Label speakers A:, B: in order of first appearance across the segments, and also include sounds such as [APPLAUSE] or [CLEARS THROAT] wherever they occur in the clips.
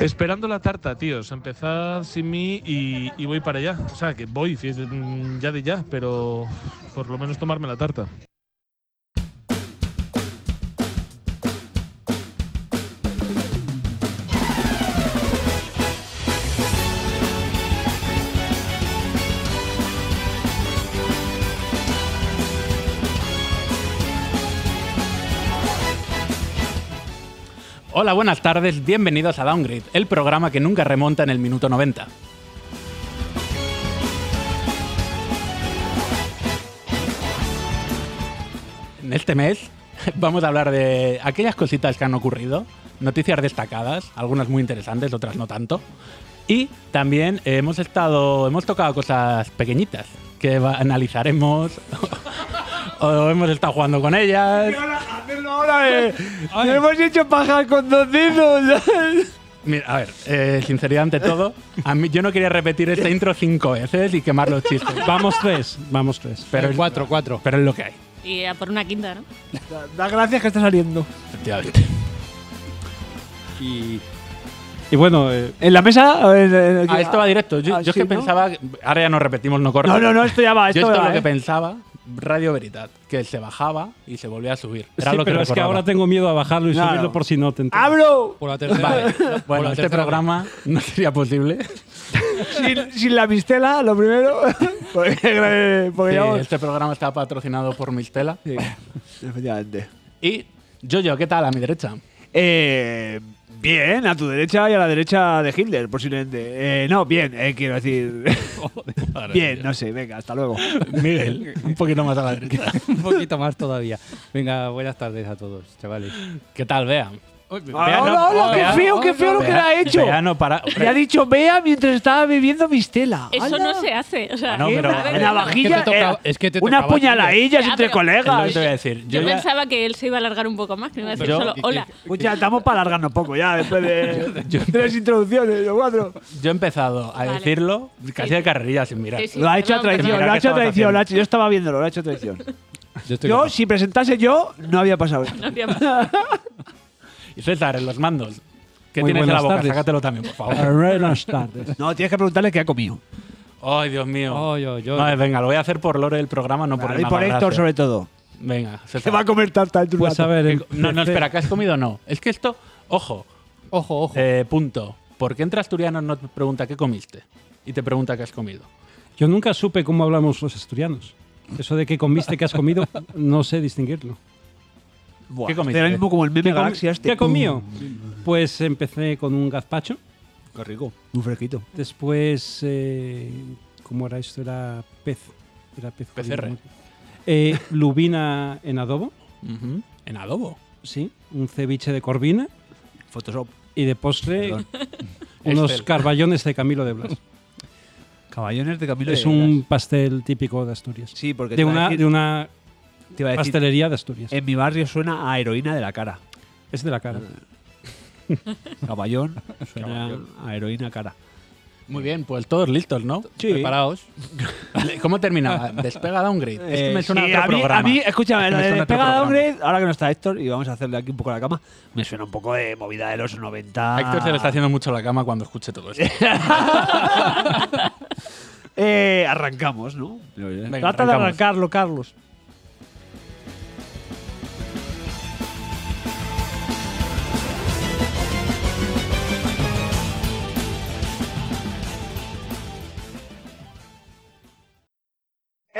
A: Esperando la tarta, tíos. Empezad sin mí y, y voy para allá. O sea, que voy si es, mm, ya de ya, pero por lo menos tomarme la tarta.
B: Hola, buenas tardes, bienvenidos a Downgrade, el programa que nunca remonta en el minuto 90. En este mes [LAUGHS] vamos a hablar de aquellas cositas que han ocurrido, noticias destacadas, algunas muy interesantes, otras no tanto. Y también hemos estado, hemos tocado cosas pequeñitas que va- analizaremos [LAUGHS] o hemos estado jugando con ellas.
C: Hacerlo ahora, eh. Hemos hecho paja con dos dedos.
B: Mira, a ver, eh, sinceridad ante todo, a mí, yo no quería repetir esta intro cinco veces y quemar los chistes.
D: Vamos tres, vamos tres.
B: Pero es,
D: cuatro, cuatro.
B: pero es lo que hay,
E: Y a por una quinta, ¿no?
C: Da, da gracias que está saliendo.
B: efectivamente.
D: Y, y bueno, eh,
C: En la mesa. A ver, eh,
B: Ah, esto va directo. Yo,
C: Ah,
B: yo es
C: sí,
B: que
C: ¿no?
B: pensaba, ahora ya no repetimos, no corto.
C: No, no, no, esto ya va. Esto
B: yo esto
C: va,
B: lo que
C: eh.
B: pensaba, Radio Veridad, que se bajaba y se volvía a subir. Era
D: sí,
B: lo que
D: pero es que
B: recordaba.
D: ahora tengo miedo a bajarlo y
C: Claro.
D: subirlo por si no te enteras.
C: ¡Abro!
F: Por la tercera.
B: Vale,
F: por
B: bueno,
F: la
B: este
F: tercera
B: programa no sería posible.
C: Sin, sin la mistela, lo primero. [LAUGHS] porque porque
B: Sí,
C: ya vamos-
B: este programa está patrocinado por Mistela.
C: Efectivamente.
B: Y Jojo, ¿qué tal a mi derecha?
C: Eh, bien, a tu derecha y a la derecha de Hitler, posiblemente. Eh, no, bien, eh, quiero decir. [LAUGHS] bien, no sé, venga, hasta luego.
B: Miguel, un poquito más a la derecha.
F: Un poquito más todavía. Venga, buenas tardes a todos, chavales.
B: ¿Qué tal, Bea?
C: Ah, ¡Hola,
B: no,
C: hola, hola,
B: vea,
C: qué feo, qué feo lo que le ha hecho!
B: Bea no para.
C: Le ha dicho vea mientras estaba bebiendo mistela.
E: Eso
C: ¡Hala!
E: Ah, no eh, se hace. O sea,
B: Bueno,
C: ¿Qué?
B: pero-
E: a ver,
C: la
E: no.
C: vajilla.
F: Es que te toca-
C: eh,
F: es que te
C: una
F: tocaba-
C: puñaladillas
E: Ya,
C: entre
E: pero-
B: Es lo que
C: colegas.
B: te voy a decir.
E: Yo,
B: Yo, ya-
E: pensaba que él se iba a alargar un poco más, que no iba a decir
B: Yo-
E: solo hola.
C: Escucha, estamos para alargarnos poco ya, después de tres introducciones o cuatro.
B: yo he empezado a
E: Vale.
B: decirlo casi
E: Sí.
B: de carrerilla sin mirar.
E: Sí, sí,
C: Lo ha hecho a
E: perdón, perdón.
C: traición,
B: mira
C: lo ha
B: que
C: hecho a
B: estabas
C: traición.
B: haciendo.
C: lo ha hecho- yo estaba viéndolo, lo ha hecho a traición.
F: Yo estoy
C: Yo,
F: capaz.
C: si presentase yo, no había pasado.
E: No pues, había más.
B: Y César, en los mandos. ¿Qué
D: Muy
B: tienes en la
D: buenas
B: boca?
D: tardes.
B: Sácatelo también, por favor.
D: Buenas tardes.
C: No, tienes que preguntarle qué ha comido.
B: Ay, Dios mío.
F: Oh, yo, yo.
B: No, eh, venga, lo voy a hacer por Lore del programa, no por
C: Claro,
B: el
C: y por Héctor, sobre todo.
B: Venga, César.
C: Que va a comer tarta en tu
D: Pues a ver, em-
B: No, no, espera, ¿qué has comido? No. Es que esto, ojo,
F: Ojo, ojo.
B: eh, punto. ¿Por qué entre asturianos no te pregunta qué comiste? Y te pregunta qué has comido.
D: yo nunca supe cómo hablamos los asturianos. Eso de que comiste, que has comido, no sé distinguirlo.
C: Buah,
B: ¿qué
C: estoy
B: comiste?
C: ahora mismo como el meme
D: comi-
C: Galaxia este.
D: ¿Qué he comido? Pues empecé con un gazpacho.
C: Mm, Qué rico. Un fresquito.
D: Después, eh, ¿cómo era esto? Era pez. Era pez. jodido,
B: Pecerre.
D: ¿no? Eh, lubina en adobo,
B: Ujú. En adobo.
D: sí. Un ceviche de corvina.
C: Photoshop.
D: Y de postre,
C: Perdón.
D: [LAUGHS] unos
B: Excel.
D: carballones de Camilo de Blas.
C: Caballones de Camilo
D: es
C: de
D: un
C: Blas.
D: pastel típico de Asturias.
C: Sí, porque
D: de,
C: te iba a
D: una,
C: decir-
D: de una
C: te iba a decir,
D: pastelería de Asturias.
C: en mi barrio suena a heroína de la cara.
D: Es de la cara.
B: [LAUGHS]
C: Caballón suena a heroína cara.
B: Muy bien, pues todos listos, ¿no?
C: Sí.
B: Preparados. ¿Cómo terminaba? Despega downgrade. Es que me suena
C: Eh, sí,
B: a otro
C: mí,
B: programa.
C: A mí, escúchame,
B: Es que
C: la
B: me
C: de
B: suena a otro
C: despega
B: programa.
C: downgrade, ahora que no está Héctor y vamos a hacerle aquí un poco la cama, me suena un poco de movida de los 90.
B: A Héctor se le está haciendo mucho la cama cuando escuche todo esto.
C: Eh, arrancamos, ¿no?
B: Venga,
C: Trata de
B: arrancamos.
C: arrancarlo, Carlos.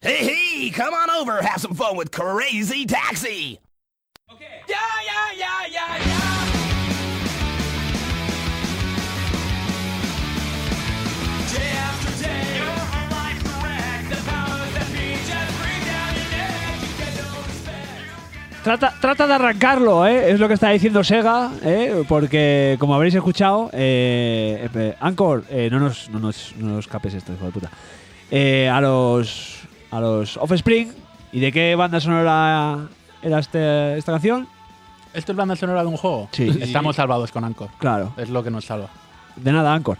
G: Hey, hey, come on over, have some fun with Crazy Taxi. Okay. Yeah, yeah, yeah, yeah, yeah. Day after day.
C: Trata, trata de arrancarlo, ¿eh? es lo que está diciendo Sega, ¿eh? porque como habréis escuchado, eh, eh, Anchor, eh, no, nos, no, nos, no nos capes esto, hijo de puta. Eh, a los a los Offspring, ¿y de qué banda sonora era este- esta canción?
B: ¿Esto es banda sonora de un juego?
C: Sí.
B: Estamos salvados con Anchor.
C: Claro,
B: Es lo que nos salva.
C: de nada, Anchor.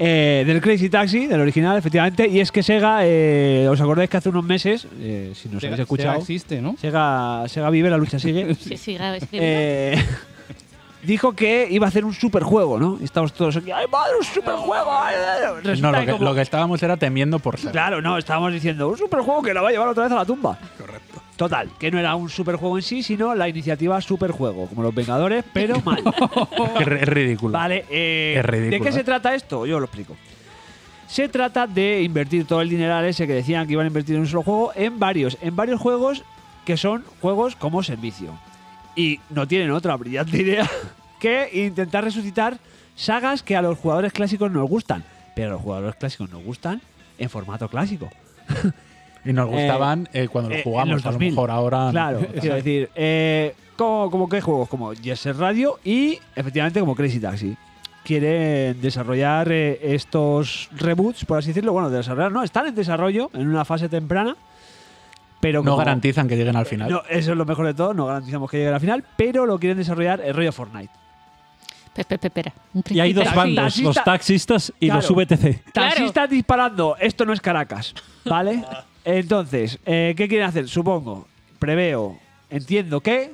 C: Eh, del Crazy Taxi, del original, efectivamente, y es que Sega, eh, ¿os acordáis que hace unos meses, eh, si nos
F: Sega-
C: habéis escuchado,
F: Sega existe, ¿no?
C: Sega, Sega vive, la lucha
F: [LAUGHS]
C: sigue?
E: Sí, sí, grave, es que-
C: Eh, [LAUGHS] dijo que iba a hacer un superjuego, ¿no? Y estamos todos aquí, ¡ay, madre, un superjuego! ay, ay, ay". Resulta
B: No, lo
C: que
B: que,
C: como-
B: lo que estábamos era temiendo por ser.
C: Claro, no, estábamos diciendo, un superjuego que la va a llevar otra vez a la tumba. Correcto. Total, que no era un superjuego en sí, sino la iniciativa superjuego, como los Vengadores, pero mal.
B: [LAUGHS] Que re- Es ridículo.
C: Vale, eh,
B: Es ridículo,
C: ¿de qué
B: ¿eh?
C: se trata esto? Yo lo explico. Se trata de invertir todo el dineral ese que decían que iban a invertir en un solo juego en varios, en varios juegos que son juegos como servicio. Y no tienen otra brillante [LAUGHS] idea que intentar resucitar sagas que a los jugadores clásicos nos gustan, pero a los jugadores clásicos nos gustan en formato clásico.
B: Y nos gustaban eh, cuando los
C: Eh,
B: jugamos,
C: en los
B: a lo
C: 2000.
B: mejor ahora. [LAUGHS]
C: Claro, quiero decir, eh, como, como que juegos como Yes Radio y efectivamente como Crazy Taxi. Quieren desarrollar eh, estos reboots, por así decirlo. Bueno, desarrollar no, están en desarrollo en una fase temprana, pero
B: no
C: como-
B: garantizan que lleguen al final.
C: No, eso es lo mejor de todo, no garantizamos que llegue a la final, pero lo quieren desarrollar el rollo Fortnite.
E: Pe- pe- pe- espera. Un
D: Y hay dos
E: príncipe azul.
D: bandos, los
C: Taxista-
D: taxistas y
C: Claro.
D: los VTC.
E: Claro.
C: Taxistas disparando, esto no es Caracas, ¿vale? Entonces, eh, ¿qué quieren hacer? Supongo, preveo, entiendo que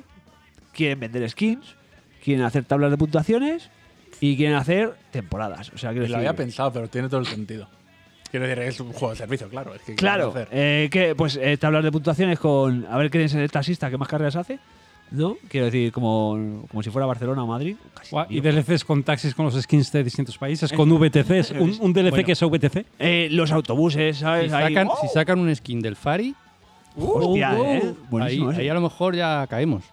C: quieren vender skins, quieren hacer tablas de puntuaciones y quieren hacer temporadas. O sea, quiero
B: lo
C: decir-
B: había pensado, pero tiene todo el sentido. Quiero decir, es un juego de servicio, claro. Es que ¿qué
C: Claro,
B: vamos a hacer?
C: eh, que, pues eh, tablas de puntuaciones con. A ver quién es el taxista que más carreras hace, ¿no? Quiero decir, como, como si fuera Barcelona o Madrid. Casi,
D: Guau, Y
C: tío.
D: DLCs con taxis con los skins de distintos países, con VTCs, un, un DLC
C: Bueno.
D: que es VTC.
C: Eh, los autobuses,
F: Si
C: ¿sabes? Ahí,
F: sacan,
C: ¡oh!
F: si sacan un skin del Fari,
C: Hostia,
F: oh,
C: ¿eh?
F: oh, ahí,
C: Buenísimo ese.
F: ahí a lo mejor ya caemos.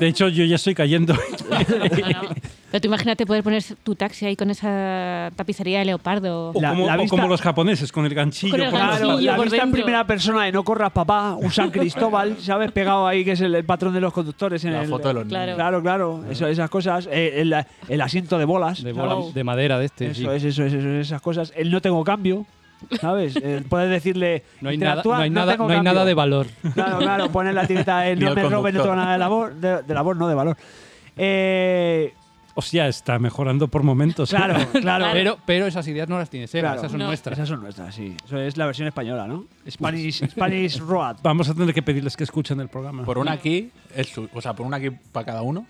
D: De hecho, yo ya estoy cayendo.
E: Ah, No, no. Pero tú imagínate poder poner tu taxi ahí con esa tapicería de leopardo.
D: O,
C: La-
D: [LAUGHS] como,
C: la
D: o como
C: vista-
D: los japoneses, con el ganchillo.
E: Con el
D: por
E: ganchillo.
D: la-
C: Claro, la
E: por
C: vista en
E: dentro.
C: primera persona de No corras papá, un San [LAUGHS] Cristóbal, ¿sabes? Pegado ahí, que es el, el patrón de los conductores en
B: La
C: el-
B: foto de los
E: Claro.
B: niños.
C: Claro, claro, eso- esas cosas. Eh, el, el asiento de bolas.
F: De,
C: ¿sabes?
F: bola- de madera de este. sí.
C: Eso es, eso es, eso es, esas cosas. El no tengo cambio,
F: [LAUGHS]
C: ¿sabes? Eh, puedes decirle.
F: No hay nada, no
C: "Interactúa,
F: hay nada,
C: tengo
F: no hay nada de
C: cambio".
F: valor.
C: Claro,
F: [LAUGHS]
C: claro, poner la etiqueta el
B: Ni
C: no
B: el
C: me roben, no
B: conductor.
C: tengo nada de labor, de, de labor, no de valor. Eh,
D: Hostia, está mejorando por
C: [LAUGHS]
D: momentos.
C: claro, claro.
F: Pero, pero esas ideas no las tiene Sega,
C: Claro.
F: esas son
E: No.
F: nuestras.
C: Esas son nuestras, Pues- sí. Eso es la versión española, ¿no? Spanish, [LAUGHS] Spanish Road.
D: [LAUGHS] Vamos a tener que pedirles que escuchen el programa.
B: Por una aquí, es su- o sea, por una aquí para cada uno,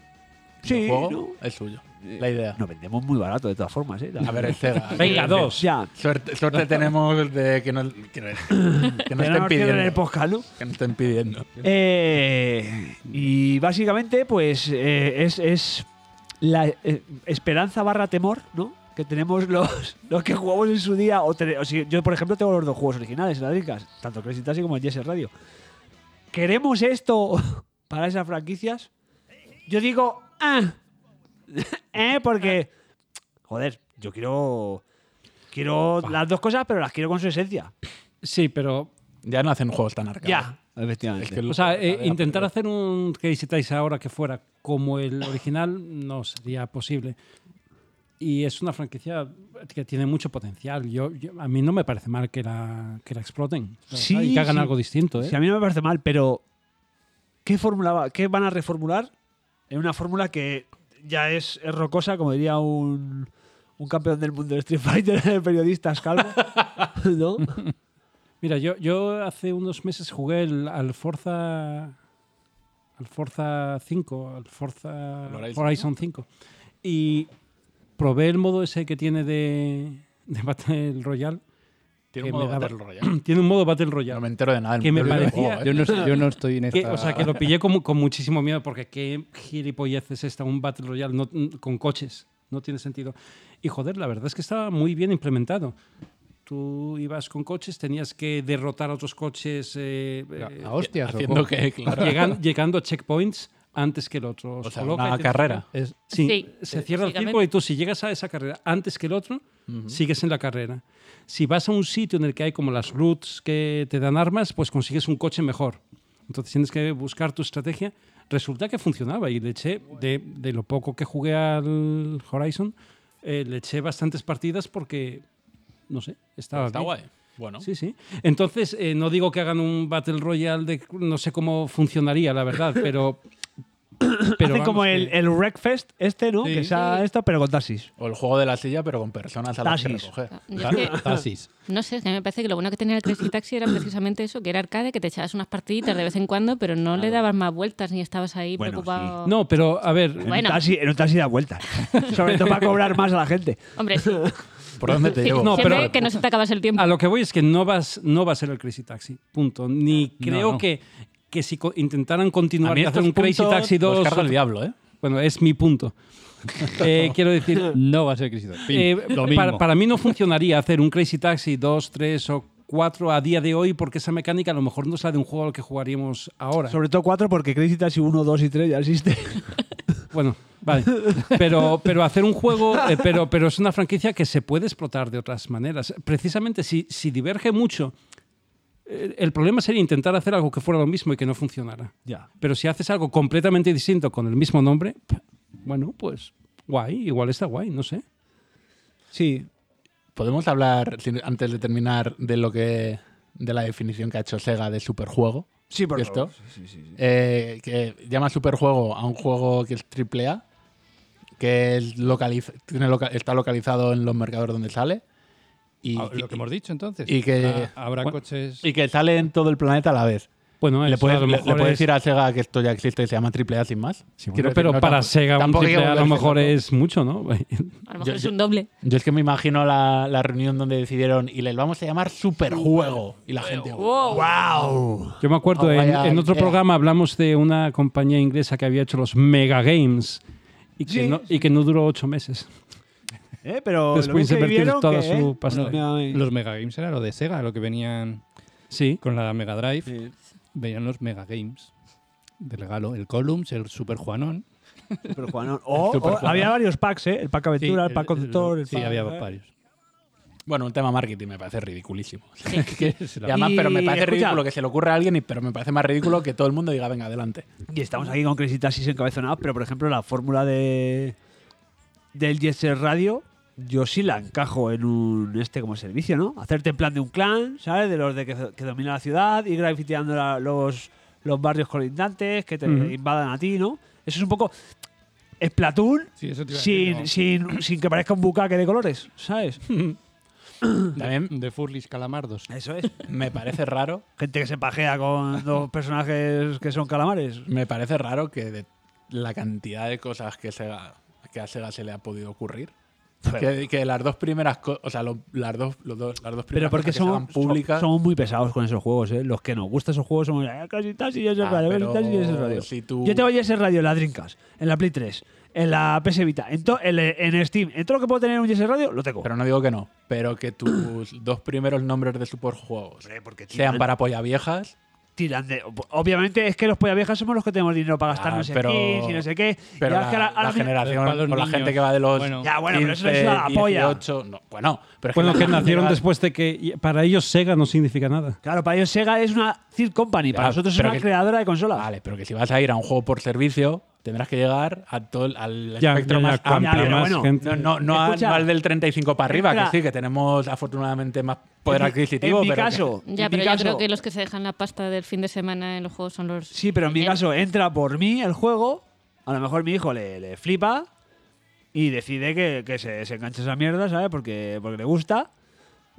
C: Sí,
B: el juego
C: ¿no?
B: es suyo. La idea.
C: Nos vendemos muy barato de todas formas, ¿eh?
B: A ver, es Sega.
D: Venga,
B: Sí,
D: dos.
C: Ya.
B: Suerte, suerte tenemos de que no, que no- que no
C: Pero
B: estén
C: no nos pierden el
B: pidiendo.
C: podcast, ¿no?
B: Que no estén pidiendo.
C: Eh, y básicamente, pues eh, es, es la eh, esperanza barra temor, ¿no? Que tenemos los, [LAUGHS] los que jugamos en su día. O tele- o si- yo, por ejemplo, tengo los dos juegos originales en la Dreamcast, tanto Crazy Taxi como el Yes Radio. ¿Queremos esto [LAUGHS] para esas franquicias? Yo digo, ah, [LAUGHS] eh, porque, joder, yo quiero. Quiero las dos cosas, pero las quiero con su esencia.
D: Sí, pero
B: Ya no hacen juegos tan arcados.
C: Ya, efectivamente.
B: Es que lo-
D: O sea, eh,
B: la idea,
D: intentar
B: pero-
D: hacer un que visitáis ahora que fuera como el original no sería posible. Y es una franquicia que tiene mucho potencial. Yo, yo- a mí no me parece mal que la, que la exploten. la
C: Sí,
D: verdad, y que hagan
C: sí.
D: algo distinto. ¿eh?
C: Si a mí no me parece mal, pero ¿qué fórmula va- qué van a reformular en una fórmula que ya es, es rocosa, como diría un, un campeón del mundo de Street Fighter, [LAUGHS] el periodista Scalvo? [LAUGHS] ¿No?
D: Mira, yo, yo hace unos meses jugué el- al Forza. Al Forza 5, al Forza
B: ¿Al
D: Horizon,
B: Horizon?
D: 5. Y probé el modo ese que tiene de, de Battle Royale.
B: Tiene
D: que
B: un
D: me
B: modo
D: daba-
B: Battle Royale.
D: [CLEARS THROAT] Tiene un modo Battle
B: No
D: Royale.
B: me entero de nada. del
D: Que me
B: mundo del
D: parecía-
B: videojuego, ¿eh?
F: Yo no, yo no estoy en esta.
D: Que- o sea, que lo pillé con, con muchísimo miedo porque qué gilipollez es esta, un Battle Royale no- con coches. No tiene sentido. Y joder, la verdad es que estaba muy bien implementado. Tú ibas con coches, tenías que derrotar a otros coches eh, eh,
F: [LAUGHS] A hostias. o
B: Haciendo
F: cómo.
B: que,
F: [LAUGHS]
B: claro.
D: llegan- llegando a checkpoints antes que el otro.
B: O sea,
D: Solo
B: una
D: que-
B: carrera.
F: este Es-
D: Sí,
E: Sí,
D: se cierra el
E: básicamente.
D: círculo y tú si llegas a esa carrera antes que el otro, sigues en la carrera. Si vas a un sitio en el que hay como las routes que te dan armas, pues consigues un coche mejor. Entonces tienes que buscar tu estrategia Resulta que funcionaba y le eché, de, de lo poco que jugué al Horizon, eh, le eché bastantes partidas porque, no sé, estaba
B: Está
D: bien.
B: guay. Bueno.
D: Sí, sí. Entonces, eh, no digo que hagan un Battle Royale de. No sé cómo funcionaría, la verdad,
B: [COUGHS]
D: pero. pero
C: Hacen como
D: vamos,
C: el,
D: que-
C: el Wreckfest este, ¿no?
B: Sí.
C: que sea esto, pero con taxis.
B: O el juego de la silla, pero con personas a las que
C: Taxis.
B: recoger.
E: Yo es que-
F: Taxis.
E: No sé, es que a mí me parece que lo bueno que tenía el Crazy Taxi era precisamente eso, que era arcade, que te echabas unas partiditas de vez en cuando, pero no le dabas más vueltas ni estabas ahí
C: Bueno,
E: preocupado.
D: No, pero a ver.
C: En,
E: Bueno.
C: un taxi, en un taxi da vueltas. Sobre todo para cobrar más a la gente.
E: Hombre, sí.
B: ¿Por dónde
E: [LAUGHS]
B: te
E: Sí,
B: llevo?
D: No,
E: siempre
D: pero-
E: que no se te acabas el tiempo.
D: A lo que voy es que no, vas, no va a ser el Crazy Taxi. Punto. Ni creo
F: no.
D: que, que si co- intentaran
B: a
D: continuar
B: mí
D: y hacer un Crazy Taxi 2.
C: Pues
B: carga el diablo, ¿eh?
D: Bueno, es mi
F: [LAUGHS]
D: punto. Eh, quiero decir,
F: No va a ser Cristo. Pim,
D: Eh,
F: lo mismo.
D: para, para mí no funcionaría hacer un Crazy Taxi 2, 3 o 4 a día de hoy porque esa mecánica a lo mejor no es la de un juego al que jugaríamos ahora.
C: Sobre todo cuatro, porque Crazy Taxi 1, 2 y 3 ya existe.
D: Bueno, vale. Pero, pero hacer un juego, eh, pero, pero es una franquicia que se puede explotar de otras maneras. Precisamente si, si diverge mucho, eh, el problema sería intentar hacer algo que fuera lo mismo y que no funcionara.
C: ya.
D: Pero si haces algo completamente distinto con el mismo nombre, bueno, pues guay, igual está guay, no sé.
C: Sí.
B: Podemos hablar, sin- antes de terminar, de lo que de la definición que ha hecho Sega de superjuego.
C: Sí, por
B: ¿Esto?
C: favor.
B: Eh, que llama superjuego a un juego que es triple A, que es localiz- tiene loca- está localizado en los mercados donde sale. Y,
F: Ah, lo que hemos dicho entonces.
B: y que-
F: Ah, habrá
D: Bueno,
F: coches.
B: y que sale en todo el planeta a la vez.
D: Bueno,
B: Le
D: eso
B: puedes,
D: a lo
B: le- le
D: mejor
B: puedes
D: es-
B: decir a Sega que esto ya existe y se llama AAA sin más. Quiero
D: Sí, bueno,
B: decir,
D: pero
B: no,
D: para
B: tampoco-
D: Sega un
B: tampoco hay que
D: triple A, a lo
B: volverse
D: mejor
B: loco.
D: es mucho, ¿no? [LAUGHS]
E: A lo mejor
B: Yo-
E: es
B: yo-
E: un doble.
B: Yo es que me imagino la, la reunión donde decidieron y le vamos a llamar Superjuego. Y la gente.
D: Yo me acuerdo,
B: Oh,
D: en,
B: vaya,
D: en otro
B: yeah.
D: programa hablamos de una compañía inglesa que había hecho los Mega Games y que, no, y que no duró ocho meses.
C: Eh, pero lo bien
D: Después de
C: que
D: invertir
C: vivieron,
D: toda
C: que,
D: su
C: eh,
D: pasta.
C: mira,
F: Los Mega Games era lo de Sega, lo que venían
D: Sí,
F: con la Mega Drive. Venían los Mega Games de regalo. El Columns, el Super Juanón.
C: Super Juanón. O-
B: Super
C: o
B: Juanón.
C: había varios packs, ¿eh? El pack aventura, el,
F: el-
C: pack conductor, el,
F: Sí,
C: pack-
F: había
C: eh.
F: varios.
B: Bueno, un tema marketing me parece
C: [LAUGHS]
B: ridiculísimo.
F: Se
B: Y [LAUGHS]
F: la-
B: además,
C: Y,
B: pero me parece
C: escucha.
B: ridículo que se le ocurra a alguien, y- pero me parece más ridículo que todo el mundo diga, venga, adelante.
C: Y estamos aquí con Crazy Taxis encabezonados, pero por ejemplo la fórmula de del Jet Set Radio, yo sí la encajo en un este como servicio, ¿no? Hacerte en plan de un clan, ¿sabes? De los de que, que domina la ciudad, ir grafiteando la- los, los barrios colindantes, que te
D: Ujú.
C: invadan a ti, ¿no? Eso es un poco Splatoon
F: Sí, eso te iba a decir,
C: sin,
F: ¿no?
C: sin, sin que parezca un bucaque de colores, ¿sabes?
B: También
F: De Furlis Calamardos.
C: Eso es.
B: me parece raro,
C: Gente que se pajea con dos personajes que son calamares.
B: me parece raro que de la cantidad de cosas que, Sega- que a Sega se le ha podido ocurrir. Que, que las dos primeras cosas, o sea, lo- las dos, los dos- las dos
C: Pero
B: primeras
C: porque
B: cosas que se
C: somos,
B: hagan públicas.
C: somos muy pesados con esos juegos, ¿eh? Los que nos gustan esos juegos somos "Ah, casi taxi y ese
B: Ah,
C: radio,
B: pero
C: casi taxi y ese radio".
B: si tú-
C: Yo tengo ya ese radio en la Dreamcast, en la Play 3, en la PS Vita, en, to- en, en Steam, en todo lo que puedo tener un ese radio, lo tengo.
B: Pero no digo que no, pero que
C: [CLEARS THROAT]
B: tus dos primeros nombres de superjuegos
C: Hombre, porque tiran,
B: sean para pollaviejas.
C: tiran de- Obviamente es que los pollaviejas somos los que tenemos dinero para gastarnos
B: Ah,
C: en
B: pero-
C: skins y no sé qué.
B: Pero
C: Ya
B: la,
C: es que ahora-
B: la
C: ahora mismo-
F: Para
B: generación
F: los
B: o la
F: niños.
B: gente que va de los
F: Bueno.
C: Ya, bueno, pero eso es una
B: 15,
C: polla.
B: 18, no, bueno, pero es
D: bueno,
B: la
D: Pues que
B: gente
D: nacieron
B: va-
D: después de que y para ellos Sega no significa nada.
C: Claro, para ellos Sega es una third company, para
B: Ya,
C: nosotros es
B: pero
C: una
B: que-
C: creadora de consolas.
B: Vale, pero que si vas a ir a un juego por servicio, tendrás que llegar a todo, el- al
D: Ya,
B: espectro
D: ya, ya,
B: más
D: cuanta
B: amplio.
C: pero
D: más
C: bueno,
D: gente-
B: No, no, no, al-
C: Escucha.
B: no al del 35 para arriba,
C: Espera.
B: que sí, que tenemos afortunadamente más poder
C: En mi-
B: adquisitivo.
C: En mi
B: pero que-
C: caso,
E: Ya,
C: en mi
E: pero
C: caso-
E: yo creo que los que se dejan la pasta del fin de semana en los juegos son los. Eh,
C: Sí, pero en mi
E: Bien.
C: caso entra por mí el juego. A lo mejor mi hijo le, le flipa y decide que, que se, se enganche esa mierda, ¿sabes? Porque, porque le gusta.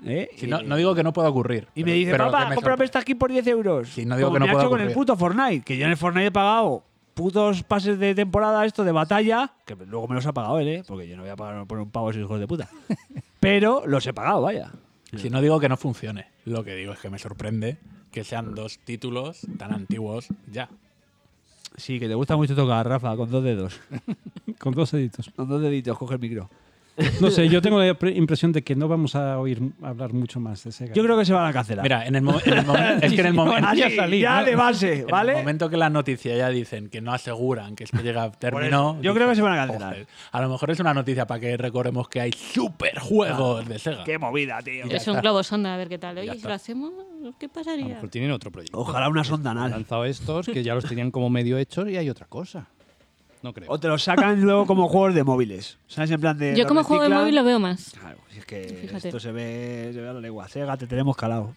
C: ¿eh?
B: si
C: y,
B: no, no digo que no pueda ocurrir.
C: y me
B: pero-
C: dice,
B: pero que
C: papá,
B: me
C: cómprame
B: sorpre-
C: esta skin por 10 euros.
B: Sí, no digo
C: Como
B: que no
C: me ha
B: pueda
C: hecho con el
B: ocurrir.
C: puto Fortnite, que yo en el Fortnite he pagado putos pases de temporada, esto de batalla, que luego me los ha pagado él, ¿eh? Porque yo no voy a pagar por un pavo a esos hijos
B: [LAUGHS]
C: de puta. pero los he pagado, vaya.
B: Si no digo que no funcione, lo que digo es que me sorprende que sean dos títulos tan antiguos ya.
C: Sí, que te gusta mucho tocar, Rafa, con dos dedos.
D: Con dos deditos.
C: Con dos deditos, coge el micro.
D: No sé, yo tengo la pre- impresión de que no vamos a oír hablar mucho más de Sega.
C: Yo creo que se van a cancelar. [LAUGHS]
B: Mira, en el, mo- en el momen- es que en el, momen-
C: Así,
B: [LAUGHS] en el
C: ya de base, ¿vale?
B: momento que la noticia ya dicen que no aseguran que esto llega
C: [LAUGHS]
B: a término.
C: yo
B: dicen,
C: creo que se van a cancelar.
B: "Joder, A lo mejor es una noticia para que recordemos que hay superjuegos de Sega.
C: Qué movida, tío.
B: Ya
E: Es un
B: está.
E: globo sonda, a ver qué tal.
B: Ya
E: Oye, ¿y si
B: está.
E: lo hacemos. ¿Qué
F: A lo
E: pasaría?
F: mejor tienen otro proyecto.
C: Ojalá una sonda
F: Han
C: anal.
F: lanzado estos que ya los tenían como medio hechos y hay otra cosa. No creo.
C: O te los sacan luego como juegos de móviles. ¿Sabes? En plan de.
E: Yo
C: lo
E: como juego de
C: reciclan.
E: móvil lo veo más.
C: Claro, si es que
E: Fíjate.
C: esto se ve, se ve a la legua. Sega, te tenemos calado.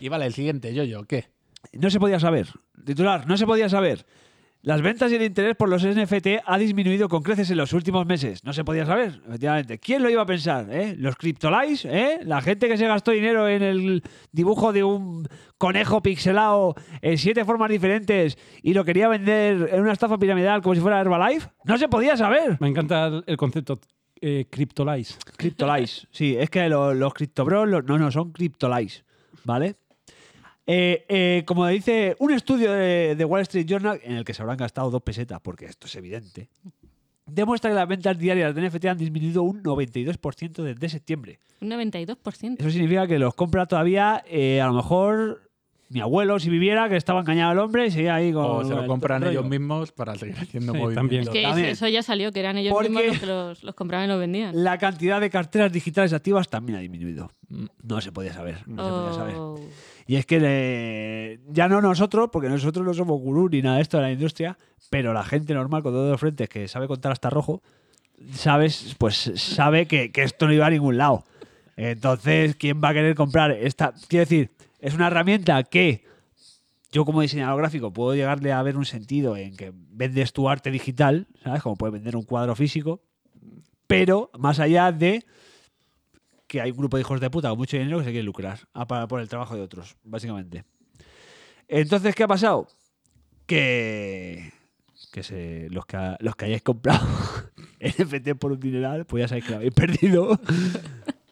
B: Y vale, el siguiente, yo, yo, ¿qué?
C: No se podía saber. Titular, no se podía saber. Las ventas y el interés por los NFT ha disminuido con creces en los últimos meses. No se podía saber, efectivamente. ¿Quién lo iba a pensar? eh? ¿Los criptolais? eh? ¿La gente que se gastó dinero en el dibujo de un conejo pixelado en siete formas diferentes y lo quería vender en una estafa piramidal como si fuera Herbalife? No se podía saber.
D: Me encanta el, el concepto eh, Cryptolize.
C: Cryptolice. [LAUGHS] Sí, es que los, los criptobros, los- no, no, son Cryptolice, ¿vale? Eh, eh, como dice un estudio de, de Wall Street Journal, en el que se habrán gastado dos pesetas, porque esto es evidente, demuestra que las ventas diarias de NFT han disminuido un 92% desde septiembre.
E: Un 92%.
C: Eso significa que los compra todavía, eh, a lo mejor, mi abuelo, si viviera, que estaba engañado al hombre y seguía ahí con...
B: O se lo
C: el
B: compran
C: rollo.
B: ellos mismos para seguir [LAUGHS] haciendo
D: Sí,
B: movimientos.
D: también.
E: Que
C: También.
E: eso ya salió, que eran ellos
C: ¿eh? Porque-
E: mismos los que los, los compraban y los vendían.
C: La cantidad de carteras digitales activas también ha disminuido. No se podía saber. No se podía saber.
E: Oh.
C: Y es que eh, ya no nosotros, porque nosotros no somos gurú ni nada de esto de la industria, pero la gente normal con todos los frentes que sabe contar hasta rojo, sabes, pues sabe que, que esto no iba a ningún lado. Entonces, ¿quién va a querer comprar esta? Quiero decir, es una herramienta que yo como diseñador gráfico puedo llegarle a ver un sentido en que vendes tu arte digital, ¿sabes? Como puedes vender un cuadro físico, pero más allá de que hay un grupo de hijos de puta con mucho dinero que se quiere lucrar a pa- por el trabajo de otros, básicamente. Entonces, ¿qué ha pasado? Que, que se- los, que ha- los que hayáis comprado [LAUGHS] NFT por un dineral, pues ya sabéis que lo habéis perdido. [LAUGHS]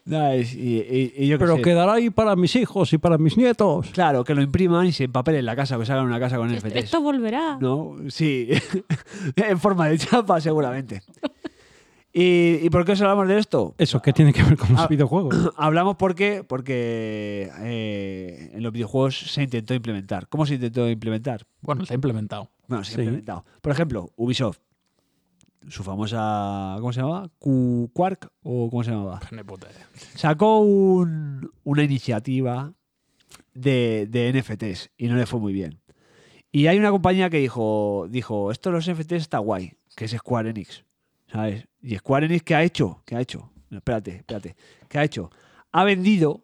C: Nada, es- y, y- y yo qué
D: Pero
C: sé.
D: quedará ahí para mis hijos y para mis nietos.
C: Claro, que lo impriman y se empapelen en la casa, que se hagan una casa con
E: Esto,
C: NFTs.
E: esto volverá.
C: ¿no? Sí, [LAUGHS] en forma de chapa, seguramente. ¿Y, y por qué os hablamos de esto?
D: ¿Eso qué tiene que ver con los
C: Ah.
D: videojuegos?
C: Hablamos porque, porque eh, en los videojuegos se intentó implementar. ¿Cómo se intentó implementar?
B: Bueno, se ha implementado.
C: Bueno, se ha
D: Sí.
C: implementado. Por ejemplo, Ubisoft. Su famosa. ¿Cómo se llamaba? Q- ¿Quark? ¿O cómo se llamaba?
B: Ni puta eh. idea.
C: Sacó un- una iniciativa de, de NFTs y no le fue muy bien. Y hay una compañía que dijo, dijo, esto de los NFTs está guay, que es Square Enix, ¿sabes? Y Square Enix, ¿qué ha hecho? ¿Qué ha hecho? No, espérate, espérate. ¿Qué ha hecho? Ha vendido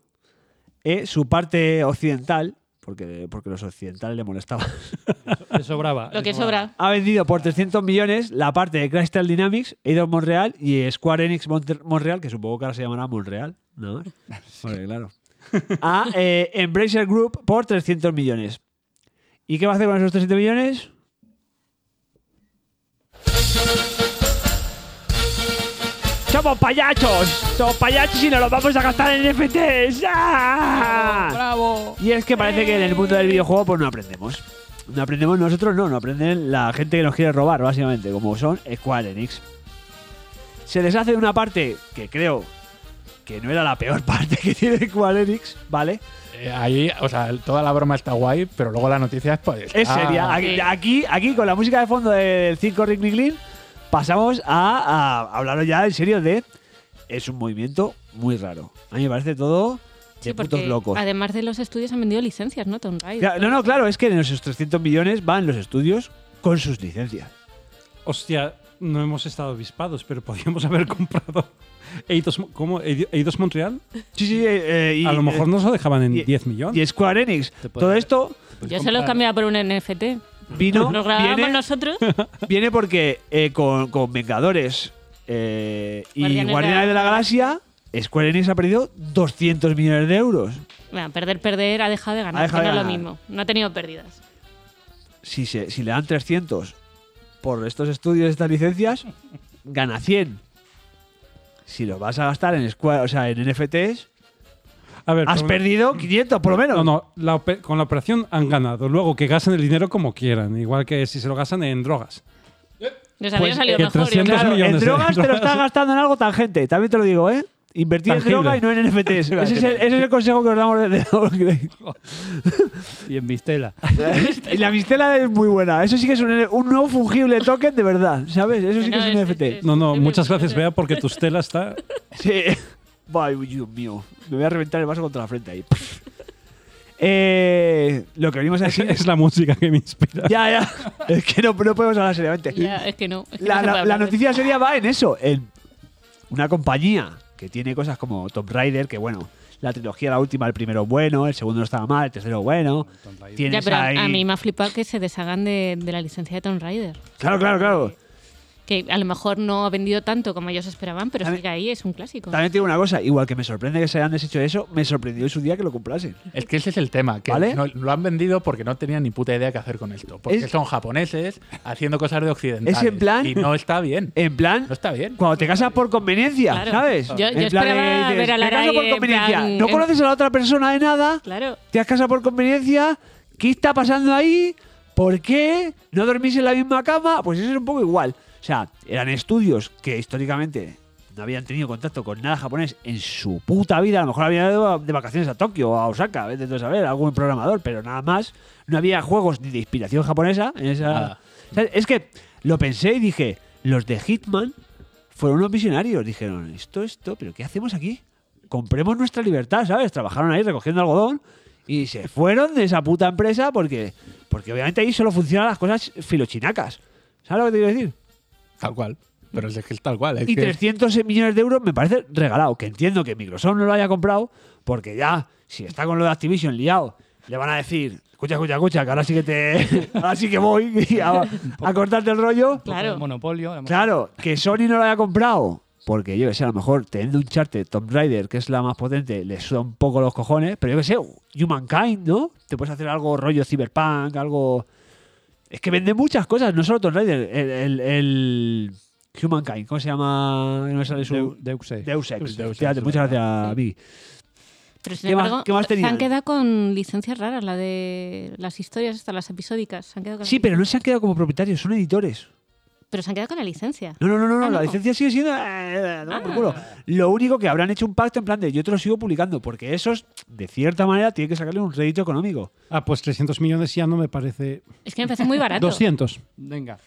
C: eh, su parte occidental, porque, porque los occidentales le molestaban. [LAUGHS]
F: Le sobraba.
E: Lo
F: le
E: que
F: sobraba.
E: sobra.
C: Ha vendido por 300 millones la parte de Crystal Dynamics, Eidos Montreal y Square Enix Monte- Montreal, que supongo que ahora se llamará Montreal, nada más. Porque, claro. A eh, Embracer Group por 300 millones. ¿Y qué va a hacer con esos 300 millones? ¡Somos payachos! ¡Somos payachos y nos los vamos a gastar en NFTs! ¡Ah!
F: ¡Bravo!
C: Y es que parece que en el mundo del videojuego pues no aprendemos. No aprendemos nosotros, no, no aprenden la gente que nos quiere robar, básicamente, como son Square Enix. Se les hace una parte que creo que no era la peor [LAUGHS] parte que tiene Square Enix, ¿vale?
B: Eh, ahí, o sea, el- toda la broma está guay, pero luego la noticia es pues.
C: Es
B: ah,
C: seria.
E: sí.
C: Aquí, aquí, aquí, con la música de fondo del circo Rick Niglin, pasamos a, a hablaros ya en serio de. Es un movimiento muy raro. A mí me parece todo de
E: Sí,
C: putos
E: porque
C: locos.
E: Además de los estudios han vendido licencias, ¿no? Tomb Raider.
C: Claro, No, no, claro, es que en esos 300 millones van los estudios con sus licencias.
D: [CLEARS THROAT] Hostia, no hemos estado avispados, pero podíamos haber comprado Eidos, Mo- ¿cómo? Eido- Eidos Montreal.
C: Sí, sí, eh, eh, y,
D: A lo mejor nos lo dejaban en
C: y-
D: 10 millones.
C: Y Square Enix.
F: Te puede-
C: Todo esto
E: Yo se los cambiaba por un NFT.
C: vino,
E: Nos grabábamos
C: pues viene, [LAUGHS]
E: nosotros.
C: viene porque eh, con, con Vengadores eh, y
E: Guardianes
C: Guardianes,
E: de
C: de la
E: la
C: Galaxia, Square Enix ha perdido 200 millones de euros.
E: Bueno, perder, perder, ha dejado de ganar.
C: Ha dejado
E: que
C: de
E: no es lo
C: ganar.
E: mismo. No ha tenido pérdidas.
C: Si, se, si le dan 300 por estos estudios, estas licencias, gana 100. Si los vas a gastar en, Square, o sea, en NFTs,
D: A ver,
C: has
D: por-
C: perdido 500 por lo menos.
D: No, no, la ope- con la operación han ganado. Luego que gasten el dinero como quieran, igual que si se lo gastan en drogas.
E: Nos habría salido
B: Pues que
E: mejor.
B: 300
E: yo creo.
C: Claro,
B: millones
D: ¿eh?
C: en
B: de
C: drogas te lo
B: drogas.
D: [LAUGHS]
C: estás gastando en algo tangente, también te lo digo, ¿eh? Invertir
B: Tangible.
C: en droga y no en NFTs.
D: [LAUGHS]
C: ese, es el, ese es el consejo que os damos desde
F: Y en Mistela.
C: [LAUGHS] Y la mistela es muy buena. Eso sí que es un, un nuevo fungible token de verdad, ¿sabes? Eso sí que
E: No,
C: es un
E: es-
C: NFT.
E: es-
D: No, no,
E: Estoy muy
D: muchas gracias,
E: contenta.
D: Bea, porque tu estela está.
C: Sí. Ay, Dios mío. Me voy a reventar el vaso contra la frente ahí. Eh, lo que venimos a decir
D: [LAUGHS] Es la música que me inspira.
C: Ya, ya. Es que no, no podemos hablar seriamente.
E: Ya, es que no. es
C: [LAUGHS]
E: que
C: La,
E: no se
C: la-
E: puede
C: la
E: hablar.
C: noticia seria va en eso. En una compañía que tiene cosas como Tomb Raider, que bueno, la trilogía, la última, el primero bueno, el segundo no estaba mal, el tercero bueno.
E: Ya,
C: Tienes
E: pero a-
C: ahí...
E: a mí me ha flipado que se deshagan de, de la licencia de Tomb Raider.
C: Claro, claro, claro.
E: Que a lo mejor no ha vendido tanto como ellos esperaban, pero
C: A
E: sí
C: mí-
E: que ahí es un clásico.
C: También tiene una cosa, igual que me sorprende que se hayan deshecho de eso, me sorprendió en su día que lo comprasen.
B: Es que ese es el tema, que
C: ¿Vale?
B: no- lo han vendido porque no tenían ni puta idea qué hacer con esto. Porque
C: Es-
B: son japoneses haciendo cosas de occidentales.
C: Es en plan-
B: Y no está
C: [LAUGHS]
B: bien.
C: En plan,
B: No está bien.
C: cuando te casas por conveniencia,
E: Claro.
C: ¿sabes?
E: Yo- yo
C: En plan
E: esperaba
C: de-
E: ver a
C: me
E: Lara
C: caso
E: ahí
C: por
E: en
C: conveniencia.
E: plan-
C: no
E: en-
C: conoces a la otra persona de nada,
E: Claro.
C: te has casado por conveniencia, ¿qué está pasando ahí? ¿Por qué? ¿No dormís en la misma cama? Pues eso es un poco igual. O sea, eran estudios que históricamente no habían tenido contacto con nada japonés en su puta vida. A lo mejor habían ido a- de vacaciones a Tokio o a Osaka, vete tú a saber, algún programador, pero nada más. No había juegos ni de inspiración japonesa en esa.
B: Nada.
C: O sea, es que lo pensé y dije, los de Hitman fueron unos visionarios. Dijeron, esto, esto, pero ¿qué hacemos aquí? Compremos nuestra libertad, ¿sabes? Trabajaron ahí recogiendo algodón y se fueron de esa puta empresa porque, porque obviamente ahí solo funcionan las cosas filochinacas. ¿Sabes lo que te quiero decir?
B: Tal cual. Pero es que es tal cual. es
C: Y
B: que-
C: 300 millones de euros me parece regalado, que entiendo que Microsoft no lo haya comprado porque ya, si está con lo de Activision liado, le van a decir, escucha, escucha, escucha, que ahora sí que te... [LAUGHS] ahora sí que voy a, a cortarte el rollo.
E: Claro.
F: Monopolio. además.
C: Claro, que Sony no lo haya comprado. Porque yo que sé, a lo mejor teniendo un charte Tomb Raider, que es la más potente, le suda un poco los cojones, pero yo que sé, Humankind, ¿no? Te puedes hacer algo rollo cyberpunk, algo. Es que vende muchas cosas, no solo Tomb Raider, el, el, el Humankind, ¿cómo se llama? No me sale su.
F: Deu- Deus Ex.
C: Deus Ex.
B: Deus Ex,
C: Fíjate, muchas gracias, Vicky.
E: Pero sin
C: ¿Qué más-
E: embargo,
C: qué más
E: se
C: tenían?
E: han quedado con licencias raras, la de las historias, hasta las episódicas. Se han quedado con
C: Sí,
E: la-
C: pero no se han quedado como propietarios, son editores.
E: pero se han quedado con la licencia.
C: No, no, no, no, no, la
E: Ah, no. Ah.
C: licencia sigue siendo. eh, eh, toma por culo. Lo único que habrán hecho un pacto en plan de yo te lo sigo publicando, porque esos, de cierta manera, tienen que sacarle un rédito económico.
D: Ah, pues 300 millones ya no me parece.
E: Es que me parece muy barato.
D: 200.
F: Venga.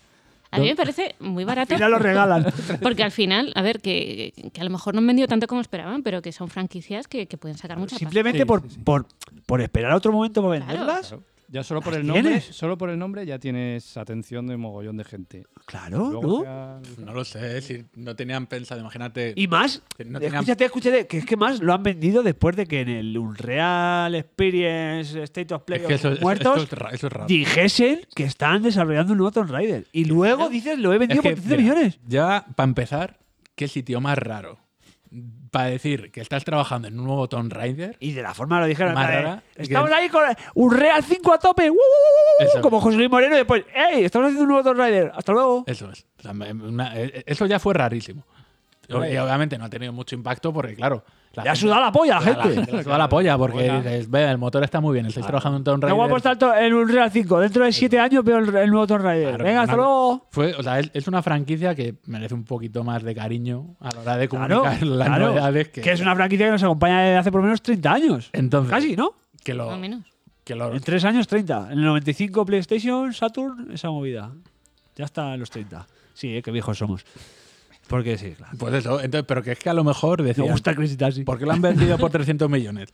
E: A mí me parece muy barato.
C: Ya lo
E: [LAUGHS]
C: regalan.
E: Porque al final, a ver, que, que a lo mejor no han vendido tanto como esperaban, pero que son franquicias que, que pueden sacar mucha pasta.
C: Simplemente
F: Sí,
C: por,
F: sí, sí.
C: Por, por esperar otro momento para
E: Claro.
C: venderlas. Claro,
F: Claro. Ya solo por
C: ¿Las
F: el nombre,
C: tienes?
F: solo por el nombre ya tienes atención de mogollón de gente.
C: ¿no?
F: Luego ya-
B: No lo sé, si no tenían pensado, imagínate.
C: Y más,
B: Que no tenían-
C: escúchate, escúchate, que es que más lo han vendido después de que en el Unreal Experience State of Play
B: es que
C: of
B: eso,
C: los
B: eso-
C: muertos
B: esto es ra- eso es raro.
C: dijesen que están desarrollando un nuevo Tomb Raider. Y luego dices, lo he
B: Es
C: vendido
B: que,
C: por 15
B: mira,
C: millones.
B: Ya, para empezar, ¿qué sitio más raro? Para decir que estás trabajando en un nuevo Tomb Raider.
C: Y de la forma lo dijeron.
B: Más
C: en plan,
B: rara,
C: eh,
B: que-
C: Estamos ahí con un Real 5 a tope. ¡uh, uh, uh, uh!
B: Exacto.
C: como José Luis Moreno y después, ¡Ey! Estamos haciendo un nuevo Tomb Raider. Hasta luego.
B: Eso es. O sea, me- una- eh, eso ya fue rarísimo. Y obviamente no ha tenido mucho impacto porque, claro. La
C: Le ha
B: gente-
C: sudado la polla a la
B: Claro,
C: gente. Ah.
B: la gente le suda la polla porque
F: Buena.
B: dices, ve, el motor está muy bien, estáis trabajando en Tomb
C: Me
B: Raider.
C: voy a apostar to- en un Real 5. Dentro de 7 años veo el, el nuevo Tomb Raider.
B: Claro,
C: Venga, hasta
B: una-
C: luego.
B: Fue, o sea, es, es una franquicia que merece un poquito más de cariño a la hora de
C: Claro,
B: comunicar las
C: claro.
B: novedades
C: Que,
B: que,
C: es una franquicia que nos acompaña desde hace por lo menos 30 años.
B: Entonces-
C: Casi, ¿no?
B: que lo,
E: Más o menos.
B: que lo-
C: En 3 años 30. En el 95 PlayStation, Saturn, esa movida. Ya está en los 30. Sí, eh, qué viejos somos. Porque sí, claro.
B: Pues eso, entonces, pero que es que a lo mejor
C: Me
B: decían,
C: gusta Crazy Taxi.
B: ¿por qué lo han vendido por 300 millones?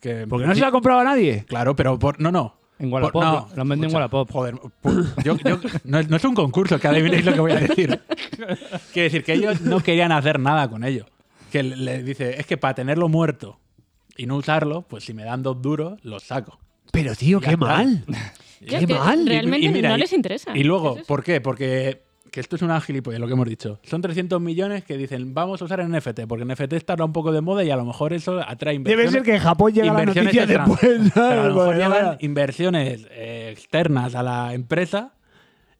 B: Que,
C: Porque no se la ha comprado a nadie.
B: Claro, pero por, no, no.
F: En Wallapop,
B: Por-
F: lo- lo han vendido
B: escucha,
F: en Wallapop.
B: Joder, pu- yo- yo- no, es- no es un concurso que adivinéis lo que voy a decir. Quiero decir que ellos no querían hacer nada con ello. Que le, le dice, es que para tenerlo muerto y no usarlo, pues si me dan dos duros, los saco.
C: Pero, tío,
B: Ya
C: qué
B: está.
C: mal.
E: Yo
C: ¡Qué
E: es que
C: mal! Y-
E: realmente
B: y mira,
E: no
B: y-
E: les interesa.
B: Y luego,
E: Es eso.
B: ¿por qué? Porque que esto es una gilipollas, lo que hemos dicho. Son 300 millones que dicen, vamos a usar en NFT, porque NFT estará un poco de moda y a lo mejor eso atrae
C: Debe
B: inversiones.
C: ser que en Japón llega la
B: inversiones
C: noticia
B: extranjeras.
C: después.
B: Pero a
C: ¿sabes?
B: lo mejor
C: Porque no
B: llegan
C: vea.
B: inversiones eh, externas a la empresa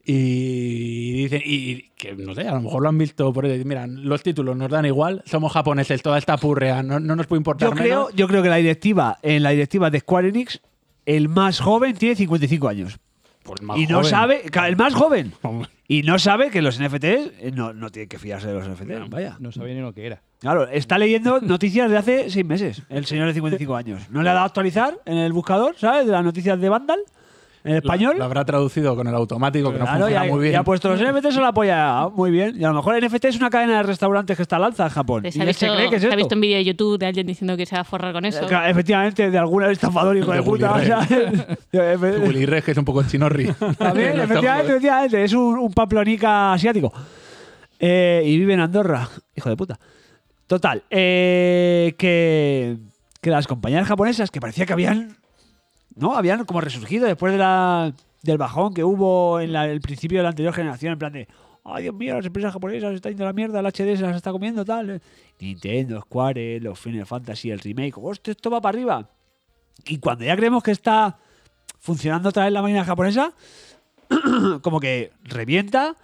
B: y dicen, y que no sé, a lo mejor lo han visto por ahí, mira, los títulos nos dan igual, somos japoneses, toda esta purrea, no, no nos puede importar
C: Yo creo,
B: menos.
C: yo creo que la directiva, en la directiva de Square Enix, el más joven tiene 55 años.
B: Por Pues el más
C: y no
B: joven.
C: sabe, ca- el más joven.
B: Hombre.
C: Y no sabe que los NFTs eh, no, no tienen que fiarse de los NFTs. Vaya.
D: No sabía ni lo que era.
C: Claro, está leyendo noticias de hace seis meses, el señor de 55 años. No le ha dado a actualizar en el buscador, ¿sabes? De las noticias de Vandal, en español.
B: Lo habrá traducido con el automático, que no
C: Claro,
B: funciona
C: y ha-
B: muy bien.
C: y ha puesto los NFTs son la polla. Ah, Muy bien. Y a lo mejor el NFT es una cadena de restaurantes que está al alza en Japón.
E: Se
C: Y
E: ha
C: él se
E: visto,
C: cree que es
E: se ha
C: esto.
E: visto un vídeo de YouTube de alguien diciendo que se va a forrar con eso.
C: Eh, claro, efectivamente, de algún estafador hijo
B: De
C: de puta.
B: Willy Rex.
C: [LAUGHS] ¿sabes? Eh,
B: [LAUGHS] Willy Rex, que es un poco [LAUGHS] chinorri. No
C: También,
B: está
C: efectivamente,
B: muy-
C: efectivamente, es un, un pamplonica asiático. Eh, y vive en Andorra, hijo de puta. Total, eh, que, que las compañías japonesas que parecía que habían, ¿no? Habían como resurgido después de la, del bajón que hubo en la- el principio de la anterior generación, en plan de, ay Dios mío, las empresas japonesas se están yendo a la mierda, el HD se las está comiendo, tal. Nintendo, Square, los Final Fantasy, el remake, hostia, esto va para arriba. Y cuando ya creemos que está funcionando otra vez la máquina japonesa, como que revienta,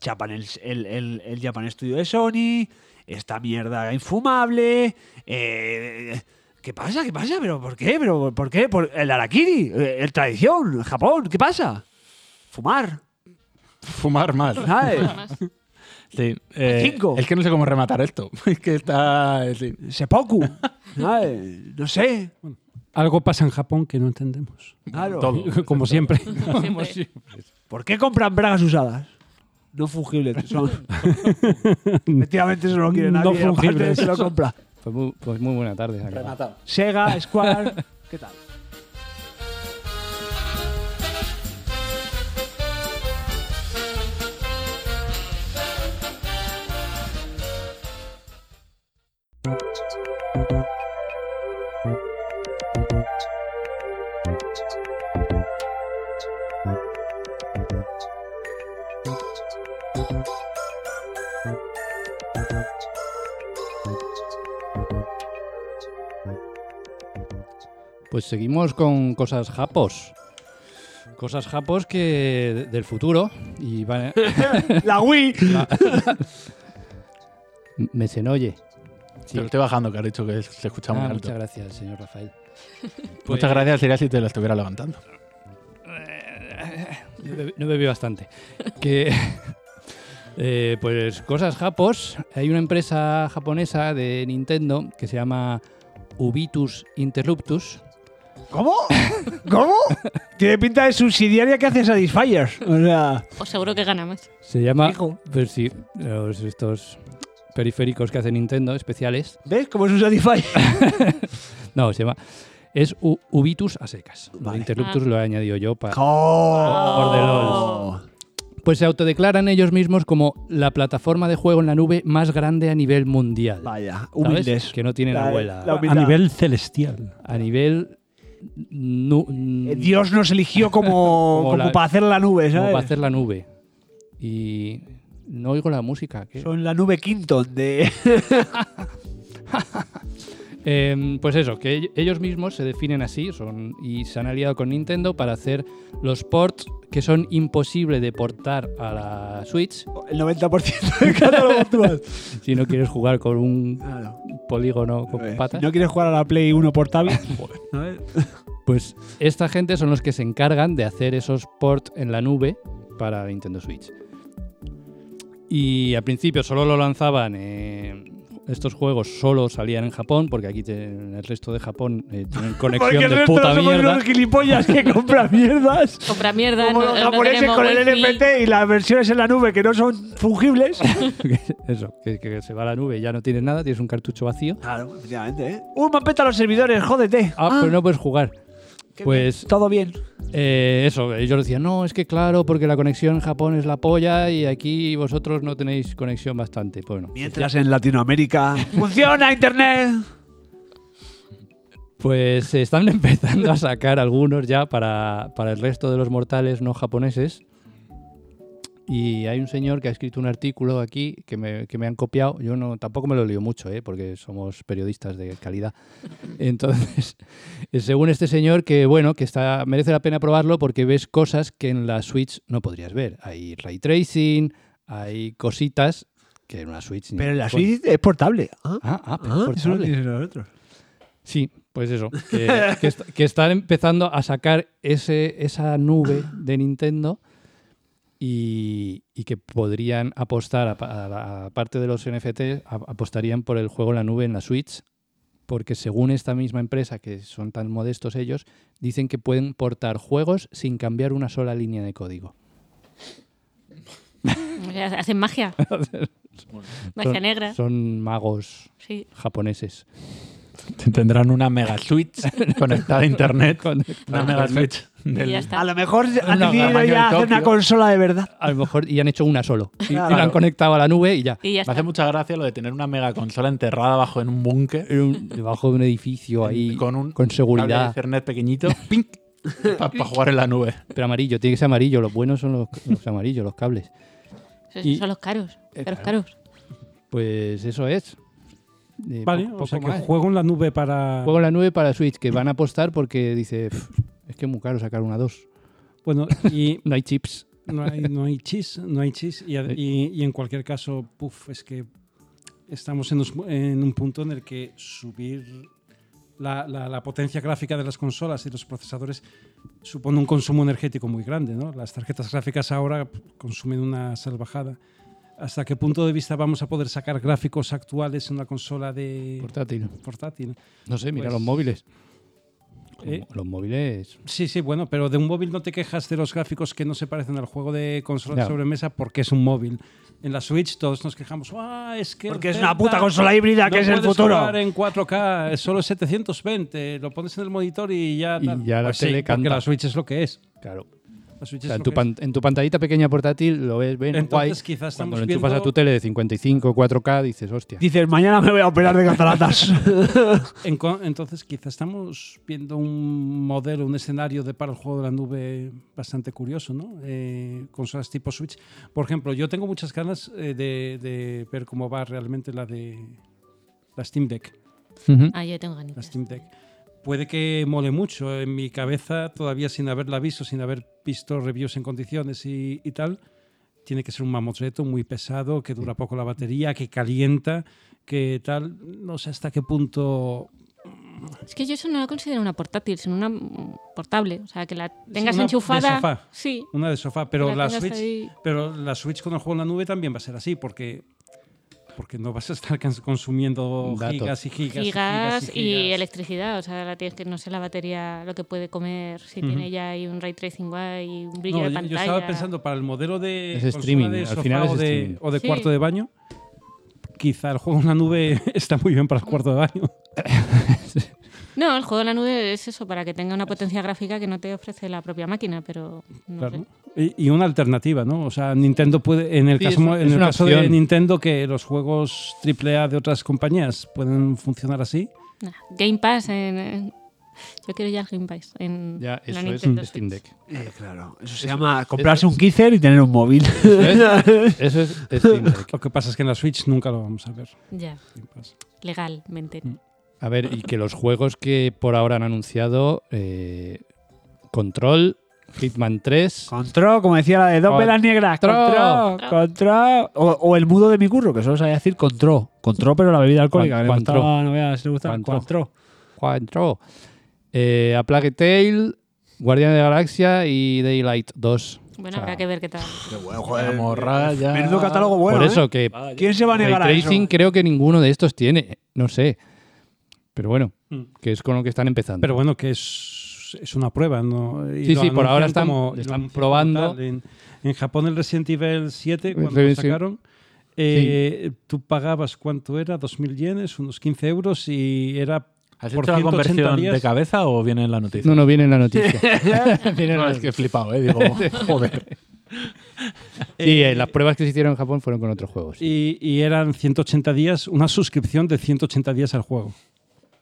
C: chapan el, el, el, el Japan Studio de Sony, esta mierda infumable. eh, ¿Qué pasa? ¿Qué pasa? ¿Pero por qué? ¿Pero por qué? ¿Por el Arakiri, eh, el tradición, Japón, ¿qué pasa? Fumar,
B: Fumar más.
C: ¿sabes?
B: Ah, Sí. eh,
C: Cinco.
B: Es que no sé cómo rematar esto. [LAUGHS] Es que está. eh, sí. [LAUGHS]
C: Sepoku, ¿sabes? No sé,
H: Algo pasa en Japón que no entendemos.
C: claro.
B: Todo.
H: Como siempre.
D: [LAUGHS]
E: Como siempre.
C: ¿Por qué compran bragas usadas? No fungibles.
D: [LAUGHS]
C: Son... Efectivamente, eso no lo quiere
H: No
C: nadie. aparte
H: fungibles.
C: Se lo compra.
D: Fue muy, pues muy buena tarde. acabado.
C: Sega, Square,
D: [LAUGHS]
C: ¿qué tal?
D: Pues seguimos con cosas japos. Cosas japos que de- del futuro. Y van a-
C: [LAUGHS] La Wii.
D: me se oye. Sí.
B: Te lo estoy bajando, que has dicho que se escucha muy
D: Ah,
B: alto.
D: muchas gracias, señor Rafael.
B: Muchas gracias sería si te lo estuviera levantando.
D: No bebí, no bebí bastante. que, [LAUGHS] eh, pues cosas japos. Hay una empresa japonesa de Nintendo que se llama Ubitus Interruptus.
C: ¿Cómo? ¿Cómo? Tiene pinta de subsidiaria que hace Satisfyer. O sea,
E: Os seguro que gana más.
D: Se llama... Pues sí, los- estos periféricos que hace Nintendo especiales.
C: ¿ves cómo es
H: [LAUGHS]
C: un Satisfyer?
D: No, se llama... Es U- Ubitus a secas. Lo de
C: Vale.
E: Ah,
D: Interruptus lo he añadido yo para...
C: ¡Oh!
D: Por Pues se autodeclaran ellos mismos como la plataforma de juego en la nube más grande a nivel mundial.
C: Vaya,
D: ¿Sabes?
C: humildes.
D: Que no tienen
C: La-
D: abuela.
C: la
H: A
C: humildad.
H: nivel celestial.
D: A nivel... nu-
C: Eh, Dios nos eligió como,
D: [LAUGHS] Como
C: como
D: la-
C: para hacer la nube,
D: como
C: ¿sabes?
D: para hacer la nube. Y no oigo la música. ¿qué?
C: Son la nube Quinton de.
D: [LAUGHS] Em, pues eso, que ell- ellos mismos se definen así son, y se han aliado con Nintendo para hacer los ports que son imposibles de portar a la Switch
C: Oh, El 90% del catálogo
D: [LAUGHS]
C: actual.
D: si no quieres jugar
C: [LAUGHS]
D: con un
C: Claro.
D: polígono con
C: Eh,
D: patas.
C: si no quieres jugar a la Play 1
D: [LAUGHS]
C: portable.
D: Pues esta gente son los que se encargan de hacer esos ports en la nube para Nintendo Switch. Y al principio solo lo lanzaban, eh, estos juegos solo salían en Japón, porque aquí te- en el resto de Japón eh,
C: [LAUGHS]
D: tienen conexión de puta
C: somos
D: mierda.
C: unos gilipollas que
D: [LAUGHS]
C: compran mierdas.
E: Compra mierda.
C: como
E: no-
C: los
E: no
C: japoneses
E: tenemos
C: con el
E: wifi.
C: NFT y las versiones en la nube que no son fungibles.
D: [LAUGHS] Eso, que, que se va a la nube y ya no tienes nada, tienes un cartucho vacío.
C: Claro, efectivamente, ¿eh? ¡Uh, me han petado los servidores! ¡Jódete!
D: Ah, pero no puedes jugar. Pues
C: Todo bien.
D: eh, eso, ellos decían, no, es que claro, porque la conexión en Japón es la polla y aquí vosotros no tenéis conexión bastante. Bueno,
C: Mientras en Latinoamérica. [LAUGHS] ¡Funciona Internet!
D: Pues se están [LAUGHS] empezando a sacar algunos ya para, para el resto de los mortales no japoneses. Y hay un señor que ha escrito un artículo aquí que me, que me han copiado. Yo no, tampoco me lo leo mucho, ¿eh? porque somos periodistas de calidad. Entonces, [LAUGHS] eh, según este señor, que bueno, que está, merece la pena probarlo porque ves cosas que en la Switch no podrías ver. Hay ray tracing, hay cositas que en una Switch... ni
C: Pero la
B: Pues
D: coño.
C: Switch es portable. Ah,
D: Ah, ah, pero
C: ah,
D: es
C: eso lo
D: portable.
C: tienen los otros.
F: Sí, pues eso. Que, que est- que están empezando a sacar ese, esa nube de Nintendo y, y que podrían apostar, a pa- a la- aparte de los NFT, a- apostarían por el juego en la nube en la Switch. Porque según esta misma empresa, que son tan modestos ellos, dicen que pueden portar juegos sin cambiar una sola línea de código.
E: O sea, hacen magia. magia
F: Son-
E: negra.
F: Son magos
E: Sí.
F: japoneses.
B: Tendrán una mega Switch [LAUGHS] conectada a internet. una mega
F: Internet.
B: Switch.
E: Y ya
B: del-
E: está.
C: A lo mejor han
F: No,
C: decidido
F: tamaño de
C: ya hacer una
F: Tokio.
C: consola de verdad.
F: A lo mejor y han hecho una solo. Y, y
C: Claro.
F: la han conectado a la nube y ya.
E: Y ya
B: Me hace
E: está.
B: mucha gracia lo de tener una mega consola enterrada bajo en un búnker.
F: en un- debajo de un edificio ahí
B: con un
F: con
B: cable de
F: seguridad.
B: Ethernet pequeñito. Para jugar en la nube.
F: Pero amarillo, tiene que ser amarillo. Los buenos son los, los amarillos, los cables.
E: Esos
F: y-
E: son los caros.
F: Eh,
E: Caros,
F: claro.
E: caros.
F: Pues eso es. Eh,
D: Vale,
F: poco-
D: o sea
F: poco
D: que
F: más.
D: juego en la nube para.
F: Juego en la nube para Switch, que van a apostar porque dice, "Pff, es que es muy caro sacar una 2. [LAUGHS]
D: Bueno, y
F: No hay chips.
D: no hay, no hay chis, no hay chis. Y, ad- y- y en cualquier caso, puf, es que estamos en, los- en un punto en el que subir la, la- la potencia gráfica de las consolas y los procesadores supone un consumo energético muy grande, ¿no? Las tarjetas gráficas ahora consumen una salvajada. ¿Hasta qué punto de vista vamos a poder sacar gráficos actuales en una consola de
F: Portátil.
D: portátil?
F: No sé, mira
D: Pues-
F: los móviles. Los
D: Eh.
F: mo- Los móviles.
D: Sí, sí, bueno, pero de un móvil no te quejas de los gráficos que no se parecen al juego de consola
F: Ya.
D: de sobremesa porque es un móvil. En la Switch todos nos quejamos, ah, es que... el
C: Porque es
D: Zelda
C: una puta consola híbrida
D: no
C: que es el
D: puedes
C: futuro.
D: jugar en 4K, es solo 720, lo pones en el monitor y ya...
F: Y
D: tal.
F: ya la
D: Pues sí,
F: tele
D: Porque
F: canta.
D: la Switch es lo que es.
F: Claro.
D: La Switch
F: O
D: es
F: sea, en,
D: lo
F: tu
D: que
F: pan- en tu pantallita pequeña portátil lo ves bien,
D: Entonces,
F: guay.
D: quizás
F: Cuando
D: estamos
F: lo enchufas a
D: viendo-
F: tu tele de 55, 4K, dices, hostia.
C: Dices, mañana me voy a operar de cataratas.
D: es. En co- entonces quizá estamos viendo un modelo, un escenario de para el juego de la nube bastante curioso, ¿no? Eh, consolas tipo Switch. Por ejemplo, yo tengo muchas ganas eh, de, de ver cómo va realmente la de la Steam Deck. eh,
F: Ujú.
E: Ah, yo tengo
D: la
E: ganitas.
D: Steam Deck. Puede que mole mucho. En mi cabeza, [LAUGHS] todavía sin haberla visto, sin haber visto reviews en condiciones y, y tal, tiene que ser un mamotreto muy pesado, que dura poco la batería, que calienta, que tal. No sé hasta qué punto.
E: Es que yo eso no la considero una portátil, sino una mm, portable. O sea, que la tengas
D: una de
E: enchufada.
D: sofá.
E: Sí.
D: Una de sofá, pero
E: que
D: la,
E: tengas
D: Switch.
E: ahí.
D: Pero la Switch con el juego en la nube también va a ser así, porque. Porque no vas a estar cans- consumiendo
F: Datos.
D: gigas y gigas. y
E: gigas
D: y
E: y
D: gigas.
E: electricidad. O sea, la tienes que, no sé, la batería, lo que puede comer, si
D: Ujú.
E: tiene ya ahí un ray tracing guay, un brillo
D: No,
E: de
D: yo-
E: pantalla.
D: Yo estaba pensando para el modelo de
F: Es
D: consola
F: streaming,
D: de
F: al
D: sofá
F: final es
D: o de,
F: streaming.
D: o de
E: Sí.
D: cuarto de baño. Quizá el juego en la nube [LAUGHS] está muy bien para el cuarto de baño.
E: No, el juego de la nube es eso, para que tenga una potencia gráfica que no te ofrece la propia máquina, pero no
D: Claro.
E: sé.
D: Y, y una alternativa, ¿no? O sea, Nintendo puede, en el
F: Sí,
D: caso,
F: es- es
D: en el
F: una
D: caso de
F: opción.
D: Nintendo, que los juegos AAA de otras compañías pueden funcionar así.
E: Nah, Game Pass en, en- Yo quiero ya el Game Pass en
F: Ya,
E: la
F: eso es
E: Nintendo
F: Steam
E: Switch.
F: Deck.
C: Eh, claro, eso se llama comprarse un Kizer y tener un móvil.
F: ¿Ves? Eso es Steam
D: [LAUGHS]
F: Deck.
D: Lo que pasa es que en la Switch nunca lo vamos a ver.
E: Ya, legalmente.
F: [LAUGHS]
D: Mm.
F: A ver, y que los juegos que por ahora han anunciado, eh, Control, Hitman 3,
C: Control, como decía la de dos
F: Control.
C: velas negras. Control,
E: Control.
C: control. O, o el mudo de mi curro, que solo sabía decir control. Control, pero la bebida alcohólica. que le
F: Cuantro.
C: gustaba, no veas, le gustaba.
F: Cuantro.
C: Control.
F: Cuatro, eh, A Plague Tale, Guardián de la Galaxia y Daylight 2.
E: Bueno,
F: O sea,
E: habrá que ver qué
D: [LAUGHS]
E: tal.
B: La morralla.
C: Menudo catálogo bueno.
F: por
C: ¿eh?
F: eso que
C: ¿Quién se va a
F: Ray
C: negar a eso?
F: Tracing creo que ninguno de estos tiene, no sé. Pero bueno, que es con lo que están empezando.
D: Pero bueno, que es, es una prueba, ¿no? Y
F: Sí,
D: lo
F: sí, por ahora
D: anuncian
F: están-
D: como-
F: están
D: lo anuncian
F: probando.
D: como tal. En, en Japón el Resident Evil 7, cuando lo
F: Resident-
D: sacaron, eh, tú pagabas, ¿cuánto era? 2.000 yenes, unos 15 euros, y era
B: ¿Has
D: por
B: hecho la
D: 180
B: conversión
D: días.
B: de cabeza o viene en la noticia?
F: no, no viene en la noticia.
B: No, es que he flipado, ¿eh? Digo,
F: [LAUGHS]
B: joder.
F: Sí, eh, las pruebas que se hicieron en Japón fueron con otros juegos.
D: y, y eran 180 días, una suscripción de 180 días al juego.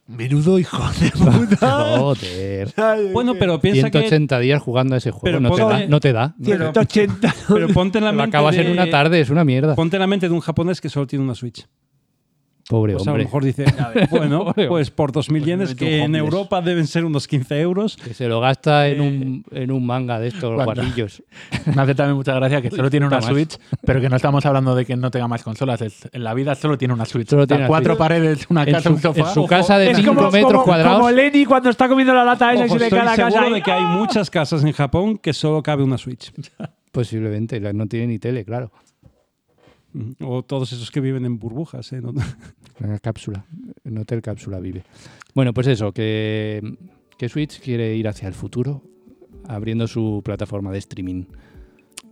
C: Menudo hijo de puta.
F: Joder.
D: Bueno, pero piensa que...
F: 180 días jugando a ese juego.
D: Pero
F: no, te
D: pongo-
F: da, no te da. No te da.
C: 180.
D: [LAUGHS] Pero ponte en la
F: Lo
D: mente
F: acabas en
D: de-
F: una tarde, es una mierda.
D: Ponte en la mente de un japonés que solo tiene una Switch.
F: Pobre
D: Pues a lo
F: hombre.
D: mejor dice,
F: [LAUGHS]
D: bueno, pues por 2.000 yenes,
F: meto un
D: que en
F: homeless.
D: Europa deben ser unos 15 euros.
F: Que se lo gasta en, un,
D: Eh,
F: en un manga de estos
B: cuando-
F: guarrillos.
B: Me hace también mucha gracia que solo tiene
F: puta
B: una
F: más.
B: Switch, pero que no estamos hablando de que no tenga más consolas. es- en la vida solo tiene una Switch.
F: Solo
B: O sea,
F: tiene una
B: cuatro
F: Switch.
B: paredes, una
F: En
B: casa,
F: su-
B: un sofá.
F: en
D: Ah,
F: su casa de
C: Es
F: 5
C: como,
F: metros
C: como-
F: cuadrados.
C: como Lenny cuando está comiendo la lata esa y
D: Ojo,
C: se le
D: estoy
C: cae la casa.
D: seguro
C: ahí. ¡Ah!
D: de que hay muchas casas en Japón que solo cabe una Switch.
F: Posiblemente, la- no tiene ni tele, claro.
D: Mm, O todos esos que viven en burbujas. ¿eh? No-
F: Una cápsula. En hotel cápsula vive. Bueno, pues eso, que, que Switch quiere ir hacia el futuro abriendo su plataforma de streaming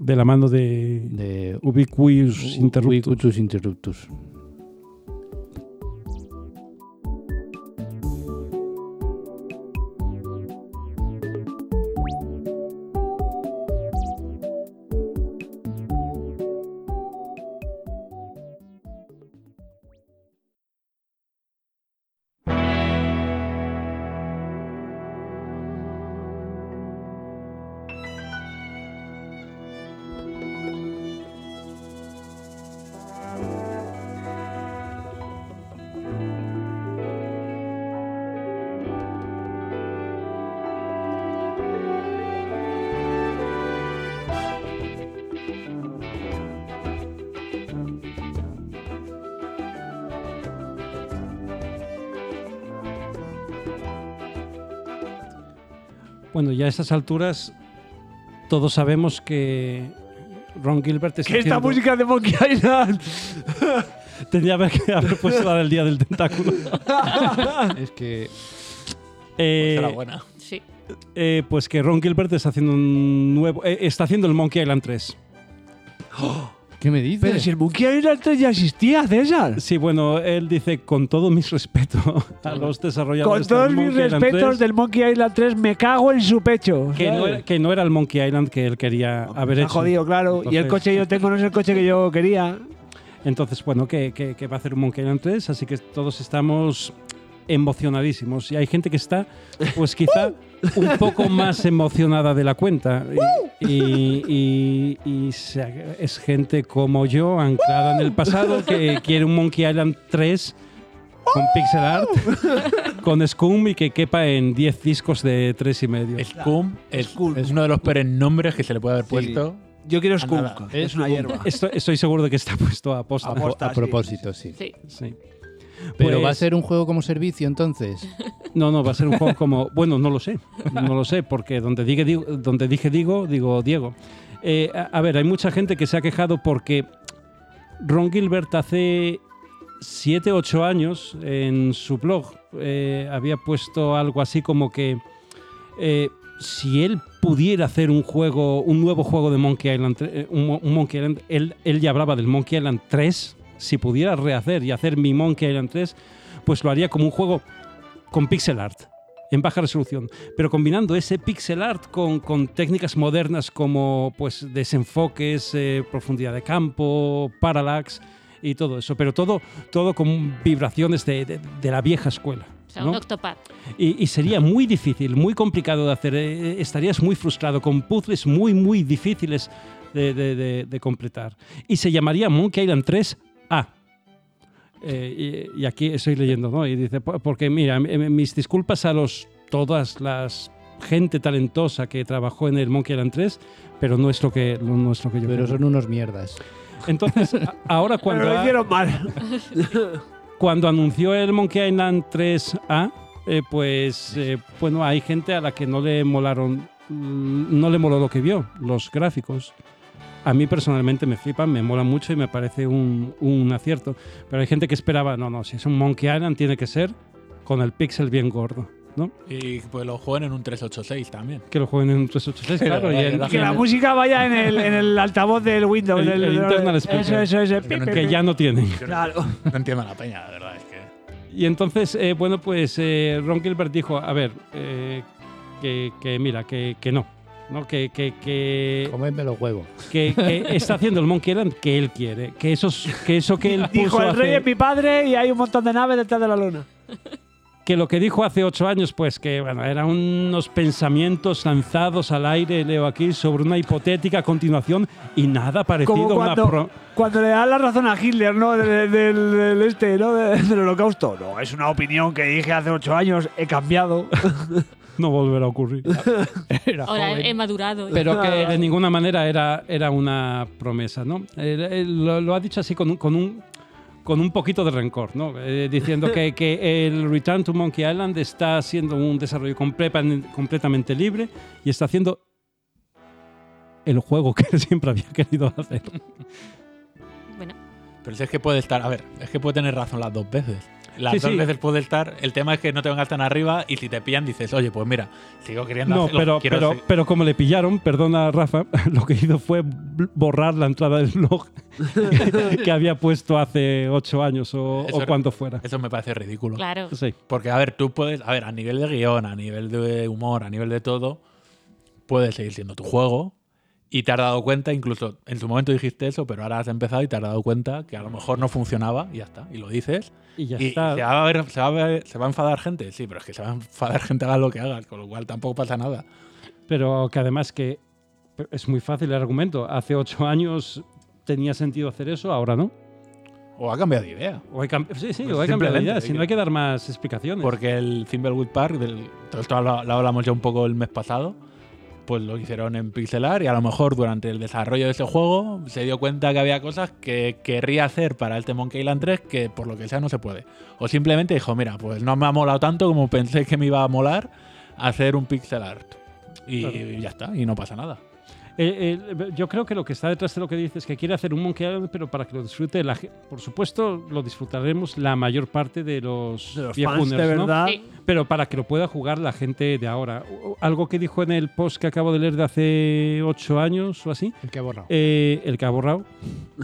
D: De la mano de
F: de
D: Ubiquitous Interruptus.
F: Ubiquitus Interruptus.
D: Bueno, ya a estas alturas todos sabemos que Ron Gilbert está
C: Que esta
D: haciendo-
C: música de Monkey Island.
D: Tendría que haber puesto la del Día del
F: [LAUGHS]
D: Tentáculo.
F: Pues Es que
D: Eh,
B: buena.
E: Sí.
D: eh, pues que Ron Gilbert está haciendo un nuevo. eh, está haciendo el Monkey Island 3.
F: ¿Qué me
C: Pero
F: dices?
C: si el Monkey Island 3 ya existía, César.
D: Sí, bueno, él dice con todo mis respeto a los
C: Con
D: desarrolladores. del
C: todos mis
D: Monkey Island
C: respetos
D: 3,
C: del Monkey Island 3, me cago en su pecho.
D: Que no, era, que no era el Monkey Island que él quería haber
C: Está
D: hecho.
C: jodido, claro. y el
D: Entonces-
C: coche que yo tengo no es el coche que yo quería.
D: Entonces, bueno, que, que- que va a hacer un Monkey Island 3, así que todos estamos emocionadísimos. Y hay gente que está, pues quizá, un poco más emocionada de la cuenta. Y, y- y- y se- es gente como yo, anclada en el pasado, que quiere un Monkey Island 3 con pixel art, con Scum y que quepa en 10 discos de 3 y medio.
B: Scum es, es uno de los peores nombres que se le puede haber puesto.
C: Yo quiero
B: nada.
C: skunk. Ah, Es una hierba.
D: Estoy, estoy seguro de que está puesto a posta.
F: a, pro-
C: aposta,
F: a propósito, sí.
E: Sí.
D: Sí.
F: Pero va a
D: Pues-
F: ser un juego como servicio entonces.
D: No, no, va a ser un juego como. Bueno, no lo sé. No lo sé, porque donde, digue- digo, donde dije digo, digo Diego. Eh, a, a ver, hay mucha gente que se ha quejado porque Ron Gilbert hace 7, 8 años en su blog eh, había puesto algo así como que eh, si él pudiera hacer un juego, un nuevo juego de Monkey Island, tre- eh, un, mo- un Monkey Island, él, él ya hablaba del Monkey Island 3, si pudiera rehacer y hacer mi Monkey Island 3, pues lo haría como un juego con pixel art, en baja resolución, pero combinando ese pixel art con, con técnicas modernas como pues desenfoques, eh, profundidad de campo, parallax y todo eso, pero todo, todo con vibraciones de, de- de la vieja escuela.
E: O sea,
D: ¿no?
E: un octopad.
D: Y, y sería muy difícil, muy complicado de hacer. eh, Estarías muy frustrado con puzzles muy, muy difíciles de, de- de- de completar. Y se llamaría Monkey Island 3A. Eh, y, y aquí estoy leyendo, ¿no? Y dice, po- porque mira, m- m- mis disculpas a los todas las gente talentosa que trabajó en el Monkey Island 3, pero no es lo que, no no es lo que yo
F: Pero
D: quería".
F: son unos mierdas.
C: [LAUGHS]
D: Entonces, a- ahora
C: Pero
D: cuando...
C: lo
D: ha-
C: hicieron mal.
D: cuando anunció el Monkey Island 3A, eh, pues eh, bueno, hay gente a la que no le molaron, mm, no le moló lo que vio, los gráficos. A mí personalmente me flipan, me mola mucho y me parece un, un acierto. Pero hay gente que esperaba, no, no, si es un Monkey Island tiene que ser con el pixel bien gordo, ¿no?
B: Y pues lo juegan en un 386 también.
D: Que lo jueguen en un 386,
B: Pero
D: claro. y
B: vaya,
D: en-
B: la
C: Que la
B: Genial.
C: música vaya en el, en el altavoz del Windows.
D: El-
C: del,
D: el
C: del-
D: internal speaker.
C: Eso, eso, eso. Pi, pi,
D: que
C: pi.
D: ya no tienen.
C: Claro.
B: No entiendo la peña, de verdad. Es que.
D: Y entonces, eh, bueno, pues eh, Ron Gilbert dijo, a ver, eh, que, que mira, que, que no. ¿no? Que, que, que,
F: Comedme los huevos.
D: que- que está haciendo el Monkey Island que él quiere. Que eso, es- [LAUGHS] que, eso que él
C: Dijo,
D: puso
C: el rey
D: hace-
C: es mi padre y hay un montón de naves detrás de la luna.
D: que lo que dijo hace ocho años, pues que bueno, eran unos pensamientos lanzados al aire, leo aquí, sobre una hipotética continuación y nada parecido
C: Como
D: a una
C: cuando,
D: pro-
C: cuando le dan la razón a Hitler, ¿no? De- de- Del, del este, ¿no? De- del holocausto. No, es una opinión que dije hace ocho años, he
D: [LAUGHS]
C: cambiado.
D: No volverá a ocurrir.
E: Ahora he- he madurado.
D: Pero que Eh, de ninguna manera era, era una promesa, ¿no? Él- él lo, lo ha dicho así con un, con un, con un poquito de rencor, ¿no? Eh, diciendo que, que el Return to Monkey Island está haciendo un desarrollo comple- completamente libre y está haciendo el juego que [LAUGHS] él siempre había querido hacer.
E: Bueno,
B: Pero si es que puede estar, a ver, es que puede tener razón las dos veces. Las
D: Sí,
B: dos
D: sí.
B: veces puede estar. El tema es que no te vengas tan arriba y si te pillan dices, oye, pues mira, sigo queriendo
D: No,
B: hacerlo.
D: pero,
B: quiero
D: pero,
B: se-
D: pero como le pillaron, perdona Rafa, [LAUGHS] lo que hizo fue bl- borrar la entrada del blog que había puesto hace ocho años o,
B: Eso-
D: o cuanto fuera.
B: Eso me parece ridículo.
E: claro.
D: Sí.
B: Porque, a ver, tú puedes, a ver, a nivel de guión, a nivel de humor, a nivel de todo, puedes seguir siendo tu juego. Y te has dado cuenta, incluso en su momento dijiste eso, pero ahora has empezado y te has dado cuenta que a lo mejor no funcionaba y ya está. Y lo dices.
D: Y ya
B: y
D: está.
B: Se, va a ver- se va a ver- se va a enfadar gente, sí, pero es que se va a enfadar [LAUGHS] gente haga lo que hagas, con lo cual tampoco pasa nada.
D: Pero que además que es muy fácil el argumento. Hace ocho años tenía sentido hacer eso, ahora no.
B: O ha cambiado de idea.
D: O hay cam- sí, sí,
B: Pues
D: o hay cambiado de
B: simplemente,
D: idea,
B: ¿qué
D: si no
B: quieres?
D: hay que dar más explicaciones.
B: Porque el Thimbleweed Park, del, todo esto lo, lo hablamos ya un poco el mes pasado, pues lo hicieron en pixelar y a lo mejor durante el desarrollo de ese juego se dio cuenta que había cosas que querría hacer para este Monkey Island 3 que por lo que sea no se puede. O simplemente dijo, mira, pues no me ha molado tanto como pensé que me iba a molar hacer un pixel art. Y
D: Claro.
B: ya está, y no pasa nada.
D: Eh, eh, yo creo que lo que está detrás de lo que dices es que quiere hacer un Monkey Island, pero para que lo disfrute la gente. Por supuesto, lo disfrutaremos la mayor parte de los,
C: De los fans,
D: viejunos,
C: de
D: ¿no?
C: verdad.
E: Sí.
D: Pero para que lo pueda jugar la gente de ahora. O- Algo que dijo en el post que acabo de leer de hace ocho años o así,
F: El que ha borrado.
D: eh, el que ha borrado,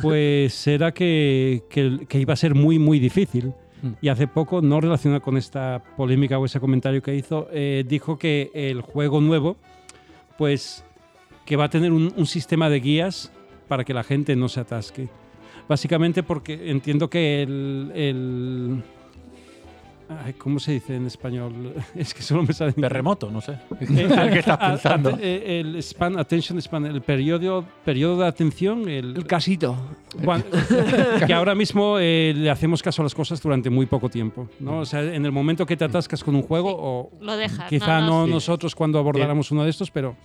D: pues era que, que- que iba a ser muy, muy difícil.
F: Mm.
D: Y hace poco, no relacionado con esta polémica o ese comentario que hizo, eh, dijo que el juego nuevo, pues que va a tener un, un sistema de guías para que la gente no se atasque. Básicamente porque entiendo que el... el- ay, ¿Cómo se dice en español? [LAUGHS] Es que solo me sale... en inglés.
B: Terremoto, no
F: [LAUGHS]
B: sé.
D: Eh,
B: ¿Qué estás
D: a- a-
B: pensando?
D: eh, El span, attention span, el periodo, periodo de atención, el,
C: El casito.
D: [LAUGHS] cuan- que ahora mismo eh, le hacemos caso a las cosas durante muy poco tiempo, ¿no? O sea, en el momento que te atascas con un juego
E: Sí,
D: o
E: Lo dejas.
D: quizá Mm. no,
E: nos-
D: nosotros cuando abordáramos uno de estos, pero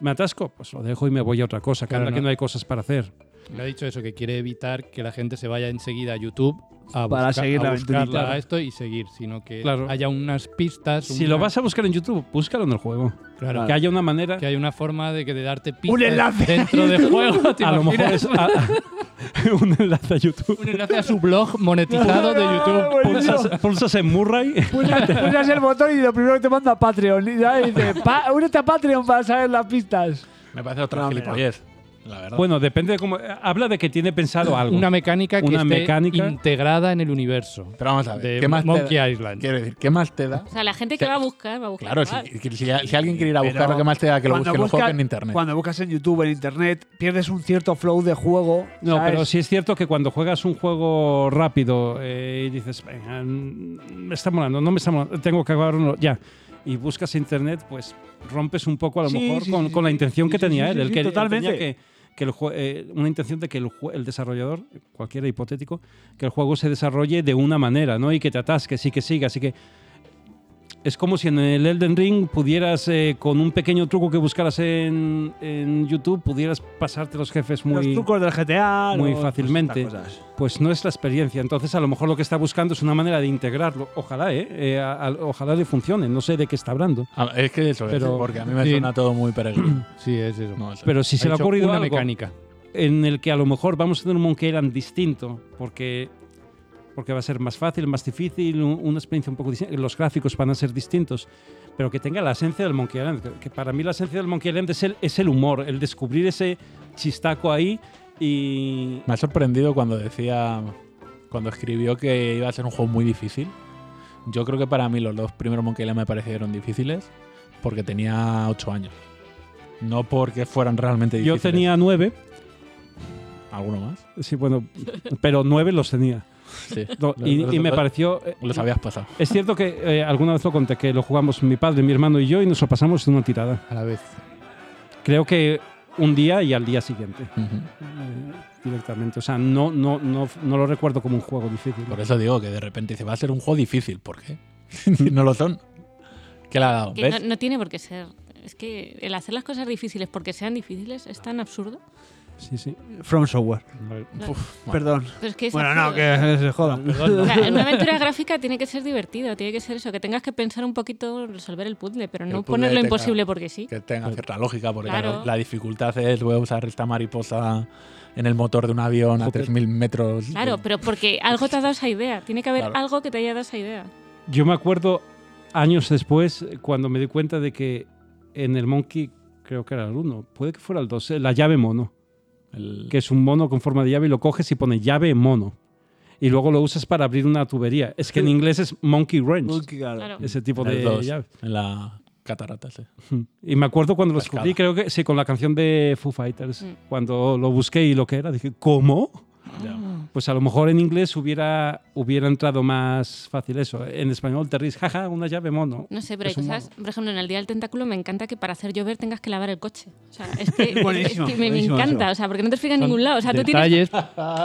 D: me atasco, pues lo dejo y me voy a otra cosa, que
F: Claro,
D: anda que
F: no.
D: no hay cosas para hacer.
F: Me ha dicho eso, que quiere evitar que la gente se vaya enseguida a YouTube a
C: Para
F: busca-
C: seguir
F: a
C: la
F: buscarla
C: aventurita,
F: a
C: ¿no?
F: esto y seguir, sino que
D: Claro.
F: haya unas pistas.
D: Si
F: una-
D: lo vas a buscar en YouTube, búscalo en el juego.
F: Claro.
D: Que haya una manera
F: que hay una forma de que de darte
D: [LAUGHS]
F: pistas
C: enlace
F: dentro del juego. ¿te
D: a lo mejor
F: imaginas?
D: es a- a- [LAUGHS] un enlace a YouTube.
F: un enlace a su blog monetizado de YouTube.
D: Pulsas, pulsas en Murray
C: Pulsas, pulsas el botón y lo primero que te manda a Patreon. Y ya
D: [LAUGHS]
C: dice, "Pa- únete a Patreon para saber las pistas.
B: Me parece otra
C: No,
B: gilipollez, la verdad.
D: Bueno, depende de cómo. Habla de que tiene pensado algo.
F: Una mecánica que
D: Una
F: esté
D: mecánica.
F: integrada en el universo.
B: pero vamos a ver,
F: de
B: ¿qué más te da?
F: Monkey Island.
B: Quiero decir, ¿qué más te da?
E: O sea, la gente que va a buscar, va a buscar.
B: [LAUGHS] Claro,
E: Ah,
B: si, si- si- si alguien quiere ir a buscar
C: Pero
B: lo que más te da, que lo
C: cuando
B: busque, lo
C: busca-
B: juegue en internet.
C: Cuando buscas en YouTube, en internet, pierdes un cierto flow de juego.
D: No,
C: ¿sabes?
D: pero sí es cierto que cuando juegas un juego rápido eh, y dices, "Venga, mm, me está molando, no me está molando, tengo que acabarlo ya. Y buscas internet, pues rompes un poco a lo
C: Sí,
D: mejor
C: sí,
D: con,
C: sí,
D: con la
C: sí,
D: intención
C: sí,
D: que
C: sí,
D: tenía
C: sí,
D: él.
C: sí,
D: el
C: sí,
D: que- él
C: totalmente.
D: tenía que, que el jue- eh, una intención de que el, jue- el desarrollador, cualquiera hipotético, que el juego se desarrolle de una manera, ¿no? Y que te atasques y que siga. Así que es como si en el Elden Ring pudieras, eh, con un pequeño truco que buscaras en, en YouTube, pudieras pasarte los jefes muy...
C: Los trucos del GTA.
D: muy
C: los-
D: fácilmente.
C: estas cosas.
D: Pues no es la experiencia. Entonces, a lo mejor lo que está buscando es una manera de integrarlo. Ojalá, ¿eh? Eh, a- a- ojalá le funcione. No sé de qué está hablando.
B: Ah, es que eso es,
D: Pero-
B: porque a mí me
F: Sí.
B: suena todo muy [CLEARS THROAT] peregrino.
F: Sí, es eso.
B: No, eso-
D: Pero si se
F: Ha
D: le ha
F: hecho
D: ocurrido
F: una
D: algo
F: mecánica.
D: en el que a lo mejor vamos a tener un Monkey Island distinto, porque, porque va a ser más fácil, más difícil, un- una experiencia un poco distinta. Los gráficos van a ser distintos, pero que tenga la esencia del Monkey Island. que- Que para mí la esencia del Monkey Island es el, es el humor, el descubrir ese chistaco ahí y.
B: me ha sorprendido cuando decía, cuando escribió que iba a ser un juego muy difícil. Yo creo que para mí los dos primeros Monkey Island me parecieron difíciles porque tenía 8 años. No porque fueran realmente
D: Yo
B: difíciles.
D: tenía nueve, [LAUGHS]
B: ¿Alguno más?
D: sí, bueno, pero nueve los tenía.
B: Sí.
D: No, y,
B: Los-
D: y me
B: los-
D: pareció. eh,
B: Los habías pasado.
D: Es cierto que eh, alguna vez lo conté, que lo jugamos mi padre, mi hermano y yo y nos lo pasamos en una tirada.
F: A la vez.
D: Creo que un día y al día siguiente.
B: Ujú.
D: eh, directamente. O sea, no, no, no, no lo recuerdo como un juego difícil.
B: Por eso digo que de repente dice, va a ser un juego difícil. ¿Por qué? [LAUGHS] Si no lo son. ¿Qué le ha dado?
E: Que no,
B: ¿Ves?
E: no tiene por qué ser. Es que el hacer las cosas difíciles porque sean difíciles es tan absurdo.
D: Sí, sí.
C: From Software.
B: Uf, bueno.
C: Perdón.
E: Pero es que es
C: Bueno,
B: Ah,
C: no,
B: [LAUGHS]
E: absurdo.
C: que se [LAUGHS] jodan.
E: O sea, en una aventura gráfica tiene que ser divertido, tiene que ser eso, que tengas que pensar un poquito, resolver el puzzle, pero
B: Que
E: no
B: el puzzle
E: poner lo
B: tenga-
E: imposible porque sí.
B: Que tenga cierta lógica, porque
E: Claro.
B: claro, la dificultad es voy a usar esta mariposa en el motor de un avión a 3.000 metros.
E: Claro, pero porque algo te ha dado esa idea. Tiene que haber
B: Claro.
E: algo que te haya dado esa idea.
D: Yo me acuerdo años después eh, cuando me di cuenta de que en el Monkey, creo que era el 1, puede que fuera el 2, eh, la llave mono,
B: El-
D: que es un mono con forma de llave y lo coges y pone llave mono. Y luego lo usas para abrir una tubería. Es que en inglés es monkey wrench,
E: Claro.
D: ese tipo
B: en el
D: de
B: dos,
D: llave.
B: en la catarata, sí.
D: Y me acuerdo cuando lo
B: Pescada.
D: descubrí, creo que sí, con la canción de Foo Fighters.
E: Mm.
D: Cuando lo busqué y lo que era, dije, ¿cómo? Pues a lo mejor en inglés hubiera, hubiera entrado más fácil eso. En español te ríes, jaja, una llave mono.
E: No sé, pero
D: Es un
E: quizás, por ejemplo, en el Día del Tentáculo me encanta que para hacer llover tengas que lavar el coche. O sea, es que, es que
C: Buenísimo,
E: me, me
C: buenísimo
E: encanta,
C: eso.
E: o sea, porque no te explica en ningún lado. O sea, tú tienes,
F: Detalles.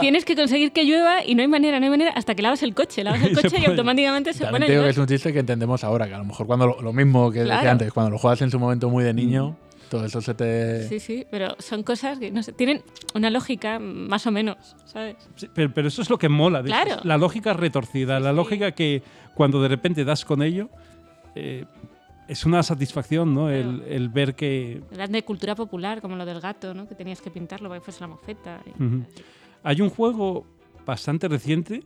E: [LAUGHS] tienes que conseguir que llueva y no hay manera, no hay manera, hasta que lavas el coche. Lavas el
D: Y se
E: coche y,
D: pone-
E: automáticamente se
B: También
E: pone a
B: te digo que
E: llover.
B: es un chiste que entendemos ahora, que a lo mejor cuando lo, lo mismo que decía
E: Claro.
B: antes, cuando lo juegas en su momento muy de niño, todo eso se te...
E: Sí, sí, pero son cosas que, no sé, tienen una lógica más o menos, ¿sabes?
D: Sí, pero, pero eso es lo que mola. dices,
E: Claro.
D: La lógica retorcida, la lógica que cuando de repente das con ello, eh, es una satisfacción, ¿no? El, el ver que...
E: Eran de cultura popular, como lo del gato, ¿no? Que tenías que pintarlo para que fuese la mofeta. y-
D: Ujú. Hay un juego bastante reciente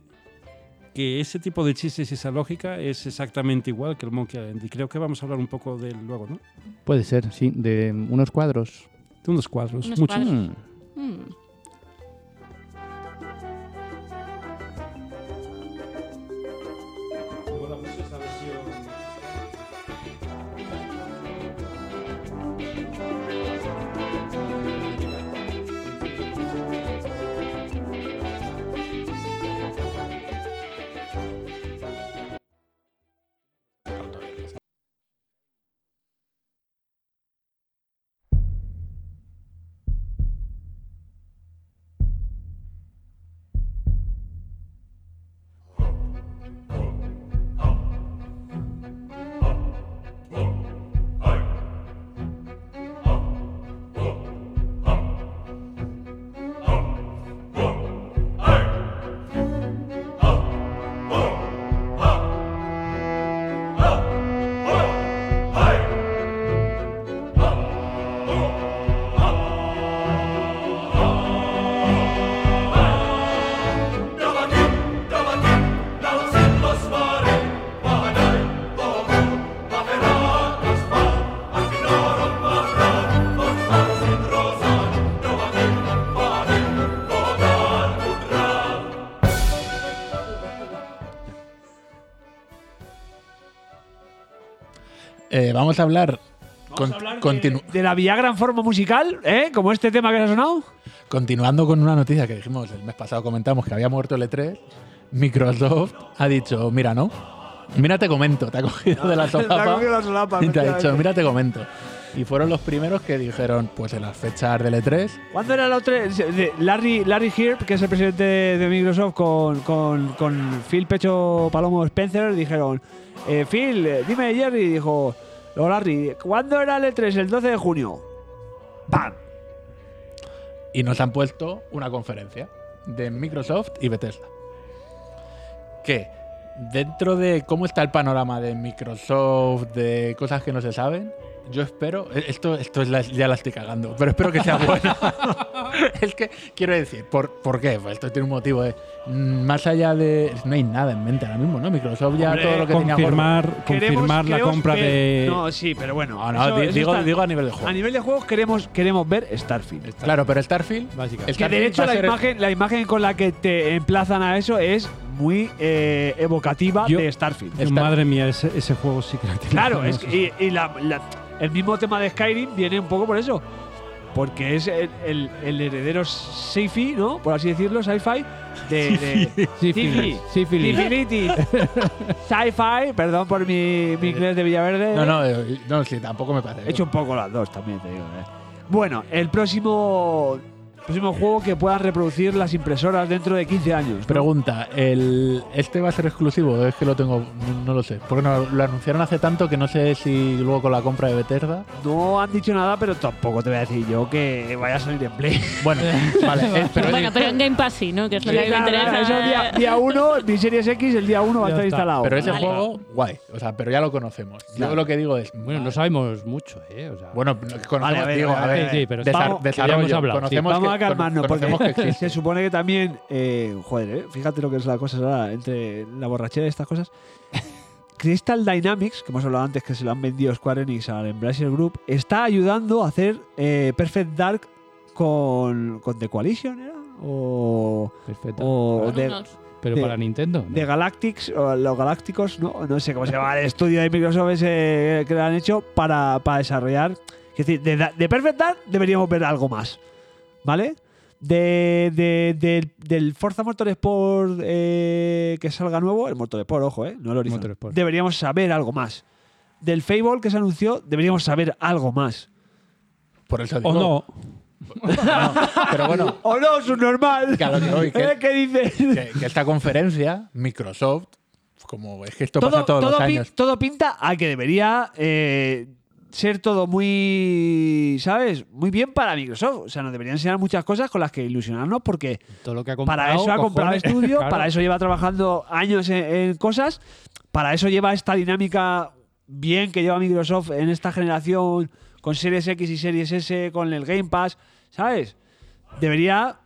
D: que ese tipo de chistes y esa lógica es exactamente igual que el Monkey Island. Y creo que vamos a hablar un poco de él luego, ¿no?
F: Puede ser, sí, de unos cuadros.
D: De unos cuadros.
E: Unos
D: muchos.
E: cuadros.
F: Mm.
E: Mm.
B: Eh, vamos a hablar... con- continu-
C: De la Viagra en forma musical, ¿eh? Como este tema que se ha sonado.
B: Continuando con una noticia que dijimos el mes pasado, comentamos que había muerto el E3, Microsoft ha dicho, mira, no, mira, te comento, [LAUGHS] te ha cogido
C: [LAUGHS]
B: de la
C: La
B: solapa
C: cogió la solapa,
B: y [LAUGHS] te ha dicho,
C: efectivamente.
B: mira, te comento. Y fueron los primeros que dijeron, pues en las fechas del E3,
C: ¿Cuándo era la otra? De Larry, Larry Hirb, que es el presidente de Microsoft, con, con- con Phil Pecho Palomo Spencer, dijeron: eh, Phil, eh, dime Jerry, dijo: "No, Larry, ¿cuándo era el E3? El 12 de junio. ¡Pam!
B: y nos han puesto una conferencia de Microsoft y Bethesda. Que dentro de cómo está el panorama de Microsoft, de cosas que no se saben, yo espero, e-, esto, esto es la- ya la estoy cagando, pero espero
C: [LAUGHS]
B: que sea buena. es que quiero decir, ¿por, ¿por qué? Pues esto tiene un motivo. eh. Mm, Más allá de... No hay nada en mente ahora mismo, ¿no? Microsoft ya
C: Hombre,
B: todo lo que tenía... gordo.
D: confirmar
C: Queremos-
D: confirmar la
C: queremos
D: compra
C: ver-
D: de...
C: No, sí, pero bueno.
B: No, Ah, no,
C: eso-
B: di-
C: eso
B: digo,
C: está-
B: digo a nivel de juego.
C: A nivel de juegos queremos, queremos ver Starfield.
B: Claro, pero Starfield...
C: Que
F: Básicamente.
B: Starfield
C: de
B: va
C: hecho
B: a
C: la
B: ser el-
C: imagen, la imagen con la que te emplazan a eso es muy eh, evocativa
D: Yo-
C: de Starfield.
D: Dios, Madre mía, ese, ese juego sí que la tiene.
C: Claro, es que- y, y la- la- el mismo tema de Skyrim viene un poco por eso. Porque es el, el- el heredero sci-fi, ¿no? Por así decirlo, sci-fi. [LAUGHS] De, de-
F: Sífilis. Sífilis.
B: [LAUGHS]
C: Sífilis. Sci-fi, perdón por mi, mi inglés de Villaverde.
B: Eh, No, no, eh, no, sí, tampoco me parece.
C: He hecho un poco las dos también, te digo. eh. Bueno, el próximo, próximo juego que puedan reproducir las impresoras dentro de 15 años. ¿no?
B: Pregunta, ¿el, ¿este va a ser exclusivo? Es que lo tengo, no, no lo sé. Porque no, lo anunciaron hace tanto que no sé si luego con la compra de Bethesda.
C: No han dicho nada, pero tampoco te voy a decir yo que vaya a salir en Play.
E: [LAUGHS]
B: Bueno, [LAUGHS] vale, eh, pero
E: bueno, pero en Game Pass sí, ¿no? Que es lo que a mí me
C: Claro,
E: interesa.
C: claro, [LAUGHS] eso día- día 1, mi Series X, el día 1 va a
F: Ya
C: estar
F: está.
C: instalado.
B: Pero ese
E: Vale.
B: juego, guay. O sea, pero ya lo conocemos.
C: Claro.
B: Yo lo que digo es.
F: Bueno, no sabemos mucho, ¿eh? O sea,
B: Bueno, conocemos,
C: Vale, a ver,
B: digo,
C: a
B: a
C: ver,
B: ver.
F: sí, sí, pero
B: desa-
F: vamos-
B: desarrollo.
F: habíamos hablado, sí.
B: conocemos
C: Vamos
B: que-
C: a
B: cono-
C: calmarnos,
B: conocemos [LAUGHS]
C: [LAUGHS] porque
B: que
C: se
B: existe.
C: supone que también, eh, joder, eh, fíjate lo que es la cosa ahora, entre la borrachera y estas cosas. [LAUGHS] Crystal Dynamics, que hemos hablado antes que se lo han vendido Square Enix al Embracer Group, está ayudando a hacer eh, Perfect Dark con, con The Coalition, ¿era? O,
F: perfecto.
C: o
E: Con
C: de,
E: unos-
F: pero
C: oh, de-
F: para Nintendo. ¿no?
C: de Galactics, o los Galácticos, ¿no? no sé cómo se llama el estudio de Microsoft ese que lo han hecho para, para desarrollar. Es decir, de, de Perfect Dark deberíamos ver algo más, ¿vale? De, de- del- del Forza Motorsport eh, que salga nuevo, el Motorsport, ojo, ¿eh? No el Horizon.
F: Motorsport.
C: Deberíamos saber algo más. Del Fable que se anunció, deberíamos saber algo más.
B: Por eso digo.
D: O no.
B: Pero bueno,
C: ¡Oh, no, subnormal!
B: Que a lo que voy, que-
C: [LAUGHS]
B: [LAUGHS]
C: ¿Eh? ¿Qué dices?
B: que, que esta conferencia, Microsoft, como es que esto
C: todo,
B: pasa todos
C: todo
B: los
C: pin-
B: años.
C: todo pinta a que debería eh, ser todo muy, ¿sabes? Muy bien para Microsoft. O sea, nos deberían enseñar muchas cosas con las que ilusionarnos porque
F: Todo lo que ha comprado.
C: para eso ha comprado
F: cojones. [LAUGHS]
C: estudio,
F: Claro.
C: para eso lleva trabajando años en, en cosas, para eso lleva esta dinámica bien que lleva Microsoft en esta generación con Series X y Series S, con el Game Pass, ¿sabes? Debería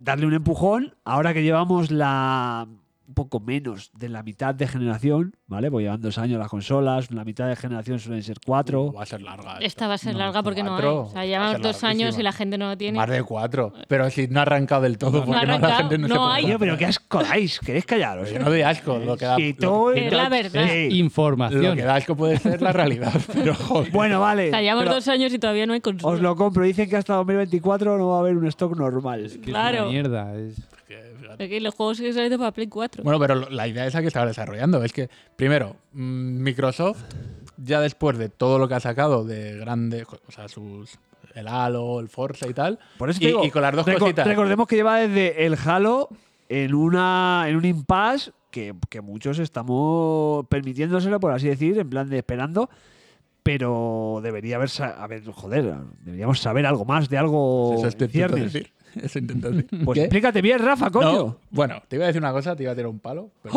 C: darle un empujón ahora que llevamos la un poco menos de la mitad de generación, ¿vale? Pues llevan dos años las consolas, la mitad de generación suelen ser cuatro.
B: Va a ser larga.
E: Esta va a ser
B: No,
E: larga porque no
B: cuatro.
E: hay. O sea,
B: Va a
E: llevamos
B: ser
E: dos años
B: larguísima.
E: y la gente no lo tiene.
B: Más de cuatro. Pero si no ha arrancado del todo,
E: ha
B: porque no, la
E: arrancado,
B: gente no,
E: no
B: se puede
E: hay.
B: parar.
C: Tío, pero qué asco dais, queréis callaros.
B: Yo no doy asco. Lo que da,
C: Sí,
B: lo,
C: todo-
E: Es la verdad.
C: Sí.
F: Información.
B: lo que da asco puede ser la
C: [LAUGHS]
B: realidad. Pero joder.
C: Bueno, vale.
E: O sea, llevamos
C: pero-
E: dos años y todavía no hay consumo.
C: Os lo compro. Dicen que hasta 2024 no va a haber un stock normal.
F: Que es
E: claro.
F: una mierda. es-
E: Aquí los juegos que salen para Play 4.
B: Bueno, pero lo- la idea esa que estaba desarrollando es que, primero, mm, Microsoft, ya después de todo lo que ha sacado de grandes, co- o sea, sus, el Halo, el Forza y tal,
C: Por eso te
B: y,
C: digo,
B: y con las dos
C: reco-
B: cositas,
C: Recordemos que lleva desde el Halo en, una, en un impasse que, que muchos estamos permitiéndoselo, por así decir, en plan de esperando. Pero debería haber. sa- A ver, joder, deberíamos saber algo más de algo.
B: eso estoy
C: en Oh, ciernes.
B: intentando decir. [LAUGHS] Eso intento decir.
C: Pues
B: ¿Qué?
C: explícate bien, Rafa, coño. ¡Oh!
B: No, bueno, te iba a decir una cosa, te iba a tirar un palo. Pero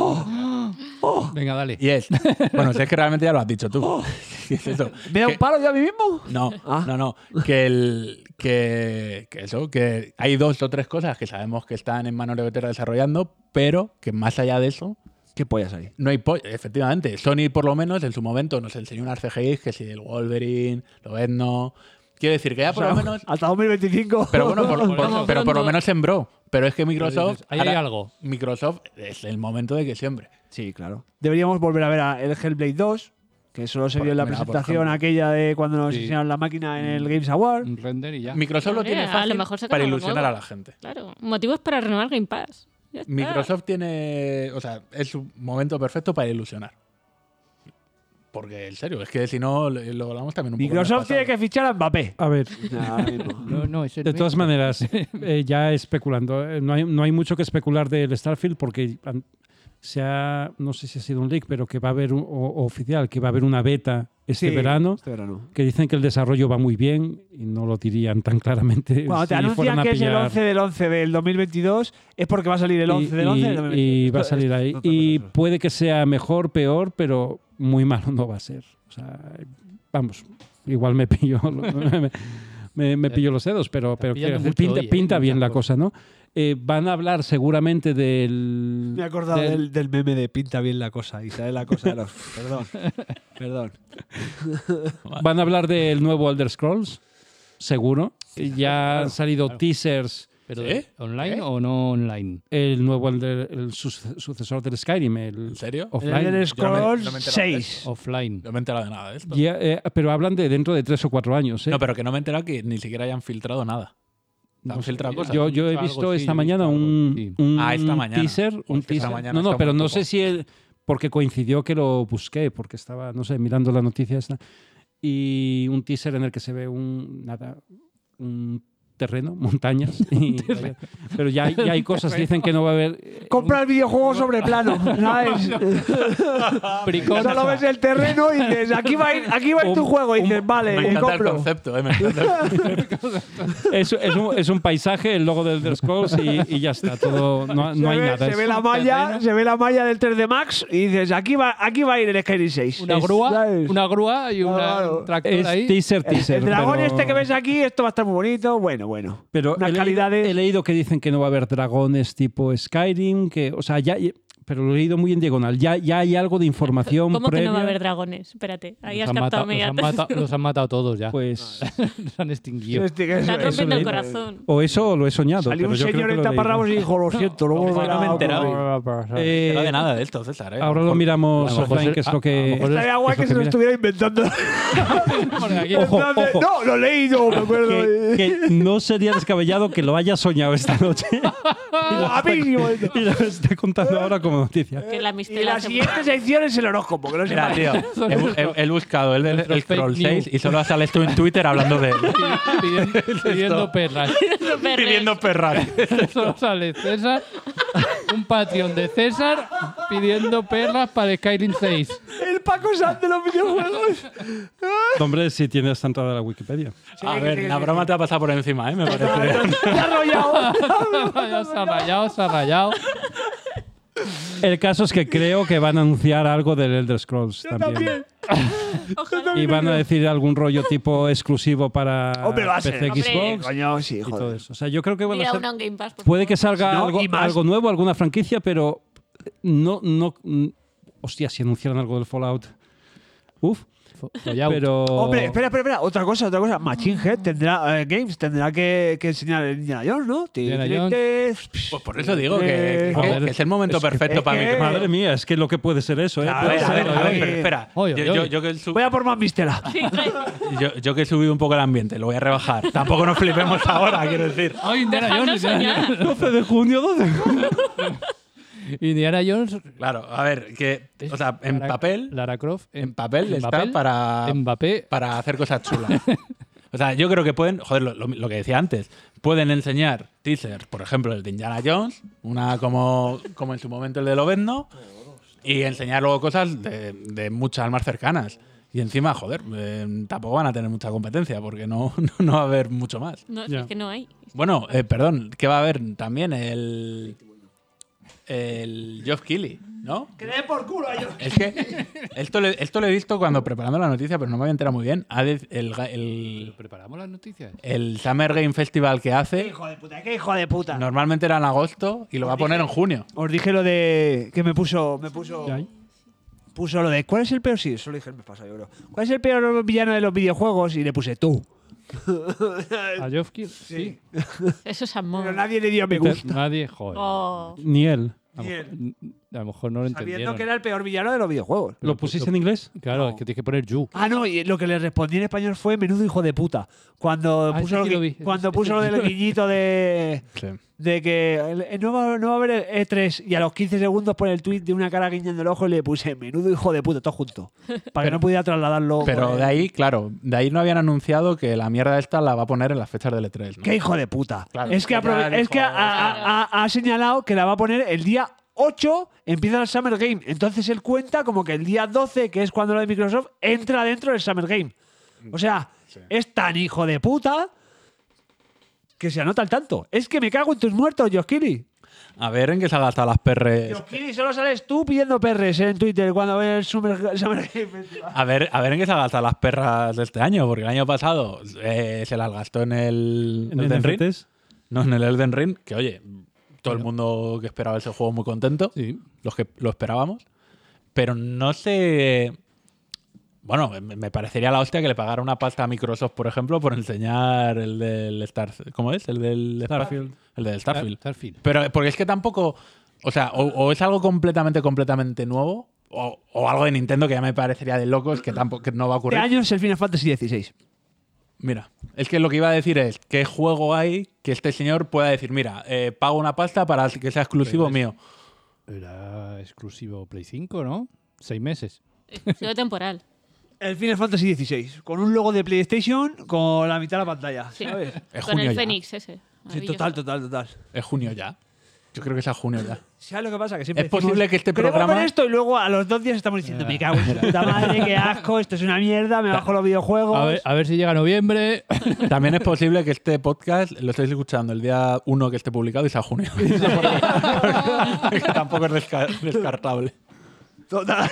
F: Venga, dale.
B: Y es, bueno, si es que realmente ya lo has dicho [LAUGHS] tú. Si es eso.
C: ¡Oh! ¿Me da
B: que-
C: un palo yo a mí mismo?
B: No,
C: Ah.
B: no, no. Que, el, que, que eso, que hay dos o tres cosas que sabemos que están en manos de Bethesda desarrollando, pero que más allá de eso,
C: ¿Qué pollas hay?
B: no hay pollo. Efectivamente, Sony por lo menos en su momento nos enseñó unas CGI que si el Wolverine, lo no. Quiero decir que ya por
C: O sea,
B: lo menos.
C: Hasta 2025.
B: Pero bueno,
C: [LAUGHS]
B: por, por-
E: Vamos
B: pero por
E: pronto.
B: lo menos sembró. Pero es que Microsoft.
F: dices, ahí hay algo.
B: Microsoft es el momento de que siembre.
C: Sí, claro. Deberíamos volver a ver a el Hellblade 2, que solo se
B: Por-
C: vio en la
B: mira, por
C: presentación
B: ejemplo.
C: aquella de cuando nos
F: Sí.
C: enseñaron la máquina en el Games Award.
F: Un render y ya.
B: Microsoft lo
E: Hombre,
B: tiene
E: Eh, a
B: fácil
E: lo mejor sacan
B: para
E: algo
B: ilusionar
E: nuevo.
B: a la gente.
E: Claro. Motivos para renovar Game Pass. Ya está.
B: Microsoft tiene. O sea, es un momento perfecto para ilusionar. Porque, en serio, es que si no, lo- lo hablamos también un poco. en el
C: Microsoft tiene que
B: pasado.
C: fichar a Mbappé.
D: A ver,
C: Ahora mismo.
F: No, no, es el
D: de todas
F: mes.
D: maneras, eh, ya especulando, eh, no hay, no hay mucho que especular del Starfield porque han- se ha, no sé si ha sido un leak, pero que va a haber, un- o- o oficial, que va a haber una beta este
C: Sí,
D: verano.
C: Este [LAUGHS] verano.
D: que dicen que el desarrollo va muy bien y no lo dirían tan claramente
C: Cuando
D: si
C: te anuncian
D: fueran a
C: que es el
D: pillar.
C: 11 del 11 del 2022, es porque va a salir el 11 del 11 del
D: y,
C: 2022.
D: y- y va a
C: Esto-
D: salir
C: esto-
D: ahí
C: esto- esto-
D: y
C: esto- esto-
D: puede que sea mejor peor pero muy malo no va a ser o sea, vamos igual me pillo [LAUGHS] me, me- me pillo los dedos pero, pero
F: pillando
D: quiero decir,
F: mucho
D: pinta,
F: hoy, ¿eh?
D: pinta
F: Muchas
D: bien la
F: cosas.
D: cosa no Eh, van a hablar seguramente del
C: [LAUGHS] Me he acordado
D: del-
C: del, del meme de pinta bien la cosa y sale la cosa de
D: [LAUGHS]
C: los. Perdón. Perdón.
D: Van a hablar del nuevo Elder Scrolls, seguro. Ya han salido teasers
F: ¿Pero
B: ¿Sí?
F: online
B: ¿Eh?
F: o no online?
D: El nuevo, el, de- el suce- sucesor del Skyrim, el
B: ¿En serio?
D: offline.
C: El Elder
B: Yo no me-
C: Scrolls
B: no me he enterado de
C: 6.
F: Offline.
B: No me he enterado de nada de esto.
D: Ya, eh, pero hablan de dentro de tres o cuatro años. ¿eh?
B: No, pero que no me he enterado que ni siquiera hayan filtrado nada. Han filtrado cosas.
D: Yo, yo he
F: Algo
D: visto
F: sí,
D: esta
F: yo he
D: mañana
F: visto algo,
D: un,
F: sí.
D: un
B: Ah, esta mañana.
D: teaser.
B: Pues
D: Un
B: esta
D: teaser.
B: mañana
D: no, no,
B: está
D: pero
B: muy
D: no
B: poco.
D: sé si el- porque coincidió que lo busqué, porque estaba, no sé, mirando la noticia esta. Y un teaser en el que se ve un, nada, un terreno, [LAUGHS] montañas. y- pero ya, hay-
B: [LAUGHS]
D: ya hay cosas, dicen que no va a haber... eh,
C: Compra el videojuego sobre
D: [LAUGHS]
C: plano. ¿sabes?
B: Ah,
F: Bricón.
C: Solo ves el terreno y dices, aquí va a ir, aquí va a ir tu juego. Y dices, vale,
B: me encanta el
C: compro.
B: concepto, eh, me encanta el
D: Es, es un, es un paisaje, el logo del Elder Scrolls y, y ya está. Todo, no,
C: Se,
D: no hay
C: ve,
D: nada.
C: se
D: es-
C: ve la malla,
F: terreno.
C: se ve la malla del 3D Max y dices, aquí va, aquí va a ir el Skyrim 6.
F: Una
C: Es-
F: grúa,
C: ¿sabes?
F: una grúa y una,
C: Claro.
F: un tractor
D: es
F: ahí.
D: teaser,
C: El,
D: teaser.
C: el dragón
D: pero-
C: este que ves aquí, esto va a estar muy bonito. Bueno, bueno.
D: Pero
C: Unas
D: he, leído-
C: calidades-
D: he leído que dicen que no va a haber dragones tipo Skyrim, que, o sea, ya, pero lo he leído muy en diagonal. Ya, ya hay algo de información
E: ¿Cómo que
D: previa.
E: no va a haber dragones? Espérate, ahí
F: Los
E: has
F: han,
E: captado
F: matado,
E: mi
F: los, han
E: atención.
F: matado, los han matado todos ya.
D: Pues
F: [LAUGHS] los han extinguido.
C: Este que es-
E: [LAUGHS] Te has
C: eso
E: rompido el
C: leí.
E: corazón.
D: o eso o lo he soñado.
C: Salió
D: pero
C: un
D: yo creo
C: señor
D: que
C: en
D: lo he leído.
C: taparrabos y dijo, lo siento, luego
B: Ojo,
C: volverá
B: no me he
C: a
B: enterado.
C: ocurrir". [LAUGHS]
D: Eh,
B: No de nada de esto, César. eh.
D: ahora lo miramos
F: a lo mejor
D: offline,
F: se-
D: que es
F: a-
D: lo
F: a lo
D: que...
F: mejor
C: Estaría guay que se lo
D: mira.
C: estuviera inventando.
F: Ojo,
C: Entonces, No, lo leí yo, me acuerdo.
D: [LAUGHS] Que,
C: Eh,
D: que no sería descabellado que lo haya soñado esta noche.
C: a mí sí, bueno.
D: y lo esté contando ahora como noticia.
E: Que la
C: Y
E: mistela
C: la
E: se-
C: siguiente sección es el horóscopo, que no se
B: Mira, tío, he, he- he buscado el del
F: Nuestros
B: el Scroll
F: fake
B: 6 y solo sales tú en Twitter hablando de él.
F: pidiendo,
C: [LAUGHS]
F: pidiendo perras.
E: Super
B: Pidiendo perras.
F: Solo sale César, un Patreon de César pidiendo perras para el Skyrim
E: [LAUGHS]
F: 6.
C: El Paco Sanz de los videojuegos.
D: [LAUGHS] Hombre, si tienes tanta de la Wikipedia.
B: A ver, la broma te ha pasado por encima, ¿eh? Me parece.
C: Se ha [LAUGHS] arrollado.
F: ya se ha rayado, se ha rayado.
D: El caso es que creo que van a anunciar algo del Elder Scrolls también. Y van a decir algún rollo tipo exclusivo para
C: Hombre, va a ser.
D: PC,
E: Hombre.
D: Xbox
C: Coño, sí,
D: y todo
C: joder.
D: eso. O sea, yo creo que van a
E: Mira,
D: ser-
E: una un Game Pass, por
D: puede que
E: favor.
D: salga
C: No,
D: algo,
C: y más.
D: algo nuevo, alguna franquicia, pero no, no. mm, Hostia, si anunciaran algo del Fallout. Uf,
F: Fo- follao.
D: pero.
C: Hombre, espera, espera, espera. Otra cosa, otra cosa. Machine Head tendrá, eh, Games tendrá que, que enseñar el Indiana Jones, ¿no?
F: Indiana
C: Tin, tin, tin.
B: Pues por eso digo que, que-
D: Joder.
B: que es el momento perfecto para mí.
C: que-
D: Madre mía, es que lo que puede ser eso, ¿eh?
C: A
B: A
D: Puede
B: ver, a
D: ser-
B: ver, a ver,
C: oye.
B: pero espera.
F: Oye,
B: Yo- yo-
F: oye.
B: yo que el sub-
C: Voy a por más mistela.
B: Yo, yo que he subido un poco el ambiente, lo voy a rebajar. Tampoco nos
F: [LAUGHS]
B: flipemos ahora, quiero decir.
F: Ay, Indiana
E: Dejadnos
F: Jones. Indiana
E: soñar.
D: 12 de junio, 12 de junio.
F: Jones. Indiana Jones.
B: Claro, a ver, que. O sea, en
F: Lara-
B: papel.
F: Lara Croft.
B: En papel
F: en
B: está
F: papel,
B: para.
F: Mbappé.
B: Para hacer cosas
F: [LAUGHS]
B: chulas. O sea, yo creo que pueden. Joder, lo, lo- lo que decía antes. Pueden enseñar teasers, por ejemplo, el de Indiana Jones. Una como, como en su momento el de Lobezno. Y enseñar luego cosas de, de muchas más cercanas. Y encima, joder, eh, tampoco van a tener mucha competencia porque no, [LAUGHS] no, no va a haber mucho más.
E: No,
D: Ya.
E: es que no hay.
B: Bueno, eh, perdón, que va a haber también el. El Geoff Keighley, ¿no?
C: Que le dé por culo a ellos.
B: Es que esto, le- esto lo he visto cuando preparando la noticia, pero no me había enterado muy bien. Ha de- el, ga- el-
F: ¿Preparamos las noticias?
B: el Summer Game Festival que hace
C: Hijo de puta, qué hijo de puta.
B: normalmente era en agosto y lo va a poner en junio.
C: Os dije lo de. que me puso. Me puso. Puso lo de. ¿Cuál es el peor? Sí, eso lo dije el mes pasado, yo creo. ¿Cuál es el peor villano de los videojuegos? Y le puse tú.
F: ¿A Geoff Keighley? Sí.
E: Eso es
C: Pero
E: amor.
C: nadie le dio me gusta.
F: Nadie, joder.
E: Oh.
D: Ni él.
F: N- A lo mejor no lo
C: Sabiendo
F: entendieron.
C: que era el peor villano de los videojuegos.
D: ¿Lo pusiste en inglés?
F: Claro, es que tienes que poner you.
C: Ah, no, y lo que le respondí en español fue menudo hijo de puta. Cuando
F: Ah,
C: puso,
F: ese
C: lo,
F: sí
C: gui-
F: lo vi.
C: Cuando
F: Ese-
C: puso lo
F: ese sí [LAUGHS]
C: del
F: lo vi.
C: guiñito de, de que el- eh, no va, no va a haber el E3 y a los 15 segundos pone el tweet de una cara guiñando el ojo y le puse menudo hijo de puta, todo junto. Para que no pudiera trasladarlo.
B: Pero
C: con
B: de
C: el-
B: ahí, claro, de ahí no habían anunciado que la mierda esta la va a poner en las fechas del E E3. ¿no?
C: ¡Qué hijo de puta!
B: Claro,
C: es que,
B: ya
C: aprove-
B: dijo-
C: es que ha, ha- ha- ha señalado que la va a poner el día 8, empieza el Summer Game. Entonces él cuenta como que el día 12, que es cuando lo de Microsoft, entra dentro del Summer Game. O sea, es tan hijo de puta que se anota al tanto. Es que me cago en tus muertos, Joskili.
B: A ver en qué se ha gastado las perres.
C: Joskili, solo sales tú pidiendo perres en Twitter cuando ves el Summer, Summer Game.
B: A ver, a ver en qué se ha gastado las perras de este año, porque el año pasado eh, se las gastó en el
D: ¿En
B: Elden Ring.
D: NFTs?
B: No, en el Elden Ring, que oye, todo el mundo que esperaba ese juego muy contento,
F: Sí.
B: los que lo esperábamos, pero no sé... Bueno, me- me parecería la hostia que le pagara una pasta a Microsoft, por ejemplo, por enseñar el del Star... ¿Cómo es? El del... espacio.
D: Starfield.
B: El del Starfield.
F: Starfield.
B: Pero porque es que tampoco... O sea, o, o es algo completamente, completamente nuevo, o, o algo de Nintendo que ya me parecería de locos, que tampoco que no va a
C: Este
B: ocurrir.
C: año es el Final Fantasy XVI.
B: Mira, es que lo que iba a decir es qué juego hay que este señor pueda decir, mira, eh, pago una pasta para que sea exclusivo
F: Pero es-
B: mío.
F: Era exclusivo Play 5, ¿no? Seis meses.
E: Solo temporal.
C: El Final Fantasy XVI, con un logo de PlayStation con la mitad de la pantalla,
E: Sí.
C: ¿sabes?
B: Es
E: Con
B: junio
E: el
B: ya.
E: Fénix ese.
C: Sí,
E: Maravilloso.
C: total, total, total.
B: Es junio ya. Yo creo que es a junio [LAUGHS] ya.
C: ¿Sabes lo que pasa? Que siempre
B: Es posible que este
C: "Queremos
B: programa-
C: ver esto y luego a los dos días
D: Eh.
C: estamos diciendo, me cago en
D: [LAUGHS]
C: su puta madre, qué asco, esto es una mierda, me bajo los videojuegos.
F: A ver, a ver si llega noviembre.
B: También es posible que este podcast lo estéis escuchando el día 1 que esté publicado y sea junio. [LAUGHS] Porque tampoco es desca- descartable.
C: Total.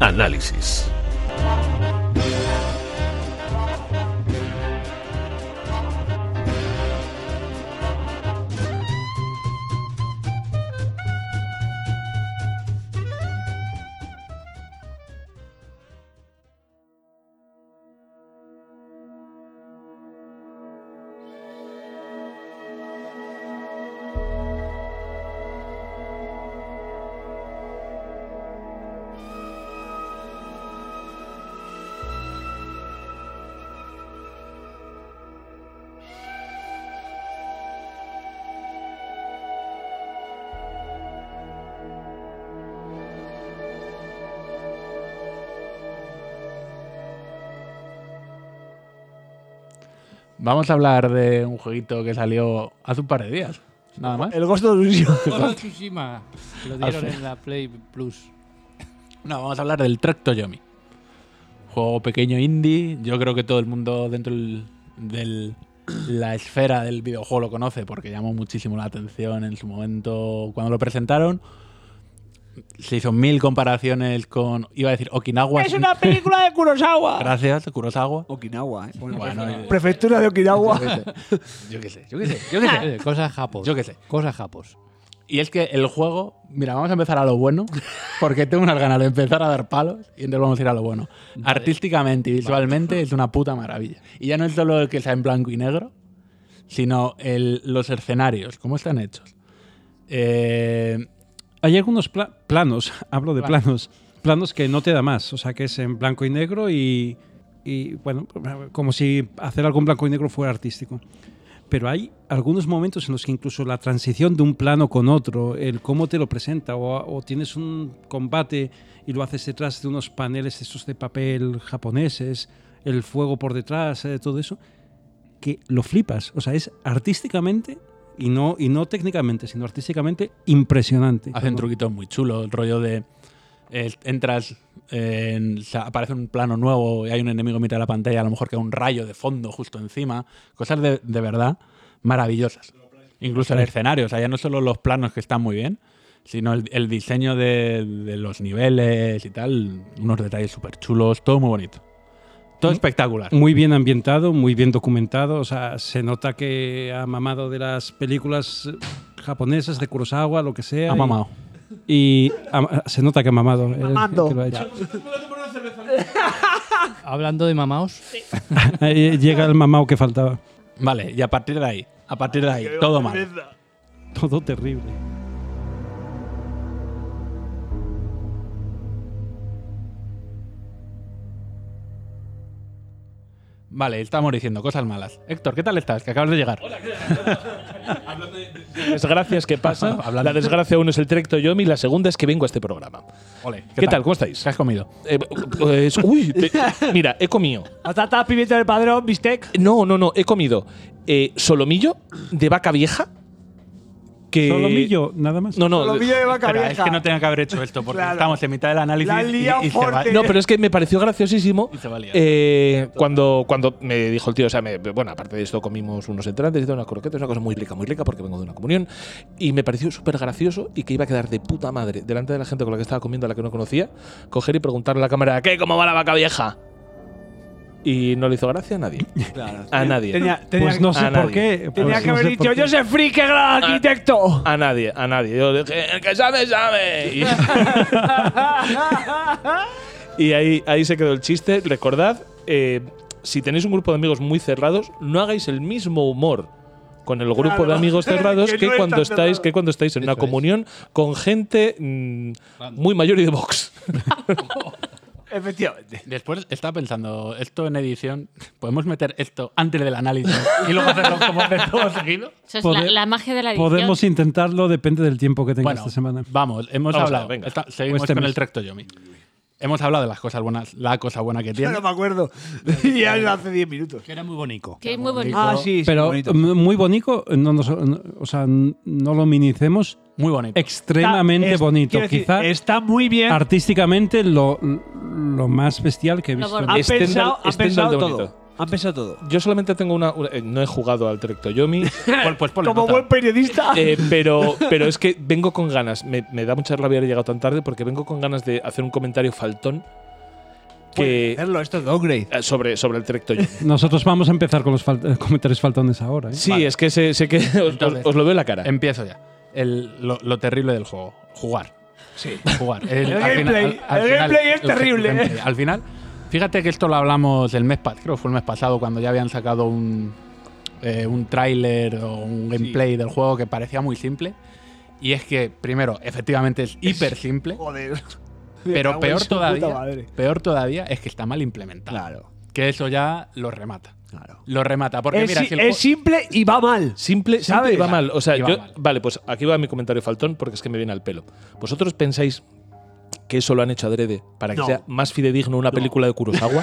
G: Análisis.
B: Vamos a hablar de un jueguito que salió hace un par de días. Nada más.
C: El Ghost of Tsushima.
F: Hola, Tsushima. Lo dieron en la Play Plus.
B: No, vamos a hablar del Tracto Yomi. Juego pequeño indie. Yo creo que todo el mundo dentro del- de la esfera del videojuego lo conoce porque llamó muchísimo la atención en su momento cuando lo presentaron. Se hizo mil comparaciones con, iba a decir, Okinawa.
C: Es una película de
D: [LAUGHS]
C: Kurosawa.
B: Gracias, Kurosawa.
C: Okinawa, ¿eh?
B: Bueno, eh,
C: [LAUGHS] Prefectura de Okinawa.
B: yo qué sé, yo qué sé, yo qué sé.
F: Eh, Cosas japos.
B: Yo qué sé.
F: Cosas japos.
B: Y es que el juego, mira, vamos a empezar a lo bueno, porque tengo unas ganas de empezar a dar palos y entonces vamos a ir a lo bueno. Artísticamente y visualmente es una puta maravilla. Y ya no es solo el que sea en blanco y negro, sino el- los escenarios, cómo están hechos. Eh,
D: Hay algunos pla- planos, [LAUGHS] hablo de
B: Planos.
D: planos, planos que no te da más, o sea que es en blanco y negro y, y, bueno, como si hacer algo en blanco y negro fuera artístico. Pero hay algunos momentos en los que incluso la transición de un plano con otro, el cómo te lo presenta, o, o tienes un combate y lo haces detrás de unos paneles estos de papel japoneses, el fuego por detrás, eh, todo eso, que lo flipas. O sea, es artísticamente, y no, y no técnicamente, sino artísticamente impresionante.
B: [LAUGHS] hacen
D: Cuando-
B: truquitos muy chulos, el rollo de eh, entras, en- o sea, aparece un plano nuevo y hay un enemigo en mitad de la pantalla, a lo mejor que un rayo de fondo justo encima, cosas de, de verdad maravillosas. Incluso el escenario, o sea, ya no solo los planos que están muy bien, sino el, el diseño de, de los niveles y tal, unos detalles súper chulos, todo muy bonito. Todo espectacular.
D: Muy bien ambientado, muy bien documentado. O sea, se nota que ha mamado de las películas eh, japonesas, de Kurosawa, lo que sea.
B: Ha mamado.
D: Y, y ha- se nota que ha mamado. eh,
C: Mamando.
D: que lo ha hecho. [LAUGHS]
F: Hablando de mamaos,
D: Eh, Llega el mamado que faltaba.
B: Vale, y a partir de ahí, a partir de ahí, todo mal.
D: Todo terrible.
B: Vale, estamos diciendo cosas malas. Héctor, ¿qué tal estás? Que acabas de llegar.
I: Desgracias que pasan. La desgracia uno es el Trecto Yomi y la segunda es que vengo a este programa.
B: Ole,
I: ¿Qué, tal? ¿Cómo estáis?
B: ¿Qué has comido?
I: Eh, pues, uy, te- mira, he comido.
C: Patata, pimiento del padrón, bistec.
I: No, no, no, he comido eh, solomillo de vaca vieja que.
D: Solomillo, nada más.
I: No, no.
B: Espera, es que no tenía que haber hecho esto porque estamos en mitad del análisis
C: La
B: y,
C: liado
B: y se va.
I: No, pero es que me pareció graciosísimo
B: Y se va a liar.
I: eh, cuando, cuando me dijo el tío, o sea, me- bueno, aparte de esto comimos unos entrantes y todas unas croquetas, una cosa muy rica, muy rica porque vengo de una comunión, y me pareció súper gracioso y que iba a quedar de puta madre delante de la gente con la que estaba comiendo, a la que no conocía, coger y preguntarle a la cámara, ¿qué? ¿Cómo va la vaca vieja? Y no le hizo gracia a nadie. A nadie.
C: Tenía- tenía-
D: Pues no sé
I: A
D: por
I: nadie.
D: qué.
C: Tenía
D: pues
C: que
D: no
C: haber
D: sé por
C: dicho,
D: qué.
C: yo sé free, qué gran arquitecto.
I: A nadie, a nadie. Yo dije, el que sabe, sabe. Y, [LAUGHS] y ahí, ahí se quedó el chiste. Recordad, eh, si tenéis un grupo de amigos muy cerrados, no hagáis el mismo humor con el grupo
C: Claro,
I: de
C: [LAUGHS]
I: amigos cerrados
C: que
I: que,
C: no es
I: cuando
C: tan
I: estáis,
C: cerrado.
I: que cuando estáis en una
F: Eso es.
I: comunión con gente mm, muy mayor y de box.
C: Efectivamente.
B: Después estaba pensando, esto en edición, ¿podemos meter esto antes del análisis y luego hacerlo como de todo seguido?
E: Eso es
D: Pode-
E: la, la magia de la edición.
D: Podemos intentarlo, depende del tiempo que tenga
B: Bueno,
D: esta semana.
B: vamos, hemos
I: Vamos
B: hablado.
I: allá, venga.
B: está- seguimos
D: Cuéntame.
B: con el tracto Yomi. Hemos hablado de las cosas buenas, la cosa buena que
C: Yo
B: tiene.
C: no me acuerdo. [LAUGHS] ya lo hace 10 minutos.
F: Que era muy bonito.
E: que es muy bonito.
C: Ah, sí, sí,
D: Pero
C: bonito.
D: m- muy bonito, no nos- no- o sea, n- no lo minicemos.
B: Muy bonito.
D: Extremadamente
C: Está- es-
D: bonito.
C: quiero decir,
D: Quizá
C: Está muy bien.
D: artísticamente lo, lo más bestial que he
E: Lo
D: visto.
E: borda.
C: Han
I: Stendhal-
C: pensado, han
I: Stendhal
C: pensado
I: de bonito.
C: todo. Han pensado todo.
I: Yo solamente tengo una. una- eh, no he jugado al Trectoyomi.
B: Pon- [LAUGHS] pues ponle
C: Como
B: nota.
C: buen periodista.
I: Eh, pero, pero es que vengo con ganas. Me, me da mucha rabia haber llegado tan tarde porque vengo con ganas de hacer un comentario faltón
C: Pueden
I: que,
C: hacerlo, esto es downgrade.
I: eh, sobre, sobre el Trectoyomi.
D: Nosotros vamos a empezar con los fal- eh, comentarios faltones ahora. ¿eh?
I: Sí, es que sé, sé que os- os,
B: Entonces,
I: os lo veo en la cara.
B: Empiezo ya. El- lo, lo terrible del juego, jugar. Sí. Jugar.
C: El gameplay- el gameplay es terrible,
B: el
C: ¿eh?
B: gameplay. Al final, fíjate que esto lo hablamos el mes pasado, creo que fue el mes pasado, cuando ya habían sacado un, eh, un tráiler o un gameplay del juego que parecía muy simple. Y es que, primero, efectivamente es hiper simple,
C: Joder. [LAUGHS]
B: pero
C: Me cago en
B: peor
C: su puta
B: todavía,
C: madre.
B: peor todavía es que está mal implementado.
C: Claro,
B: Que eso ya lo remata.
C: claro.
B: Lo remata. Porque
C: Es,
B: mira,
C: si-
B: si el
C: es
B: jue-
C: simple y va mal.
I: Simple,
C: ¿Sabes?
I: simple y va mal. O sea,
B: Y va
I: yo-
B: mal.
I: vale, pues aquí va mi comentario faltón porque es que me viene al pelo. ¿Vosotros pensáis que eso lo han hecho adrede para que
C: No.
I: sea más fidedigno una película de Kurosawa?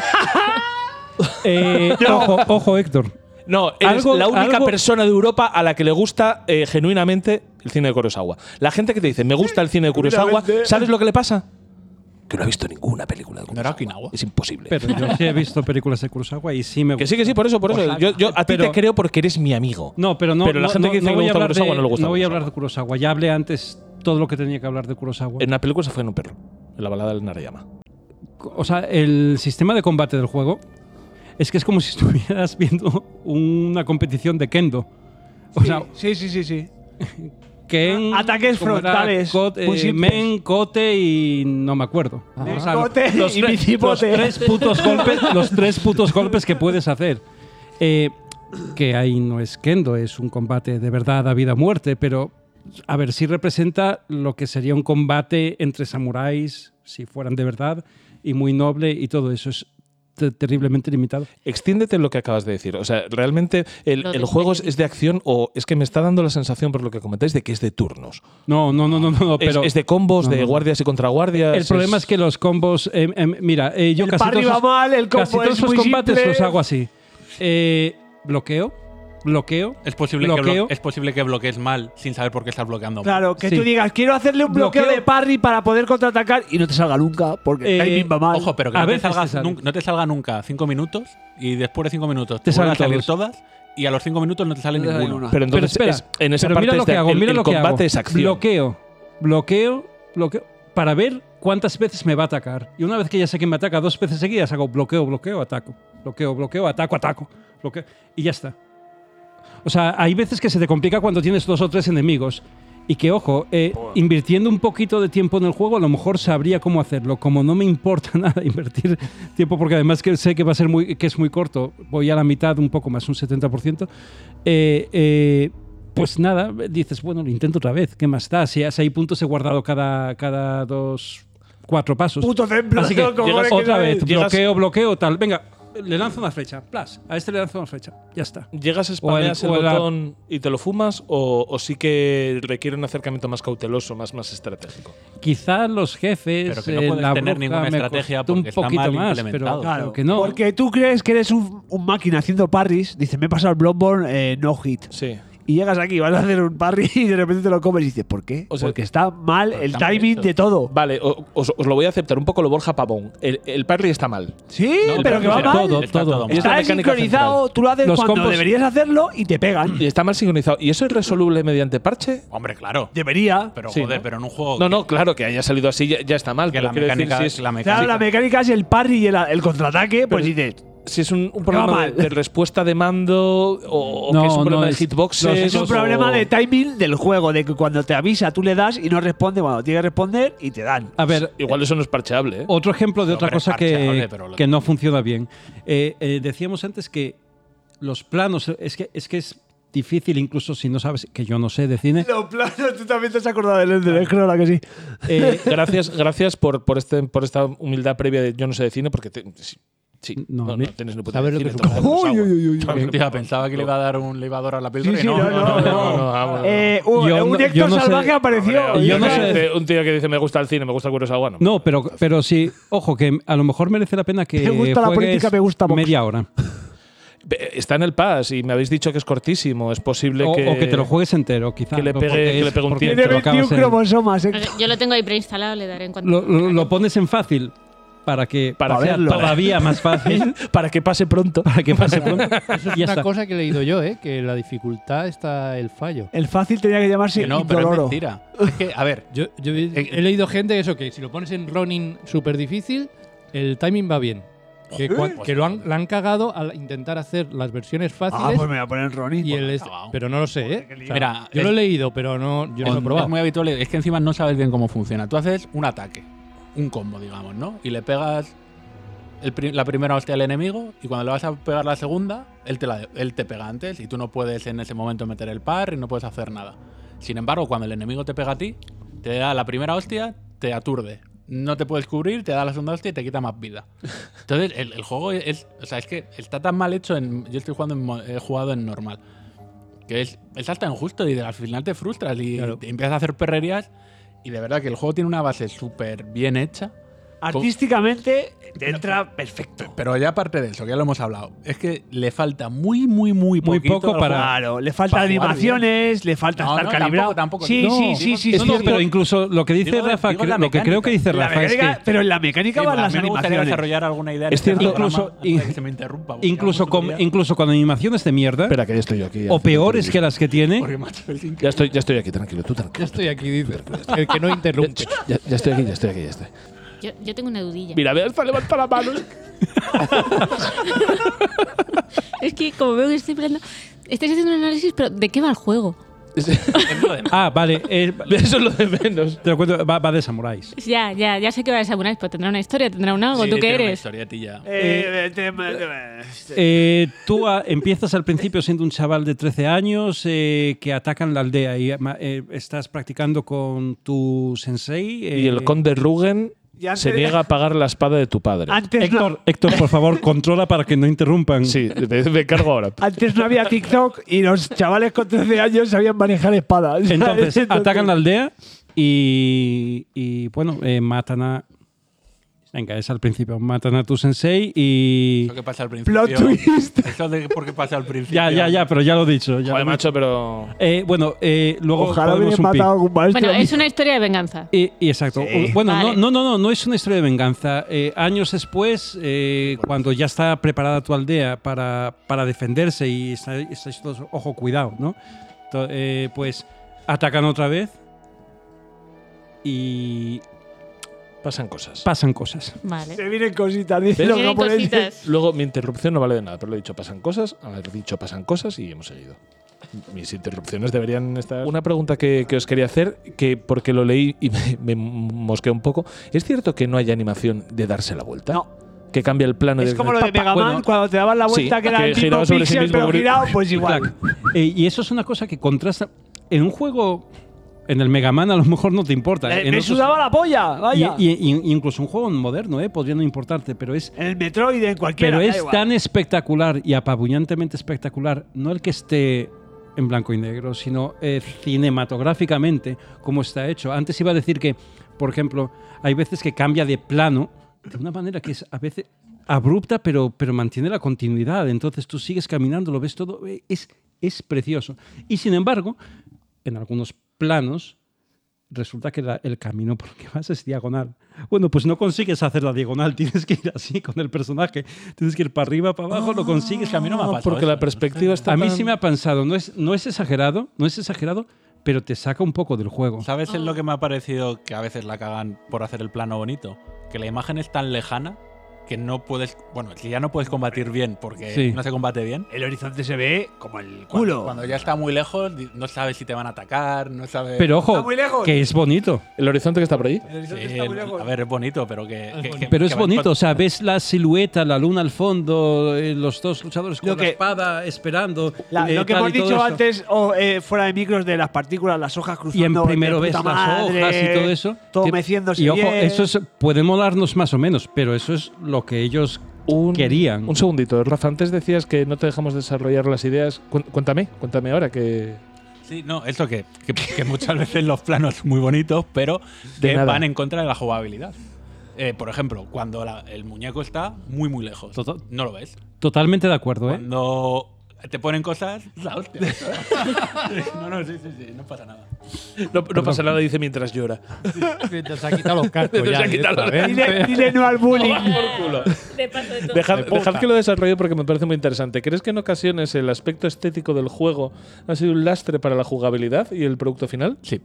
I: [LAUGHS]
D: Eh, ojo, ojo, Héctor.
I: No, eres
D: Algo-
I: la única
D: algo-
I: persona de Europa a la que le gusta eh, genuinamente el cine de Kurosawa. La gente que te dice, me gusta el cine de Kurosawa,
C: Genuinamente.
I: ¿sabes lo que le pasa? Que no ha visto ninguna película de
B: No
I: Kurosawa.
B: era Okinawa.
I: Es imposible.
D: Pero yo sí he visto películas de Kurosawa y sí me
I: que sí, que sí, por eso, por eso. Yo, yo a ti
D: Pero-
I: te creo porque eres mi amigo.
D: No, pero no.
I: Pero la
D: no-
I: gente
D: no-
I: que dice
D: no
I: que le
D: voy a
I: gusta
D: hablar
I: Kurosawa
D: de-
I: no le gusta
D: No voy a
I: Kurosawa.
D: hablar de Kurosawa. Ya hablé antes todo lo que tenía que hablar de Kurosawa.
I: En la película se fue en un perro, en la balada del Narayama.
D: O sea, el sistema de combate del juego es que es como si [LAUGHS] estuvieras viendo una competición de kendo. O sea,
C: Sí, sí, sí, sí.
D: ken.
C: Ah, ataques
D: ¿cómo era?
C: frontales,
D: Kot-
C: muy
D: eh,
C: simples.
D: men, kote y no me acuerdo. O sea,
C: Kote
D: los
C: y
D: tres-
C: bicipote.
D: Los tres putos golpes, los tres putos golpes que puedes hacer. Eh, que ahí no es kendo, es un combate de verdad a vida o muerte, pero a ver si representa lo que sería un combate entre samuráis, si fueran de verdad, y muy noble y todo eso es te- terriblemente limitado.
I: Extiéndete en lo que acabas de decir. O sea, realmente el,
E: Lo
I: el
E: de-
I: juego es, es de acción o es que me está dando la sensación por lo que comentáis de que es de turnos.
D: No, no, no, no, no,
I: Es-
D: pero
I: es, de combos,
D: no,
I: de
D: no, no.
I: guardias y contraguardias.
D: el problema es que los combos, eh, eh, mira, eh, yo
C: El
D: casi
C: parry
D: todos,
C: va mal, el combo
D: casi todos
C: es
D: esos
C: muy
D: combates
C: simple.
D: los hago así. Eh, bloqueo, bloqueo,
B: Es posible, que
D: Bloqueo.
B: blo- es posible que bloquees mal sin saber por qué estás bloqueando. mal.
C: Claro, que
D: Sí.
C: tú digas, quiero hacerle un bloqueo,
D: Bloqueo.
C: de parry para poder contraatacar y no te salga nunca porque
D: Eh,
C: el timing va mal.
B: Ojo, pero que
D: A
B: no te,
D: veces
B: salga
D: te sale.
B: nunca, no te salga nunca cinco minutos y después de cinco minutos
D: Te
B: te, vuelven a
D: salen
B: salir todas y a los cinco minutos no te sale
C: No te sale
B: ninguno.
C: ninguna.
I: Pero entonces
D: Pero
I: es-
D: espera,
I: en esa
D: pero
I: parte
D: mira lo
I: es de
D: que
I: ac-
D: hago,
I: el,
D: mira
I: el
D: lo que
I: combate
D: hago.
I: es acción.
D: Bloqueo, bloqueo, bloqueo, para ver cuántas veces me va a atacar. Y una vez que ya sé que me ataca dos veces seguidas, hago bloqueo, bloqueo, ataco. Bloqueo, bloqueo, ataco, ataco. bloqueo, y ya está. O sea, hay veces que se te complica cuando tienes dos o tres enemigos. Y que, ojo, eh, invirtiendo un poquito de tiempo en el juego, a lo mejor sabría cómo hacerlo. Como no me importa [LAUGHS] nada invertir tiempo, porque además que sé que va a ser muy, que es muy corto, voy a la mitad, un poco más, un 70%, eh, eh, pues nada, dices, bueno, lo intento otra vez, ¿qué más da? Si a- si hay puntos he guardado cada, cada dos, cuatro pasos.
C: Puto templo,
D: Así que
C: ¿no? Como
D: llegas
C: es que
D: otra
C: sabes.
D: vez, bloqueo, bloqueo, tal. Venga, le lanzo una flecha, plas, a este le lanzo una flecha, ya está.
I: ¿Llegas a spameas
D: o
I: el,
D: el- o la-
I: botón y te lo fumas o, o sí que requiere un acercamiento más cauteloso, más, más estratégico?
D: Quizá los jefes.
B: Pero que no
D: eh,
B: puedes
D: la
B: tener
D: bruja
B: ninguna
D: me
B: estrategia
D: costó
B: porque está mal implementado.
D: Pero,
C: Claro,
D: que no.
C: Porque tú crees que eres un, un máquina haciendo parries, dices, me he pasado el Bloodborne eh, no hit.
I: Sí.
C: y llegas aquí, vas a hacer un parry y de repente te lo comes y dices, ¿por qué?
I: O sea,
C: Porque está mal el
I: está mal
C: timing
I: hecho.
C: de todo.
I: Vale, o- os, os lo voy a aceptar un poco lo Borja Pavón. El, el parry está mal.
C: Sí,
I: No, el
C: pero
I: parry
C: que va
I: está-
C: mal.
I: todo, todo. Y es la
C: Está
I: mecánica
C: desincronizado,
I: central.
C: tú lo haces
I: Los
C: cuando
I: combos-
C: deberías hacerlo y te pegan.
I: Y está mal sincronizado. ¿Y eso es resoluble mediante parche?
B: Hombre, claro.
C: Debería.
B: Pero
I: Sí,
B: joder,
I: ¿no?
B: pero en un juego.
I: No, no, claro, que haya salido así ya, ya está mal.
B: Que
I: pero
B: la
I: quiero decir,
B: mecánica
I: si
B: es la mecánica.
C: Claro, la mecánica es el parry y el, el contraataque, pues dices.
I: Si es un, un
C: ¿Por qué va
I: problema de,
C: mal?
I: de respuesta de mando o, o
F: No,
I: que es un
F: no,
I: problema de
F: es-
I: hitboxes.
C: Es un
I: o-
C: problema de timing del juego, de que cuando te avisa tú le das y no responde cuando tiene que responder y te dan.
D: A ver,
I: Igual eso no es parcheable, ¿eh?
D: Otro ejemplo de
B: No,
D: otra
B: pero es
D: cosa que,
B: parcheable, pero lo-
D: que no funciona bien. Eh, eh, decíamos antes que los planos, eh, es que es, que es difícil incluso si no sabes, que yo no sé de cine.
C: Lo plano, tú también te has acordado del Ender Egg, ¿no? la que sí.
D: Eh,
I: Gracias, gracias por, por, este, por esta humildad previa de yo no sé de cine, porque te- sí, sí,
D: No,
I: no, no,
D: mi-
I: tienes ni puta
F: ¿sabes
I: idea de
F: lo
I: cine,
F: que
I: toma,
C: Uy,
I: pues, agua.
C: [LAUGHS] uy, uy, uy.
I: Toma,
B: Hostia, pensaba que le iba a dar un le iba a dar a la película.
C: Sí,
B: y
C: sí,
B: no,
C: no, no, no.
I: vamos.
C: Eh, un
D: Yo
C: un
D: no- yo
C: Héctor
D: no sé-
C: salvaje apareció.
I: Hombre,
D: yo
I: un
D: no
I: tío
D: sé-
I: que dice- Un tío que dice me gusta el cine, me gusta Kurosawa. No,
D: no, pero, pero sí, ojo, que a lo mejor merece la pena que
C: Me gusta la
D: juegues
C: política, me gusta Vox.
D: media hora.
I: Pe- Está en el pass y me habéis dicho que es cortísimo. Es posible
D: O o
I: que.
D: que, te lo juegues entero, quizá.
I: que le
D: porque
I: pegue- que
D: es-
I: le pegue un
D: porque
I: tiro.
D: te
C: Tiene
D: lo
C: 21
D: acabas en-
C: cromosomas, ¿eh? Héctor.
E: Yo lo tengo ahí preinstalado, le daré en cuanto.
D: lo, lo- lo pones en fácil para que
I: Para
D: sea
I: verlo.
D: todavía más fácil,
I: Para que pase
C: [LAUGHS]
I: pronto.
D: para que pase pronto.
F: Eso es
D: Ya
F: una
D: está.
F: cosa que he leído yo, ¿eh? que la dificultad está el fallo.
C: El fácil tenía que llamarse
B: Que no, pero es
C: Doloro.
B: mentira. Es que, a ver,
F: Yo, yo he,
B: Eh,
F: he leído gente eso que si lo pones en running súper difícil, el timing va bien. Que,
C: ¿Eh?
F: cua- que lo han, la han cagado al intentar hacer las versiones
C: Pues Ah,
F: fáciles
C: pues me voy a poner Ronin.
F: y el es-
B: cagao.
F: pero no lo sé, ¿eh? O sea,
B: Mira,
F: yo lo he
B: es-
F: leído, pero no, yo no lo he
B: es-
F: probado.
B: Es muy habitual, es que encima no sabes bien cómo funciona. Tú haces un ataque, un combo, digamos, ¿no? Y le pegas el pri- la primera hostia al enemigo y cuando le vas a pegar la segunda, él te, la- él te pega antes y tú no puedes en ese momento meter el par y no puedes hacer nada. Sin embargo, cuando el enemigo te pega a ti, te da la primera hostia, te aturde. No te puedes cubrir, te da la segunda hostia y te quita más
F: [LAUGHS]
B: vida. Entonces, el, el juego es. O sea, es que está tan mal hecho en. Yo estoy jugando en mo- he jugado en normal. Que es, es hasta injusto y de- al final te frustras y te empiezas a hacer perrerías. Y de verdad que el juego tiene una base súper bien hecha.
C: Artísticamente te entra perfecto.
B: Pero ya aparte de eso, que ya lo hemos hablado, es que le falta muy, muy, muy
D: Muy
B: poquito
D: poco
B: al
D: para-
B: juego.
C: Claro, le falta
B: Para jugar
C: animaciones, le falta
B: No,
C: estar
B: no,
C: calibrado.
B: tampoco, tampoco.
C: Sí,
B: No,
C: sí, sí, sí,
B: digo-
C: sí,
D: No,
C: es
D: no, pero
C: cierto.
D: incluso lo que dice
B: Digo-
D: Rafa,
B: digo
D: cre-
B: la
D: lo que creo que dice
C: La
D: Rafa es
C: mecánica-
D: que
C: pero en la mecánica
B: Sí,
C: van
B: porque
C: las
B: a mí me gustaría
C: animaciones.
B: desarrollar alguna idea. en
I: Es
B: este
I: cierto,
B: programa,
D: incluso-
B: antes de que se me interrumpa. porque
D: incluso
B: llevamos
D: con,
B: otro día.
D: incluso con animaciones de mierda,
I: Espera, que ya estoy yo aquí.
D: o peores que las que tiene,
B: Porque, macho, es increíble.
I: Ya estoy, ya estoy aquí, tranquilo. Tú tranquilo.
F: Yo estoy aquí, dice. [LAUGHS] El que no interrumpe.
I: Ya, ya estoy aquí, ya estoy aquí, ya estoy.
E: Yo, yo tengo una dudilla.
I: Mira, ve hasta levanta la mano.
E: Es que como veo que estoy hablando, estáis haciendo un análisis, pero ¿de qué va el juego?
D: ah, vale, eh,
I: Eso es lo de menos.
D: te lo cuento, va, va de samuráis.
E: Pues Ya, ya, ya sé que va a Samurai, pero tendrá una historia, tendrá un algo.
B: Sí,
E: ¿Tú qué
B: tiene una
E: eres?
B: historietilla.
C: Eh, eh, te- te-
D: Eh, tú ah, empiezas al principio siendo un chaval de 13 años eh, que atacan la aldea y ma- eh, estás practicando con tu sensei. eh,
I: Y el conde Rugen
C: Y antes
I: se
C: de-
I: niega a pagar la espada de tu padre.
C: Antes no,
D: Héctor, Héctor, por favor, controla para que no interrumpan.
I: Sí, me, me cargo ahora.
C: antes no había TikTok y los chavales con 13 años sabían manejar espadas. ¿sabes? [LAUGHS]
D: Entonces, atacan la aldea y, y, bueno, eh, matan a. Venga, es al principio. Matan a tu sensei y.
B: Eso que pasa al principio.
C: Plot twist.
B: Eso de porque pasa al principio.
D: Ya, ya, ya, pero ya lo he dicho.
I: Joder,
D: ya lo he dicho.
I: macho, pero.
D: Eh, bueno, eh, luego
C: Ojalá
D: podemos
C: hubiera
D: un pi.
C: matado a algún maestro.
E: Bueno, es una historia de venganza.
D: Y, y exacto.
C: Sí.
D: Bueno,
E: Vale.
D: no, no, no, no, no es una historia de venganza. Eh, años después, eh, cuando ya está preparada tu aldea para, para defenderse y está- estáis todos, ojo, cuidado, ¿no? To- eh, pues atacan otra vez y
I: Pasan cosas.
D: pasan cosas.
E: Vale.
C: Se vienen cositas, dice
I: ¿Ves?
C: los
E: Tienen
C: japoneses.
E: cositas.
I: Luego mi interrupción no vale de nada, pero lo he dicho, pasan cosas, haber dicho pasan cosas y hemos seguido. Mis interrupciones deberían estar. Una pregunta que, que os quería hacer, que porque lo leí y me, me mosqué un poco. ¿Es cierto que no hay animación de darse la vuelta?
C: No.
I: Que cambia el plano
C: Es
I: de-
C: como lo de
I: Papá,
C: Mega Man,
I: bueno,
C: cuando te daban la vuelta
I: sí,
C: que era
I: que
C: el tipo
I: giraba sobre sí
C: pixel,
I: mismo,
C: pero
I: porque-
C: girado, pues igual.
D: Eh, y eso es una cosa que contrasta. En un juego, en el Mega Man a lo mejor no te importa. ¿eh?
C: Le-
D: En
C: Eh, me
D: otros-
C: sudaba la polla,
D: y,
C: vaya.
D: y- y- incluso un juego moderno, eh, podría no importarte, pero es
C: en el Metroid, en cualquiera.
D: Pero
C: da
D: es
C: igual.
D: tan espectacular y apabuñantemente espectacular, no el que esté en blanco y negro, sino eh, cinematográficamente como está hecho. Antes iba a decir que, por ejemplo, hay veces que cambia de plano de una manera que es a veces abrupta, pero, pero mantiene la continuidad. Entonces tú sigues caminando, lo ves todo. eh, Es es precioso. Y sin embargo, en algunos planos, resulta que la- el camino por el que vas es diagonal. Bueno, pues no consigues hacer la diagonal, [LAUGHS] tienes que ir así con el personaje, tienes que ir para arriba, para abajo, lo consigues, que a mí no me ha
I: Ah,
D: pasado
I: porque la
D: eso.
I: perspectiva está
D: A mí
I: tan-
D: sí me ha pensado, no es, no es exagerado, no es exagerado, pero te saca un poco del juego.
B: ¿Sabes
E: Ah.
B: en lo que me ha parecido que a veces la cagan por hacer el plano bonito? Que la imagen es tan lejana que no puedes. Bueno, que ya no puedes combatir bien porque
D: Sí.
B: no se combate bien. El horizonte se ve como el
D: culo.
B: Cuando, ya está muy lejos, di- no sabes si te van a atacar, no sabes.
D: Pero ojo, que es bonito.
I: ¿El horizonte que está por ahí?
B: Sí, a ver, es bonito, pero que. que- que-
D: Pero
B: que
D: es
B: van
D: bonito,
B: con-
D: o sea, ves la silueta, la luna al fondo, eh, los dos luchadores con
C: Lo
D: la
C: que-
D: espada esperando.
C: La-
D: eh,
C: lo que
D: tal
C: hemos
D: y todo
C: dicho
D: esto.
C: antes o, eh, fuera de micros de las partículas, las hojas cruzando.
D: Y en primero
C: Pues de
D: ves
C: puta
D: las
C: madre,
D: hojas y todo eso.
C: Todo
D: Que-
C: meciéndose.
D: Y ojo,
C: bien.
D: eso es- puede molarnos más o menos, pero eso es lo que ellos querían.
I: Un segundito, Rafa, antes decías que no te dejamos desarrollar las ideas. Cuen- Cuéntame, cuéntame ahora que.
B: Sí, no, eso que, que- que muchas [LAUGHS] veces los planos son muy bonitos, pero
I: De
B: que
I: nada.
B: van en contra de la jugabilidad. Eh, por ejemplo, cuando la- el muñeco está muy, muy lejos. No lo ves.
D: Totalmente de acuerdo, ¿eh?
B: Cuando te ponen cosas, la hostia. [LAUGHS] no, no, sí, sí, sí, no pasa nada.
I: No, no pasa nada, dice mientras llora.
F: Mientras se ha quitado los cascos
I: Mientras [LAUGHS]
F: ya. ¿eh?
I: se ha quitado los
F: directamente.
I: cascos.
C: Dile no al bullying.
I: Dejad,
F: De puta.
I: dejad que lo desarrolle porque me parece muy interesante. ¿Crees que en ocasiones el aspecto estético del juego ha sido un lastre para la jugabilidad y el producto final?
B: Sí.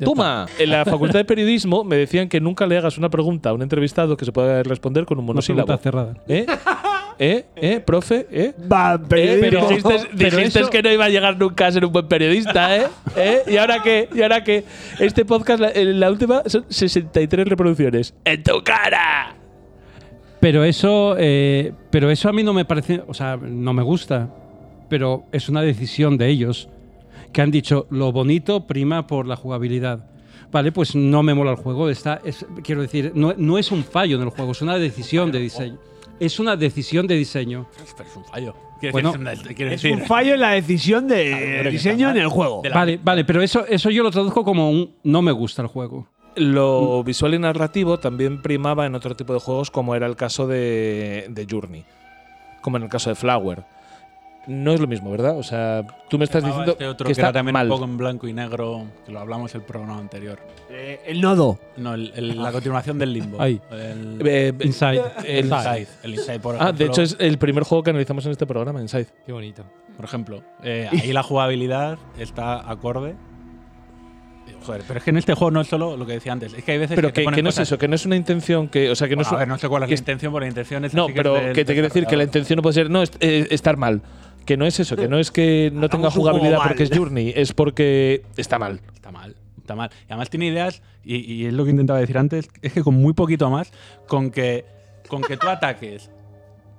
I: ¡Toma! En la facultad de periodismo me decían que nunca le hagas una pregunta a un entrevistado que se pueda responder con un
D: Una
I: monosílabo.
D: pregunta cerrada.
I: ¿Eh? ¿Eh? ¿Eh? ¿Profe? ¿Eh?
C: Va,
I: Eh,
C: periodismo.
I: pero dijiste,
D: pero
I: dijiste
D: eso-
I: que no iba a llegar nunca a ser un buen periodista, ¿eh? ¿Eh? ¿Y ahora qué? ¿Y ahora qué? Este podcast, la, en la última, son 63 reproducciones. ¡En tu cara!
D: Pero eso, eh, pero eso a mí no me parece, o sea, no me gusta. Pero es una decisión de ellos que han dicho lo bonito prima por la jugabilidad. Vale, pues no me mola el juego. Está, es- quiero decir, no, no es un fallo en el juego, es una decisión de diseño. Es una decisión de diseño.
B: Pero es un fallo. Quiero
D: Bueno,
B: decir, quiero
C: Es
B: decir,
C: un fallo en la decisión de diseño en el juego.
B: de la-
D: Vale, vale, pero eso, eso yo lo traduzco como un no me gusta el juego.
I: Lo visual y narrativo también primaba en otro tipo de juegos, como era el caso de, de Journey, como en el caso de Flower. No es lo mismo, ¿verdad? O sea, tú me estás
B: Llamaba
I: diciendo
B: este otro
I: que
B: que,
I: está
B: era también
I: mal.
B: un poco en blanco y negro, que lo hablamos el programa anterior.
C: Eh, el nodo.
B: No, el- el- la continuación del limbo.
D: Ahí.
B: El,
I: Eh, eh,
D: Inside.
B: el Inside. El Inside, por
I: ah, de
B: ejemplo.
I: hecho es el primer juego que analizamos en este programa, Inside.
F: Qué bonito.
B: Por ejemplo, eh, ahí la jugabilidad está acorde. Joder, pero es que en este juego no es solo lo que decía antes. Es que hay veces
I: Pero
B: te
I: que,
B: ponen
I: que no es
B: cosas-
I: eso, que no es una intención que, o sea, que no
B: Bueno,
I: es
B: a ver, no sé cuál es
I: que
B: la
I: es-
B: intención, porque la intención es.
I: No,
B: sí que es
I: pero
B: del
I: que te quiero decir que la
B: desarrollador.
I: intención no puede ser no es, eh, estar mal. Que no es eso, que no es que no tenga
C: un juego
I: jugabilidad
C: mal.
I: porque es Journey, es porque está mal.
B: Está mal, está mal. Y además tiene ideas, y, y es lo que intentaba decir antes, es que con muy poquito más, con que, con que tú ataques,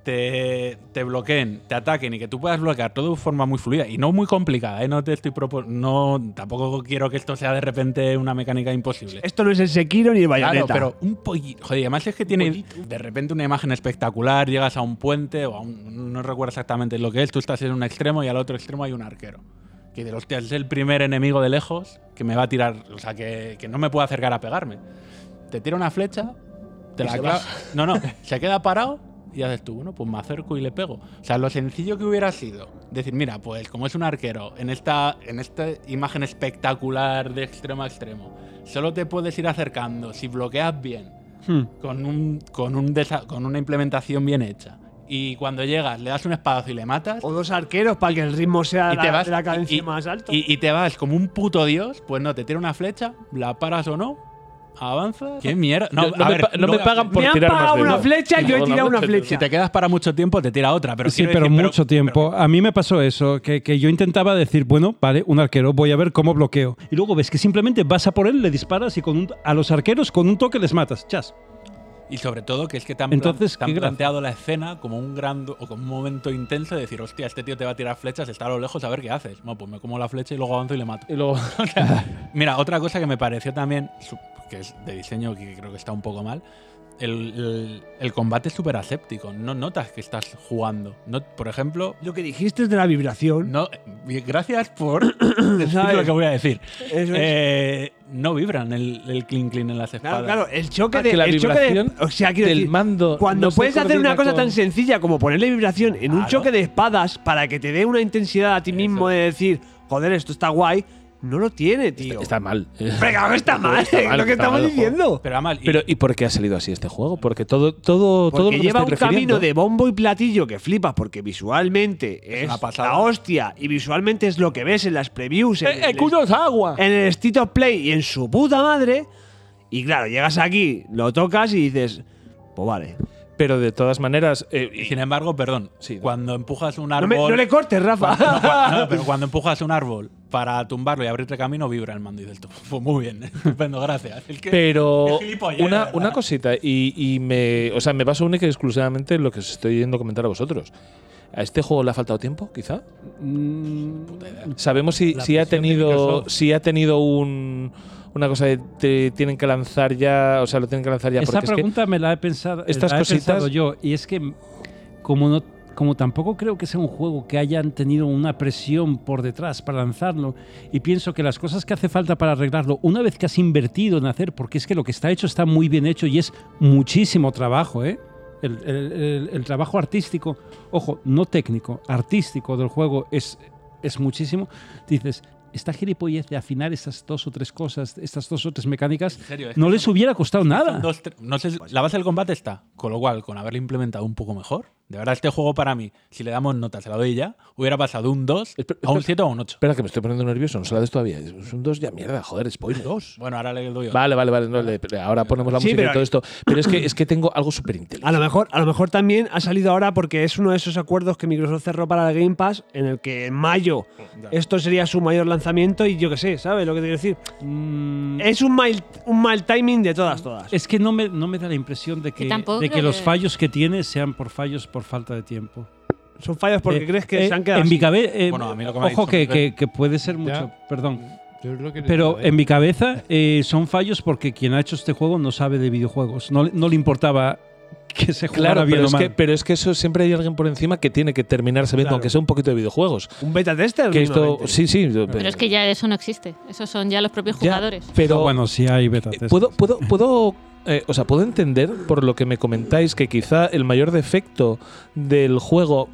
B: te, te bloqueen, te ataquen y que tú puedas bloquear todo de forma muy fluida y no muy complicada, ¿eh? No te estoy propon- no Tampoco quiero que esto sea de repente una mecánica imposible.
C: Esto no es el Sekiro ni el Bayonetta.
B: Claro, pero un pollito. Joder, y además es que tiene de repente una imagen espectacular, llegas a un puente o a un, no recuerdo exactamente lo que es, tú estás en un extremo y al otro extremo hay un arquero. Que de hostia, es el primer enemigo de lejos que me va a tirar, o sea, que, que no me puede acercar a pegarme. Te tira una flecha, te la
C: [LAUGHS]
B: clava. No, no, se queda parado y haces tú, bueno, pues me acerco y le pego. O sea, lo sencillo que hubiera sido decir, mira, pues como es un arquero, en esta, en esta imagen espectacular de extremo a extremo, solo te puedes ir acercando si bloqueas bien,
D: Hmm.
B: con, un, con, un desa- con una implementación bien hecha. Y cuando llegas, le das un espadazo y le matas.
C: o dos arqueros para que el ritmo sea
B: Y te
C: la,
B: vas-
C: de la cadencia
B: y-
C: más alto.
B: Y, y te vas como un puto dios, pues no, te tira una flecha, la paras o no, avanzas. ¿Qué mierda?
I: No, no me pa- no me pagan por
C: me han
I: tirar más
C: pagado
I: de
C: una flecha y yo he
I: Perdona,
C: tirado una
I: mucho,
C: flecha.
B: Si te quedas para mucho tiempo, te tira otra. Pero
D: sí,
B: quiero
D: pero
B: decir,
D: mucho tiempo. a mí me pasó eso, que, que yo intentaba decir, bueno, vale, un arquero, voy a ver cómo bloqueo. Y luego ves que simplemente vas a por él, le disparas y con un- a los arqueros con un toque les matas. Chas.
B: Y sobre todo que es que te han,
D: Entonces,
B: plan- te han
D: ¿qué gracia?
B: planteado la escena como un gran o como un momento intenso de decir, hostia, este tío te va a tirar flechas, está a lo lejos, a ver qué haces. Bueno, pues me como la flecha y luego avanzo y le mato.
I: Y luego,
B: [LAUGHS] O sea, mira, otra cosa que me pareció también, su- que es de diseño que creo que está un poco mal, el, el- el combate es súper aséptico. No notas que estás jugando. No, por ejemplo.
C: Lo que dijiste de la vibración.
B: No, eh, gracias por decir
C: ¿Sabes?
B: lo que voy a decir.
C: Eso es.
B: Eh, no vibran el, el clean clean en las espadas.
C: Claro, claro, el choque
B: Ah,
C: de.
B: que la
C: el choque de-
B: vibración
C: o sea, quiero
B: del
C: decir,
B: mando
C: Cuando
B: no se
C: puedes hacer
B: coordina
C: una cosa tan
B: con-
C: sencilla como ponerle vibración en un
B: Claro.
C: choque de espadas para que te dé una intensidad a ti mismo de decir, joder, esto está guy no lo tiene, tío.
I: Está mal.
C: Venga, que está mal,
I: Está mal,
C: lo que
I: está
C: estamos
I: mal el juego.
C: diciendo.
B: Pero, mal, y-
I: Pero ¿y por qué ha salido así este juego? Porque todo, todo, todo
C: Porque
I: lo que me
C: lleva un
I: estáis
C: camino
I: refiriendo-
C: de bombo y platillo que flipas porque visualmente es,
B: una pasada.
C: la hostia y visualmente es lo que ves en las previews.
I: Eh,
C: En, el,
I: agua!
C: en el State of Play y en su puta madre. Y claro, llegas aquí, lo tocas y dices, pues vale.
I: Pero de todas maneras, eh, y-
B: Sin embargo, perdón, cuando empujas un
C: No,
B: árbol.
C: me- no le cortes,
I: [LAUGHS]
C: Rafa.
B: [LAUGHS] No, cua- no, pero cuando empujas un árbol para tumbarlo y abrirte camino, vibra el mando y dices tú. Pues muy bien, [LAUGHS] estupendo, gracias. Es que-
I: Pero
B: qué gilipollas,
I: una,
B: ¿verdad?
I: una cosita, y, y me, o sea, me baso única y exclusivamente en lo que os estoy yendo a comentar a vosotros. ¿A este juego le ha faltado tiempo, quizá? ¿Sabemos si,
D: La
I: si ha
D: presión de
I: tenido,
D: Microsoft.
I: si ha tenido un, una cosa de te tienen que lanzar ya, o sea, lo tienen que lanzar ya?
D: Esa
I: porque es que-
D: pregunta me la he pensado, eh,
I: estas
D: la he
I: cositas-
D: pensado yo. Y es que como no, como tampoco creo que sea un juego que hayan tenido una presión por detrás para lanzarlo, y pienso que las cosas que hace falta para arreglarlo, una vez que has invertido en hacer, porque es que lo que está hecho está muy bien hecho y es muchísimo trabajo, ¿eh? El, el- el- el trabajo artístico, ojo, no técnico, artístico del juego es, es muchísimo. Dices, esta gilipollez de afinar estas dos o tres cosas, estas dos o tres mecánicas,
B: serio, es
D: no
B: que
D: les hubiera costado nada.
B: Dos, tres- no sé, la base del combate está, con lo cual, con haberlo implementado un poco mejor, de verdad, este juego para mí, si le damos nota, se la doy ya, hubiera pasado de un 2
I: Espe-
B: a un
I: espera.
B: 7 o un 8.
I: Espera, que me estoy poniendo nervioso, no se la des todavía. Es un 2 ya, mierda, joder, spoiler. 2.
B: Bueno, ahora le doy otro.
I: Vale, vale, vale. no, le- ahora ponemos la
C: Sí,
I: música
C: pero-
I: y todo esto. Pero es que, es que tengo algo súper
C: A
I: inteligente.
C: lo, mejor, a lo mejor también ha salido ahora porque es uno de esos acuerdos que Microsoft cerró para el Game Pass, en el que en mayo esto sería su mayor lanzamiento y yo qué sé, ¿sabes lo que te quiero decir?
D: Mm,
E: Eh.
C: Es un mal, un mal timing de todas, todas.
D: es que no me, no me da la impresión de que,
E: Y tampoco
D: de que
E: creo
D: los
E: que-
D: fallos que tiene sean por fallos por falta de tiempo.
C: Son fallos porque
D: Eh,
C: crees que
D: eh,
C: se han quedado.
D: En
C: así.
D: mi cabeza.
B: Bueno, a mí lo que me ha
D: ojo,
B: dicho
D: que,
B: Miguel.
D: que- que puede ser mucho.
F: Ya.
D: Perdón.
F: Yo es lo que les
D: Pero
F: digo, ¿eh?
D: en mi cabeza eh, son fallos porque quien ha hecho este juego no sabe de videojuegos. No, le- no le importaba que se jugara
I: Claro,
D: bien
I: pero
D: o
I: es,
D: mal.
I: que, pero es que eso siempre hay alguien por encima que tiene que terminar sabiendo,
C: Claro.
I: aunque sea un poquito de videojuegos.
C: Un beta tester.
I: Que esto,
C: mínimamente.
I: sí, sí.
E: Pero es que ya eso no existe. Esos son ya los propios
I: Ya,
E: jugadores.
I: pero
D: Ah, bueno, sí hay beta
I: eh,
D: test.
I: puedo, puedo, puedo, eh, o sea, puedo entender por lo que me comentáis que quizá el mayor defecto del juego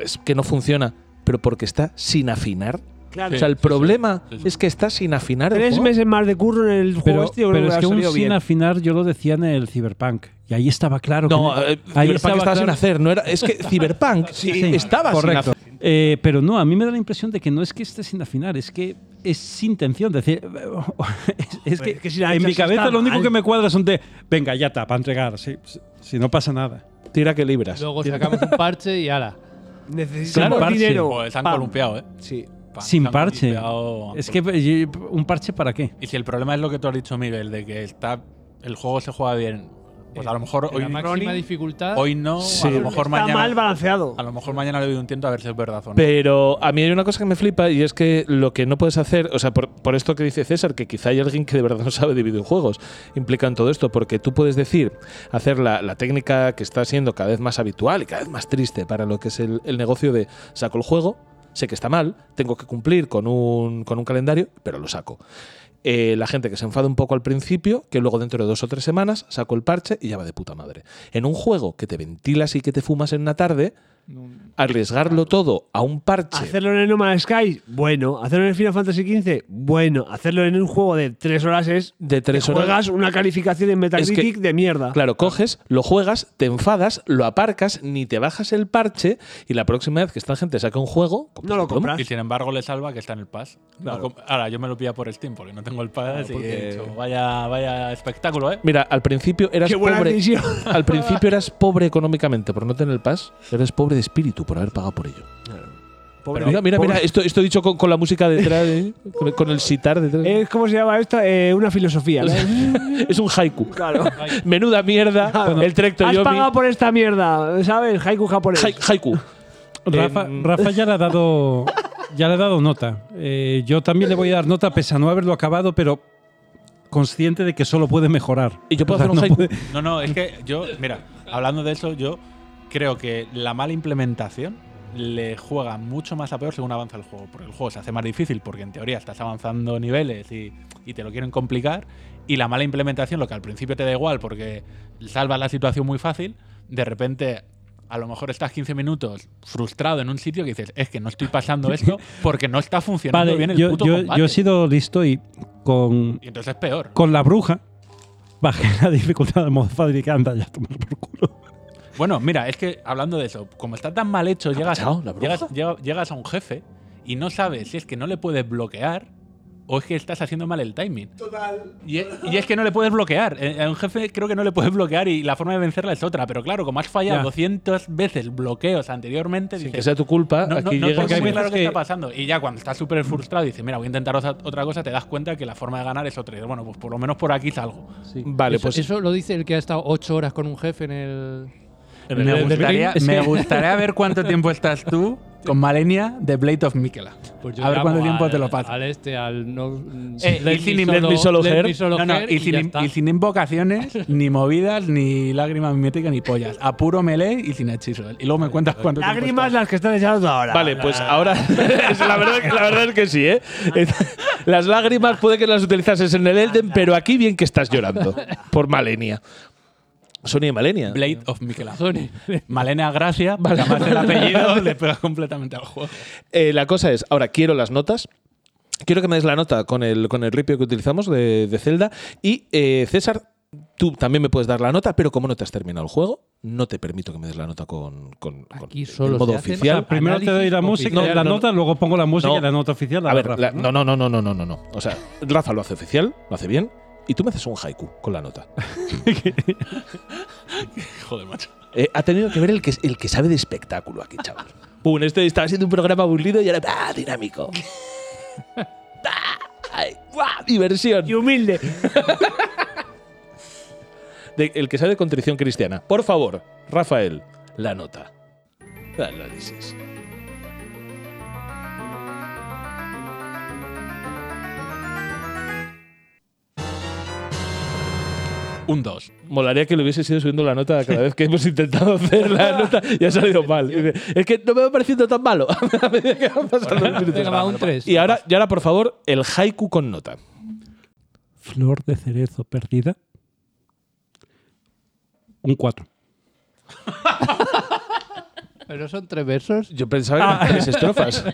I: es que no funciona, pero porque está sin afinar.
C: Claro.
I: o sea, el
B: sí, sí.
I: problema
B: Sí, sí.
I: es que está sin afinar. el
C: Tres
I: juego.
C: meses más de curro en el juego
D: Pero,
C: este, yo creo
D: pero
C: que
D: es
C: ha
D: que un
C: salido
D: sin
C: bien.
D: afinar yo lo decía en el Cyberpunk. Y ahí estaba claro.
I: No,
D: que
I: eh, Cyberpunk estaba sin
D: claro-
I: hacer. No era, es
B: [LAUGHS]
I: que Cyberpunk sí, estaba sin
D: correcto.
I: hacer.
D: Eh, pero no, a mí me da la impresión de que no es que esté sin afinar, es que es sin tención. Es decir, [LAUGHS] es, es
C: Hombre,
D: que,
C: es que si la
D: en
C: echas
D: mi cabeza
C: está
D: lo único
C: mal.
D: que me cuadra son de, venga, ya está, para entregar, si, si- si no pasa nada.
I: Tira que libras.
F: Luego sacamos un parche y ala.
C: Necesitamos
D: parche.
C: dinero.
B: Joder, se han
C: Pam.
B: columpiado, ¿eh?
C: Sí.
B: Pa-
D: sin
B: se han
D: parche.
B: columpiado.
D: Es que eh, un parche para qué.
B: Y si el problema es lo que tú has dicho, Miguel, de que está el juego se juega bien, pues a lo mejor
F: Eh, En
B: hoy,
F: la máxima dificultad.
B: hoy no,
I: Sí.
B: a lo mejor
C: Está mal
B: mañana.
C: balanceado.
B: A lo mejor mañana le doy un tiento a ver si es verdad o no.
I: Pero a mí hay una cosa que me flipa y es que lo que no puedes hacer, o sea, por, por esto que dice César, que quizá hay alguien que de verdad no sabe de videojuegos, implica en todo esto, porque tú puedes decir, hacer la, la técnica que está siendo cada vez más habitual y cada vez más triste para lo que es el, el negocio de saco el juego, sé que está mal, tengo que cumplir con un, con un calendario, pero lo saco. Eh, la gente que se enfada un poco al principio, que luego dentro de dos o tres semanas saco el parche y ya va de puta madre. En un juego que te ventilas y que te fumas en una tarde, arriesgarlo todo a un parche.
C: Hacerlo en el No Man's Sky, bueno. Hacerlo en el Final Fantasy XV, bueno. Hacerlo en un juego de tres horas es.
I: de
C: que
I: tres horas.
C: Juegas una calificación en Metacritic
I: Es que-
C: de mierda.
I: Claro, coges, lo juegas, te enfadas, lo aparcas, ni te bajas el parche y la próxima vez que esta gente saque un juego,
C: No lo compras.
B: Y sin embargo le salva que está en el pass. No com- Ahora, yo me lo pilla por Steam porque no tengo el pass y he dicho, vaya, vaya espectáculo, ¿eh?
I: Mira, al principio eras
C: Qué buena
I: pobre.
D: [LAUGHS]
C: decisión.
I: Al principio eras pobre económicamente por no tener el pass, eres pobre de espíritu por haber pagado por ello.
C: Pobre-
I: mira, mira,
C: pobre-
I: mira, esto, esto dicho con, con la música detrás, ¿eh? con, con el sitar detrás.
C: Es, ¿Cómo se llama esto? Eh, una filosofía.
I: [LAUGHS] es un haiku.
C: claro.
I: Menuda mierda. El trecto
C: Has
I: yo
C: pagado por esta mierda, ¿sabes? Haiku japonés.
I: haiku.
D: Rafa,
I: Em,
D: Rafa ya le ha dado, ya le ha dado nota. Eh, yo también le voy a dar nota, pese a no haberlo acabado, pero consciente de que solo puede mejorar.
I: Y yo
B: puedo hacer un
D: no,
B: hype?
D: puede-
B: No, no, es que yo, mira, hablando de eso, yo creo que la mala implementación le juega mucho más a peor según avanza el juego. Porque el juego se hace más difícil porque en teoría estás avanzando niveles y, y te lo quieren complicar. Y la mala implementación, lo que al principio te da igual porque salvas la situación muy fácil, de repente a lo mejor estás 15 minutos frustrado en un sitio que dices, es que no estoy pasando
D: [LAUGHS]
B: esto porque no está funcionando
D: Vale,
B: bien el
D: yo,
B: puto
D: yo-
B: combate.
D: yo he sido listo y con,
B: Y entonces es peor.
D: con la bruja bajé la dificultad de modo fácil y que anda ya a tomar por culo.
B: Bueno, mira, es que hablando de eso, como está tan mal hecho, llegas,
I: pasado, la bruja?
B: llegas, llega- llegas a un jefe y no sabes si es que no le puedes bloquear o es que estás haciendo mal el timing. Y e- y es, que no le puedes bloquear. Eh, A un jefe creo que no le puedes bloquear y la forma de vencerla es otra. Pero claro, como has fallado
I: Ya.
B: 200 veces bloqueos anteriormente,
I: Sin
B: dices,
I: que sea tu culpa,
B: no, no,
I: aquí
B: no
I: llegas
B: tengo
I: y-
B: muy claro qué está pasando. Y ya cuando estás súper frustrado dices, mira, voy a intentar otra otra cosa, te das cuenta que la forma de ganar es otra. Y dices, bueno, pues por lo menos por aquí salgo.
I: Vale,
F: eso,
I: pues
F: Eso lo dice el que ha estado ocho horas con un jefe en el.
B: Me gustaría, me gustaría ver cuánto tiempo estás tú con Malenia de Blade of Mikela.
F: Pues yo
B: a ver
F: llamo
B: cuánto tiempo
F: al-
B: te lo pasas.
F: Al este, al. No,
B: Eh,
F: let
B: y sin
F: me
B: im- let me
F: solo-
B: solo
F: let
B: her.
F: me solo
B: No, no,
F: her
B: y
F: y
B: sin
F: ya
B: im-
F: está.
B: y sin
F: [LAUGHS]
B: invocaciones, ni movidas, ni lágrimas miméticas, ni pollas. A puro melee y sin hechizo. Y luego me cuentas cuánto tiempo
C: Lágrimas las que están echando ahora.
I: Vale, pues ahora [LAUGHS] es la, verdad, que- la verdad es que sí, ¿eh? [LAUGHS] Las lágrimas puede que las utilizases en el
C: Ah,
I: Elden, pero aquí bien que estás llorando. Por Malenia. Sonia y Malenia.
B: Blade of Mikela. Malenia Gracia, porque además
F: [LAUGHS]
B: el apellido le pega completamente al juego.
I: Eh, la cosa es, ahora quiero las notas. Quiero que me des la nota con el, con el ripio que utilizamos de, de Zelda. Y eh, César, tú también me puedes dar la nota, pero como no te has terminado el juego, no te permito que me des la nota con, con, con el
F: solo
I: modo
F: se hacen
I: oficial.
F: O sea,
D: Primero te doy la música,
I: oficial.
D: la
I: No, no,
D: nota, luego pongo la música
I: No.
D: y la nota oficial. La
I: A
D: de
I: ver,
D: Rafa,
I: la- no, no, no, no, no, no, no, no. O sea, Rafa lo hace oficial, lo hace bien, y tú me haces un haiku con la [LAUGHS] nota.
B: Joder, macho.
I: Eh, ha tenido que ver el que, el que sabe de espectáculo aquí, chaval. [LAUGHS] Pum, este estaba siendo un programa aburrido y ahora ¡ah, [LAUGHS] dinámico. Ah, ay, ¡guau! diversión.
C: Y humilde.
I: [LAUGHS] De- el que sabe de contrición cristiana. Por favor, Rafael, la nota. Ah, Análisis.
B: Un 2.
I: Molaría que le hubiese ido subiendo la nota cada vez que hemos intentado hacer la nota y ha salido mal. Y dice, Es que no me va pareciendo tan malo. [LAUGHS] A medida que van pasando los minutos.
F: Venga, va, un tres.
I: Y ahora, y ahora, por favor, el haiku con nota.
D: Flor de cerezo perdida. Un 4.
F: Pero son tres versos.
I: Yo pensaba que eran tres estrofas.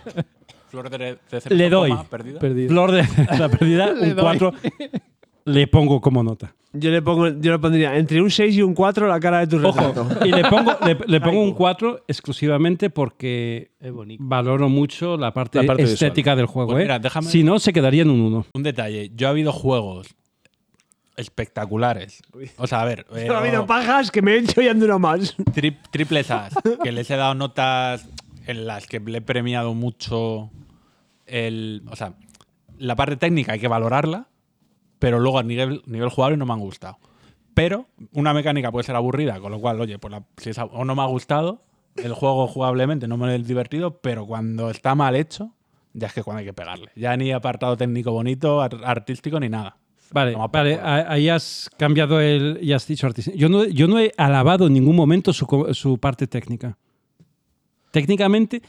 B: Flor de, de
D: Le doy.
B: coma, perdida.
F: Perdido.
D: Flor de [LAUGHS] cerezo perdida,
F: [LAUGHS] Le
D: un
F: doy.
D: 4. Le pongo como nota.
C: Yo le, pongo, yo le pondría entre un 6 y un 4 la cara de tu
D: Oh.
C: retrato.
D: Y le pongo, le, le pongo un 4 exclusivamente porque
F: Es bonito.
D: valoro mucho la parte,
I: La parte
D: estética del juego.
B: Pues
D: ¿eh?
B: mira, déjame-
D: Si no, se quedaría en un 1.
B: Un detalle, yo ha habido juegos espectaculares. O sea, a
C: [LAUGHS]
B: ver, eh,
C: Ha habido
B: no-
C: pajas que me he hecho y han durado más.
B: Trip, triples As, que les he dado notas en las que le he premiado mucho el. O sea, la parte técnica hay que valorarla, pero luego a nivel, nivel jugable no me han gustado. Pero una mecánica puede ser aburrida, con lo cual, oye, pues la- si es a- o no me ha gustado, el juego jugablemente no me es divertido, pero cuando está mal hecho, ya es que cuando hay que pegarle. Ya ni apartado técnico bonito, ar- artístico, ni nada.
D: Vale,
B: Toma por
D: vale,
B: culo.
D: a- ahí has cambiado el. Y has dicho artista. Yo no, yo no he alabado en ningún momento su, co- su parte técnica. Técnicamente,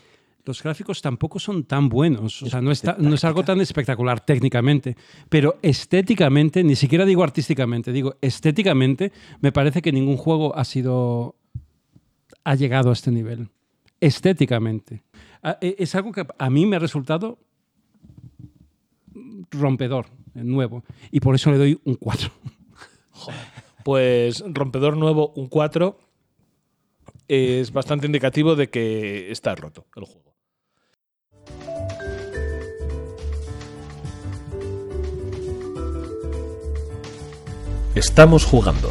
D: los gráficos tampoco son tan buenos. O sea, no, está, no es algo tan espectacular técnicamente. Pero estéticamente, ni siquiera digo artísticamente, digo estéticamente, me parece que ningún juego ha sido. ha llegado a este nivel. Estéticamente. A- e- Es algo que a mí me ha resultado rompedor, nuevo. Y por eso le doy un 4.
I: Pues rompedor nuevo, un 4. Es bastante indicativo de que está roto el juego. Estamos jugando.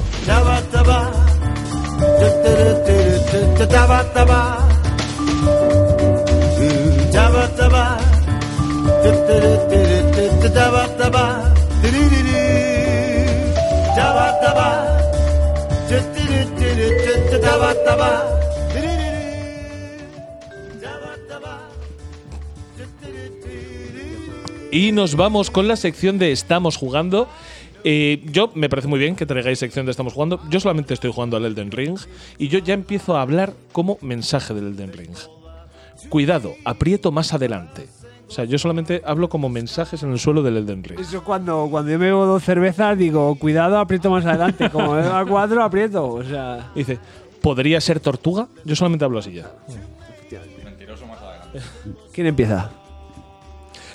I: Y nos vamos con la sección de Estamos jugando. Eh, yo me parece muy bien que traigáis sección de Estamos jugando. Yo solamente estoy jugando al Elden Ring y yo ya empiezo a hablar como mensaje del Elden Ring. Cuidado, aprieto más adelante. O sea, yo solamente hablo como mensajes en el suelo del Elden Ring.
C: Eso cuando, cuando yo me bebo dos cervezas digo, cuidado, aprieto más adelante. Como me bebo a cuatro, aprieto. O sea,
I: Dice, ¿podría ser tortuga? Yo solamente hablo así ya.
J: Mentiroso más adelante.
C: ¿quién empieza?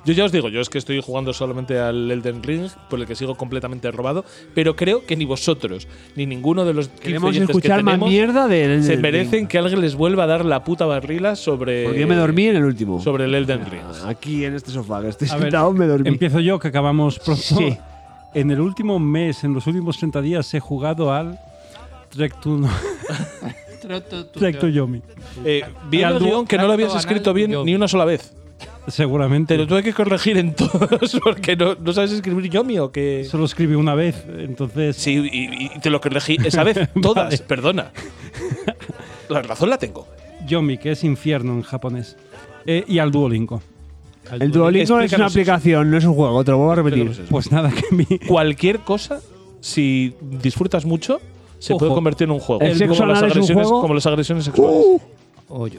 I: Yo ya os digo, yo es que estoy jugando solamente al Elden Ring, por el que sigo completamente robado, pero creo que ni vosotros, ni ninguno de los 15
C: Queremos
I: oyentes
C: escuchar
I: que
C: más
I: tenemos
C: mierda del Elden
I: se
C: Ring.
I: merecen que alguien les vuelva a dar la puta barrila sobre
C: Porque yo me dormí en el último.
I: sobre el Elden Ring.
C: Aquí en este sofá que estoy
D: A ver,
C: sentado me dormí.
D: Empiezo yo, que acabamos pronto.
C: Sí.
D: [LAUGHS] En el último mes, en los últimos 30 días, he jugado al Trek to,
I: [LAUGHS]
D: Trek to Yomi.
I: Eh, vi al guión que no lo habías escrito bien ni una sola vez.
D: Seguramente.
I: Te lo tuve que corregir en [LAUGHS] todos porque no, no sabes escribir yomi o que.
D: Solo escribí una vez, entonces.
I: Sí, y, y te lo corregí esa [LAUGHS] vez. Todas,
D: Vale.
I: perdona. La razón la tengo.
D: Yomi, que es infierno en japonés. Eh, y al Duolingo.
C: El Duolingo es una aplicación, no es un juego, te lo vuelvo a repetir.
D: Pues nada, que mi.
I: Cualquier cosa, si disfrutas mucho, se
D: Ojo.
I: puede convertir en un juego.
D: ¿El sexo
I: como, las
D: anal es un
I: agresiones,
D: juego?
I: como las agresiones sexuales.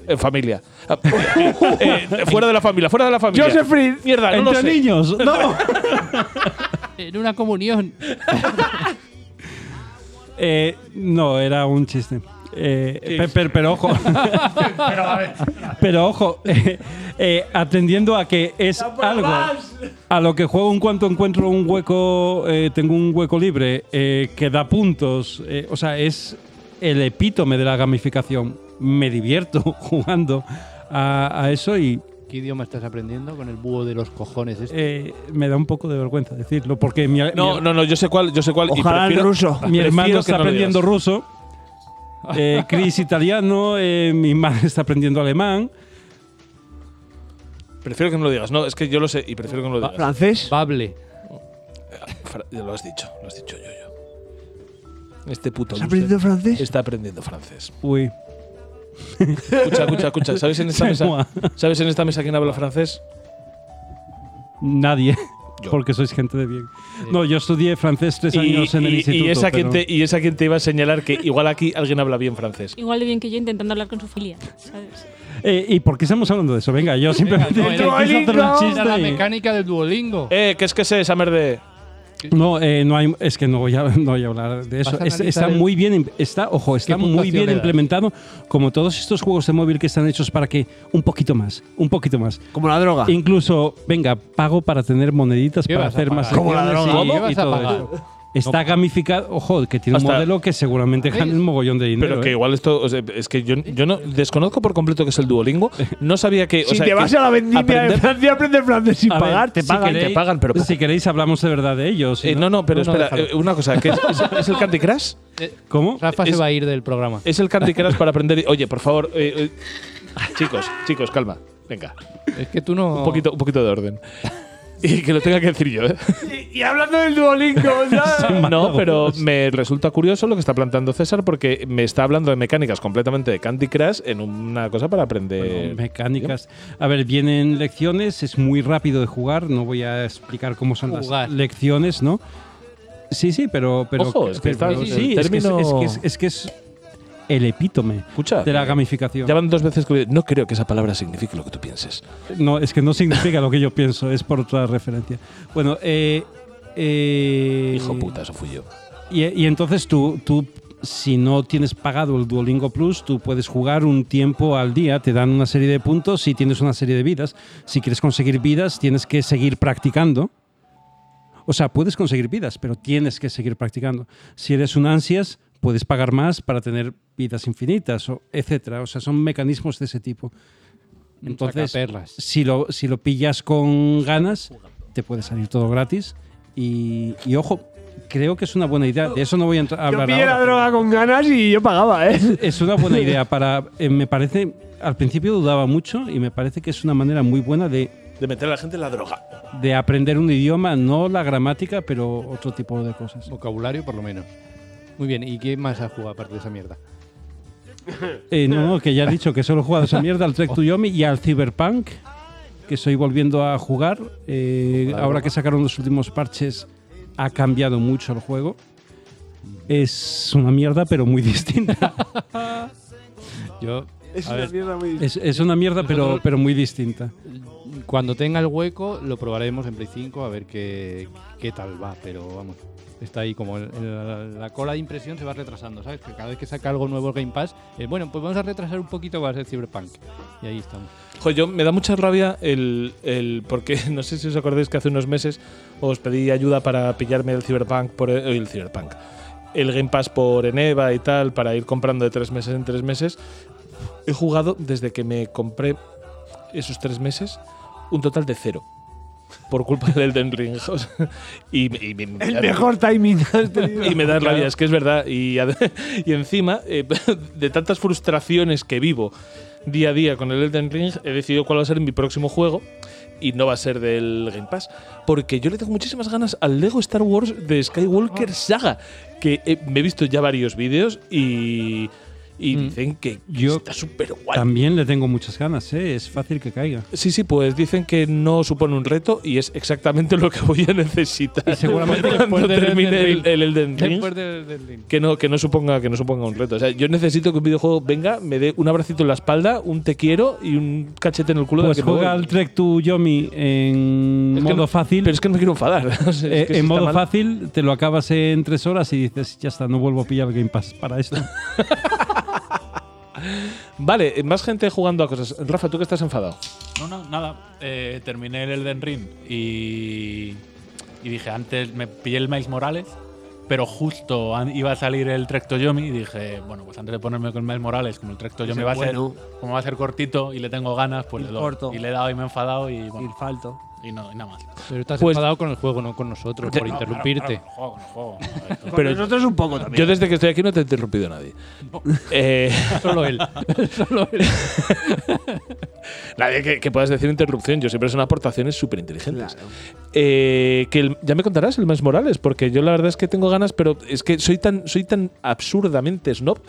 I: En
D: [LAUGHS]
I: familia. Ah, eh, eh, fuera de la familia, fuera de la familia.
C: Joseph Fried.
I: Mierda, no lo
D: Entre
I: sé.
D: niños, no.
F: En una comunión.
D: Eh, no, era un chiste. Eh, pe- per- pero ojo.
J: [LAUGHS] Pero a ver.
D: Pero ojo, [LAUGHS] eh, eh, atendiendo a que es algo a lo que juego en cuanto encuentro un hueco, eh, tengo un hueco libre eh, que da puntos. eh, o sea, es el epítome de la gamificación. Me divierto [LAUGHS] jugando a, a eso y
F: ¿Qué idioma estás aprendiendo con el búho de los cojones? Este?
D: eh, me da un poco de vergüenza decirlo porque mi,
I: No,
D: mi-
I: no, no, yo sé cuál, yo sé cuál. y
C: Ojalá el
I: prefiero- Ah,
C: ruso.
D: mi
I: prefiero
D: hermano
I: que
D: está
I: no lo
D: Ah, aprendiendo
I: digas.
D: ruso, [LAUGHS] eh, Chris italiano, eh, mi madre está aprendiendo alemán.
I: Prefiero que no lo digas. No, es que yo lo sé y prefiero que no lo digas.
C: Ah, ¿Francés?
F: Bable.
I: Fra- ya Lo has dicho, lo has dicho yo, yo. Este puto
C: ¿Has aprendido
I: loser
C: francés?
I: está aprendiendo francés.
D: Uy.
I: Escucha, escucha, escucha. ¿Sabes
C: [LAUGHS]
I: en esta
D: Se
I: mesa,
D: mua.
I: ¿sabes en esta mesa quién habla francés?
D: Nadie.
I: Yo.
D: Porque sois gente de bien. No, yo estudié francés tres años en el instituto.
I: y es a quien
D: pero-
I: te, y es a quien te iba a señalar que igual aquí alguien habla bien francés.
E: Igual de bien que yo intentando hablar con su familia, ¿sabes?
D: Eh, ¿Y por qué estamos hablando de eso? Venga, yo simplemente [LAUGHS]
F: no,
D: quise
F: era-
D: hacer un chiste
F: Era la
D: y-
F: mecánica del Duolingo.
I: Eh, ¿qué es que sé esa merde?
D: No, eh, no hay, es que no voy a, [LAUGHS] no voy a hablar de eso.
F: Vas a
D: Es-
F: analizar
D: está
F: el-
D: muy bien, im- está, ojo, está
F: ¿Qué puntuación
D: muy bien
F: le das?
D: implementado, como todos estos juegos de móvil que están hechos para que un poquito más, un poquito más.
C: Como la droga.
D: Incluso, venga, pago para tener moneditas
F: ¿Qué
D: para
F: vas a
D: hacer más
F: pagar? Como la
D: acciones
F: droga.
D: y-
F: ¿Cómo?
D: y
F: ¿Qué vas a
D: todo
F: pagar?
D: eso. Está gamificado, ojo, que tiene un
I: Hasta-
D: modelo que seguramente gana un mogollón de dinero.
I: Pero que
D: ¿eh?
I: igual esto, o sea, es que yo, yo no desconozco por completo que es el Duolingo. No sabía que. O
C: si
I: sea,
C: te
I: que
C: vas a la vendimia de
I: aprender-
C: Francia, aprendes francés sin
D: A ver,
C: pagar, te
D: si
C: pagan.
D: queréis-
I: te pagan, pero poco.
D: Si queréis, hablamos de verdad de ellos. si
I: Eh,
D: no-
I: no, no, pero
F: No, no,
I: espera,
F: déjalo.
I: eh, una cosa, que es, es- es el Candy Crush?
D: ¿Cómo?
F: Rafa se
I: es- eh,
F: va a ir del programa.
I: Es el Candy Crush para aprender. Oye, por favor, eh, eh, chicos, chicos, calma. Venga,
F: Es que tú no.
I: un poquito, un poquito de orden. Y que lo tenga que decir yo, ¿eh?
C: Y, y hablando del Duolingo,
I: [LAUGHS]
C: ¿sabes?
I: No, pero me resulta curioso lo que está planteando César porque me está hablando de mecánicas completamente de Candy Crush en una cosa para aprender.
D: Bueno, eh, mecánicas. A ver, vienen lecciones, es muy rápido de jugar, no voy a explicar cómo son
F: Jugar.
D: las lecciones, ¿no? Sí, sí, pero... pero
I: Ojo, es que
D: pero-
I: está-
D: sí,
I: el
D: es que es-
I: término-
D: es, que es- es que es el epítome
I: Escucha, eh,
D: de la gamificación.
I: ya van dos veces que no creo que esa palabra signifique lo que tú pienses.
D: No, es que no significa lo que yo pienso, es por otra referencia. Bueno, eh... eh,
I: Hijo puta, eso fui yo.
D: Y, y entonces tú, tú, si no tienes pagado el Duolingo Plus, tú puedes jugar un tiempo al día, te dan una serie de puntos y tienes una serie de vidas. Si quieres conseguir vidas, tienes que seguir practicando. O sea, puedes conseguir vidas, pero tienes que seguir practicando. Si eres un ansias, puedes pagar más para tener vidas infinitas, o etcétera. O sea, son mecanismos de ese tipo. Entonces,
F: Sacaperlas.
D: si lo, si lo pillas con ganas, te puede salir todo gratis. Y, y ojo, creo que es una buena idea. De eso no voy a entra-
C: Yo
D: hablar
C: pillé la
D: ahora.
C: droga con ganas y yo pagaba, ¿eh?
D: Es una buena idea para. eh, me parece. Al principio dudaba mucho y me parece que es una manera muy buena de,
I: De meter a la gente en la droga.
D: de aprender un idioma, no la gramática, pero otro tipo de cosas.
F: Vocabulario, por lo menos. Muy bien, ¿y qué más has jugado aparte de esa mierda?
D: Eh, no, no, que ya he dicho que solo he jugado esa mierda al Trek to Yomi y al Cyberpunk, que estoy volviendo a jugar. eh, ahora que sacaron los últimos parches, ha cambiado mucho el juego. Es una mierda, pero muy [LAUGHS] distinta.
F: Yo,
C: Es
F: a
C: una
F: ver,
C: mierda muy
D: Es, es una mierda, pero,
F: Nosotros-
D: pero muy distinta.
F: Cuando tenga el hueco, lo probaremos en Play 5 a ver qué, qué tal va, pero vamos. Está ahí como el- el- la cola de impresión se va retrasando, ¿sabes? Que cada vez que saca algo nuevo el Game Pass, eh, bueno, pues vamos a retrasar un poquito, va a ser Cyberpunk. Y ahí estamos.
I: Jo, yo me da mucha rabia el, el- porque [LAUGHS] no sé si os acordáis que hace unos meses os pedí ayuda para pillarme el Cyberpunk por eh, el, el Cyberpunk. El Game Pass por Eneva y tal, para ir comprando de tres meses en tres meses. He jugado desde que me compré esos tres meses un total de cero. Por culpa [LAUGHS] del Elden Ring. o sea, y, y me-
C: El mejor timing. [LAUGHS]
I: y me da rabia, es que es verdad. Y, ad- [LAUGHS] y encima, eh, [LAUGHS] de tantas frustraciones que vivo día a día con el Elden Ring, he decidido cuál va a ser mi próximo juego. Y no va a ser del Game Pass. Porque yo le tengo muchísimas ganas al Lego Star Wars de
F: Ah.
I: Skywalker Saga. Que eh, me he visto ya varios vídeos y, y
F: Mm.
I: dicen que está súper guay.
D: También le tengo muchas ganas, ¿eh? es fácil que caiga.
I: Sí, sí, pues dicen que no supone un reto y es exactamente lo que voy a necesitar.
F: seguramente
I: [LAUGHS] cuando
F: después del
I: termine
F: Elden
I: el,
F: Ring.
I: el Elden Ring.
F: Después del Elden Ring.
I: Que no, que no suponga que no suponga un reto. O sea, yo necesito que un videojuego venga, me dé un abracito en la espalda, un te quiero y un cachete en el culo
D: Pues
I: de que me
D: juega
I: voy.
D: al Trek to Yomi en
I: Es que
D: modo
I: no-
D: fácil.
I: Pero es que no me quiero enfadar. [LAUGHS] O sea,
D: Eh,
I: es que sí
D: en
I: está
D: modo
I: mal.
D: fácil te lo acabas en tres horas y dices, ya está, no vuelvo a pillar el Game Pass
I: [LAUGHS]
D: para esto.
I: Vale, eh, más gente jugando a cosas. Rafa, tú que estás enfadado.
B: No, no, nada. Eh, terminé el Elden Ring y, y dije, antes me pillé el Miles Morales, pero justo an- iba a salir el Trek to Yomi y dije, bueno, pues antes de ponerme con Miles Morales, como el Trek to
C: Pues
B: Yomi
C: el
B: va a ser,
C: bueno.
B: como va a ser cortito y le tengo ganas, pues le doy.
C: corto.
B: Y le he dado y me he enfadado y bueno.
C: Y falto.
B: Y, no, y nada más.
F: Pero estás
I: Pues-
F: enfadado con el juego, no con nosotros,
I: Ya-
F: por
B: No, claro,
F: interrumpirte.
B: claro, con el juego, con el juego.
C: Con nosotros un poco también.
I: Yo desde que estoy aquí no te he interrumpido nadie.
B: [LAUGHS]
I: Eh, [LAUGHS]
F: Solo él. Solo él.
I: nadie que, que puedas decir interrupción. Yo siempre son aportaciones súper inteligentes. que el- ya me contarás el Miles Morales, porque yo la verdad es que tengo ganas, pero es que soy tan, soy tan absurdamente snob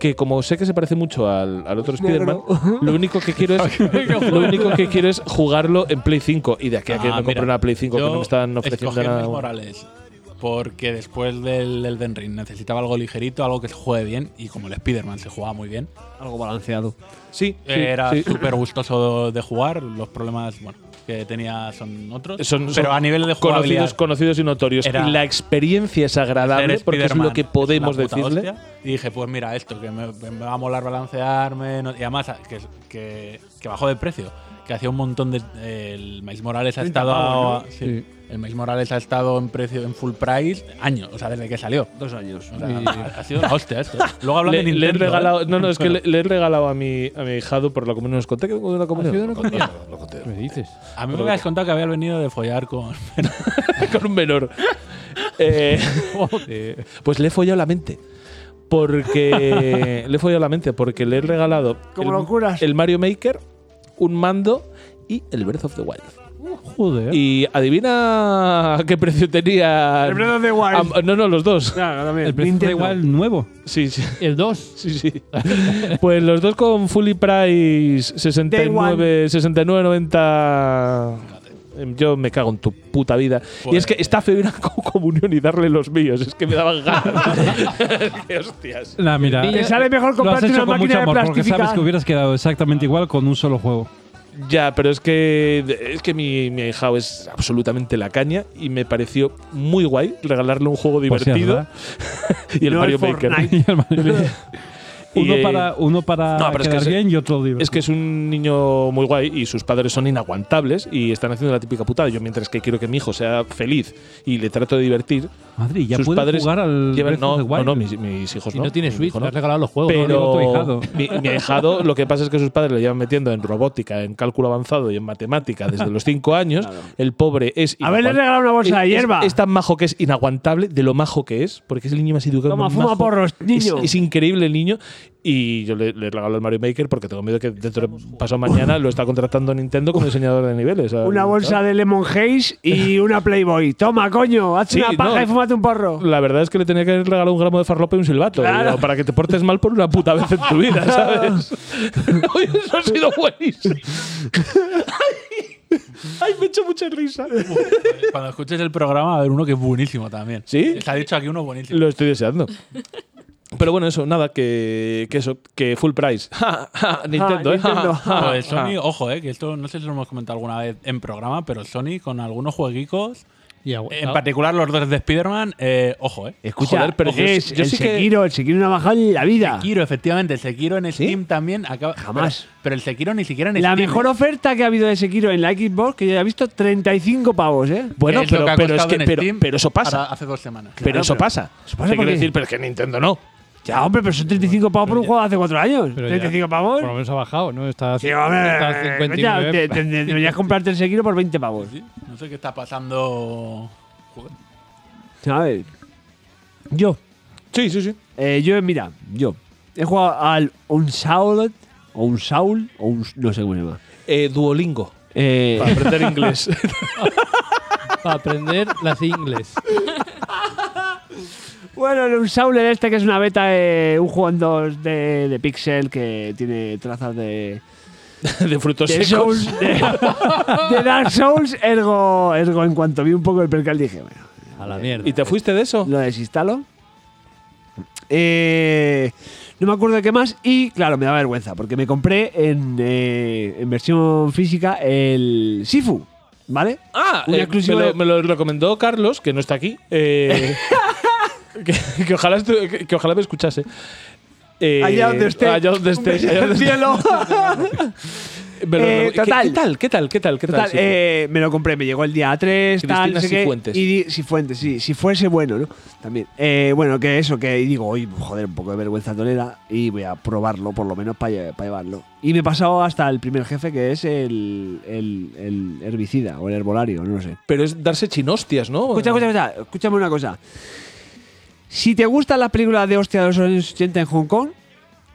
I: que como sé que se parece mucho al, al
B: Pues
I: otro Spider-Man, lo único que quiero
B: [LAUGHS]
I: es lo único que quiero es jugarlo en Play 5 y de aquí a que
B: Ah,
I: me compre
B: mira,
I: una Play 5 que
B: yo
I: no me están
B: escogí
I: ofreciendo
B: el
I: nada.
B: Miles Morales porque después del Elden Ring necesitaba algo ligerito, algo que se juegue bien y como el Spider-Man se jugaba muy bien,
C: Algo balanceado.
I: Sí,
B: era
I: sí.
B: súper gustoso de jugar, los problemas bueno, que tenía son otros,
I: Son- son
B: pero a nivel de jugabilidad
I: conocidos, conocidos y notorios.
B: Era-
I: y la experiencia es
B: ser
I: agradable porque es
B: Spider-Man
I: lo que podemos
B: es una puta
I: decirle.
B: hostia. Y dije, pues mira, esto, que me, me va a molar balancearme. no- y además, que, que, que bajó de precio. Que hacía un montón de. el Miles Morales ha
C: 30
B: estado.
C: pavos, ¿no?
B: sí, El Miles Morales ha estado en precio en full price años, o sea, desde que salió.
C: Dos años.
B: O sea,
F: Y-
B: ha, ha sido una hostia esto. Luego hablan
I: Le,
B: de
I: le he
B: Nintendo. ¿eh?
I: regalado, no, no, es que
B: Bueno,
I: le, le he regalado a mi, a mi hijado por la comunión. ¿Os conté que
B: Ah,
I: vengo de una comunión?
F: sido de una
I: Lo conté,
F: comunión?
I: lo conté.
F: ¿Qué me dices?
B: A mí me habías contado que había venido de follar con.
I: [LAUGHS] con un menor. Eh,
B: [LAUGHS]
I: pues le he follado la mente.
B: [LAUGHS]
I: Porque. le he follado la mente porque le he regalado.
C: Como
I: el-
C: locuras.
I: El Mario Maker, un mando y el Breath of the Wild.
D: ¿eh?
F: Joder.
I: Y adivina [LAUGHS] qué precio tenía.
C: El Breath of the Wild.
I: Am- no, no, los dos.
C: Claro, también.
D: el precio da
C: Nintendo.
D: igual nuevo.
I: Sí, [LAUGHS] sí.
F: El 2.
I: Sí, sí. Pues los dos con fully price 69, 69,90. Em, Yo me cago en tu puta vida. y
D: Pues-
I: es que está feo ir [LAUGHS] a co- comunión y darle los míos. Es que me daban ganas. [LAUGHS] Es que, hostias.
D: Nah, mira, eh,
F: Te
C: sale mejor
D: lo has
C: comprarte
D: hecho
C: una
D: con
C: máquina
D: mucho
C: de
D: amor porque sabes
C: plastificar.
D: que hubieras quedado exactamente igual con un solo juego.
I: Ya, pero es que es que mi, mi ahijado es absolutamente la caña y me pareció muy guay regalarle un juego
D: Por si Pues es
I: divertido
D: verdad.
I: [LAUGHS] y el
C: No
I: Mario
C: el
I: Maker.
C: Fortnite.
D: [LAUGHS] Y el Mario- [LAUGHS]
I: Y,
D: uno
I: eh,
D: para, uno para
I: no, pero es que
D: quedar
I: es-
D: bien y otro divertido.
I: Es que es un niño muy guay y sus padres son inaguantables y están haciendo la típica putada. Yo mientras que quiero que mi hijo sea feliz y le trato de divertir,
D: Madre, ya
I: sus
D: puedes
I: padres
D: jugar al
I: llevan,
D: Breath
I: no,
D: of the
I: no,
D: Wild.
I: no, mis, mis hijos
F: Y
I: no.
F: no tiene
I: mi
F: Switch,
I: hijo
F: le
I: no.
F: has regalado los juegos.
I: Pero
F: no digo tu
D: ahijado.
I: mi, mi ahijado, lo que pasa es que sus padres le llevan metiendo en robótica, en cálculo avanzado y en matemática desde los cinco años. El pobre es.
C: A ver, le
I: inaguan-
C: regalado una bolsa
I: es-
C: de
I: es-
C: hierba.
I: Es, tan majo que es inaguantable de lo majo que es, porque es el niño más educado.
C: Toma,
I: más
C: fuma
I: majo.
C: porros, niño.
I: Es, es increíble el niño. Y yo le, le regalo el Mario Maker porque tengo miedo que dentro de pasado mañana lo está contratando Nintendo como diseñador de niveles. ¿sabes?
C: Una bolsa de Lemon Haze
I: [LAUGHS]
C: y una Playboy. Toma, coño, hazte
I: Sí,
C: una paja
I: no.
C: y fúmate un porro.
I: La verdad es que le tenía que regalar un gramo de farlopa y un silbato.
C: Claro.
I: digo, para que te portes mal por una puta vez en tu vida, [LAUGHS] ¿sabes? Oye, eso ha sido buenísimo. ¡Ay! Ay, me he hecho mucha risa.
B: Cuando escuches el programa va a haber uno que es buenísimo también.
I: ¿Sí?
B: Se ha dicho aquí uno buenísimo.
I: Lo estoy deseando. Pero bueno, eso, nada, que, que eso, que full price. [LAUGHS] Ja, ja, Nintendo, ¿eh? Ja, ja,
B: Lo de
I: ja.
B: Sony, ojo, eh, que esto no sé si lo hemos comentado alguna vez en programa, pero Sony con algunos jueguicos, en particular los dos de Spider-Man, eh, ojo, eh.
C: Escucha,
B: Joder, pero yo-
C: es
B: yo
C: el
B: sí que-
C: Sekiro, el Sekiro no ha bajado en la vida.
B: Sekiro, efectivamente, el Sekiro en Steam también acaba.
C: Jamás.
B: Pero, pero el Sekiro ni siquiera en Steam.
C: La mejor
B: ¿eh?
C: oferta que ha habido de Sekiro en la Xbox, que yo he visto, 35 pavos, ¿eh?
I: Bueno,
B: es lo
I: pero,
B: que ha
I: pero es
B: costado
I: que,
B: en
I: pero,
B: Steam
I: pero eso pasa.
B: ahora hace dos semanas.
I: pero eso pasa.
C: eso pasa
I: Te quiero
C: porque-
I: decir, pero es que Nintendo no.
C: Ya, hombre, pero son 35 pavos por un juego de hace 4 años.
F: Pero ya.
C: 35 pavos.
F: Por lo menos ha bajado, ¿no? Estás,
C: Sí, hombre,
F: estás
C: ya,
F: 59.
C: te- te- te- deberías comprarte el Sekiro por 20 pavos.
B: No sé qué está pasando. Joder.
C: ¿Sabes? Yo.
I: Sí, sí, sí.
C: Eh, yo, mira, yo. He jugado al Unsaul, o Unsaul, o un, no sé cómo se llama.
I: Eh, Duolingo.
C: Eh,
I: Para aprender inglés. [LAUGHS]
F: Para aprender las ingles.
C: Bueno, el Unsauler este que es una beta, eh, un juego en 2 de, de Pixel que tiene trazas de,
I: de frutos
C: de
I: secos.
C: Souls, de, de Dark Souls, ergo, ergo en cuanto vi un poco el percal dije, bueno,
F: A la mierda.
I: ¿Y te fuiste de eso?
C: lo desinstalo. Eh, no me acuerdo de qué más y claro, me da vergüenza porque me compré en, eh, en versión física el Sifu, ¿vale?
I: Ah,
C: Un
I: eh,
C: exclusivo
I: me, lo,
C: de-
I: me lo recomendó Carlos, que no está aquí. [LAUGHS] eh, que, que ojalá estu- que, que ojalá me escuchase. Eh,
C: Allá donde esté.
I: Allá donde esté.
C: Un beso
I: allá
C: en el
I: donde esté.
C: [LAUGHS] cielo. [LAUGHS]
I: Me lo recom-
C: Eh,
I: ¿Qué-
C: total.
I: ¿Qué, tal? ¿Qué tal? ¿Qué tal? ¿Qué tal?
C: Total,
I: sí?
C: eh, me lo compré, me llegó el día 3,
I: Que
C: tal,
I: Cristina
C: no sé qué,
I: Cifuentes.
C: Y di- Cifuentes, sí, si fuese bueno, ¿no? También. Eh, bueno, que eso, que y digo, hoy, joder, un poco de vergüenza tolera y voy a probarlo, por lo menos, para llevarlo. Y me he pasado hasta el primer jefe, que es el, el- el herbicida o el herbolario, no lo sé.
I: Pero es darse chinostias, ¿no?
C: Escucha, escucha, escucha, escúchame una cosa. Si te gustan las películas de hostia de los años 80 en Hong Kong,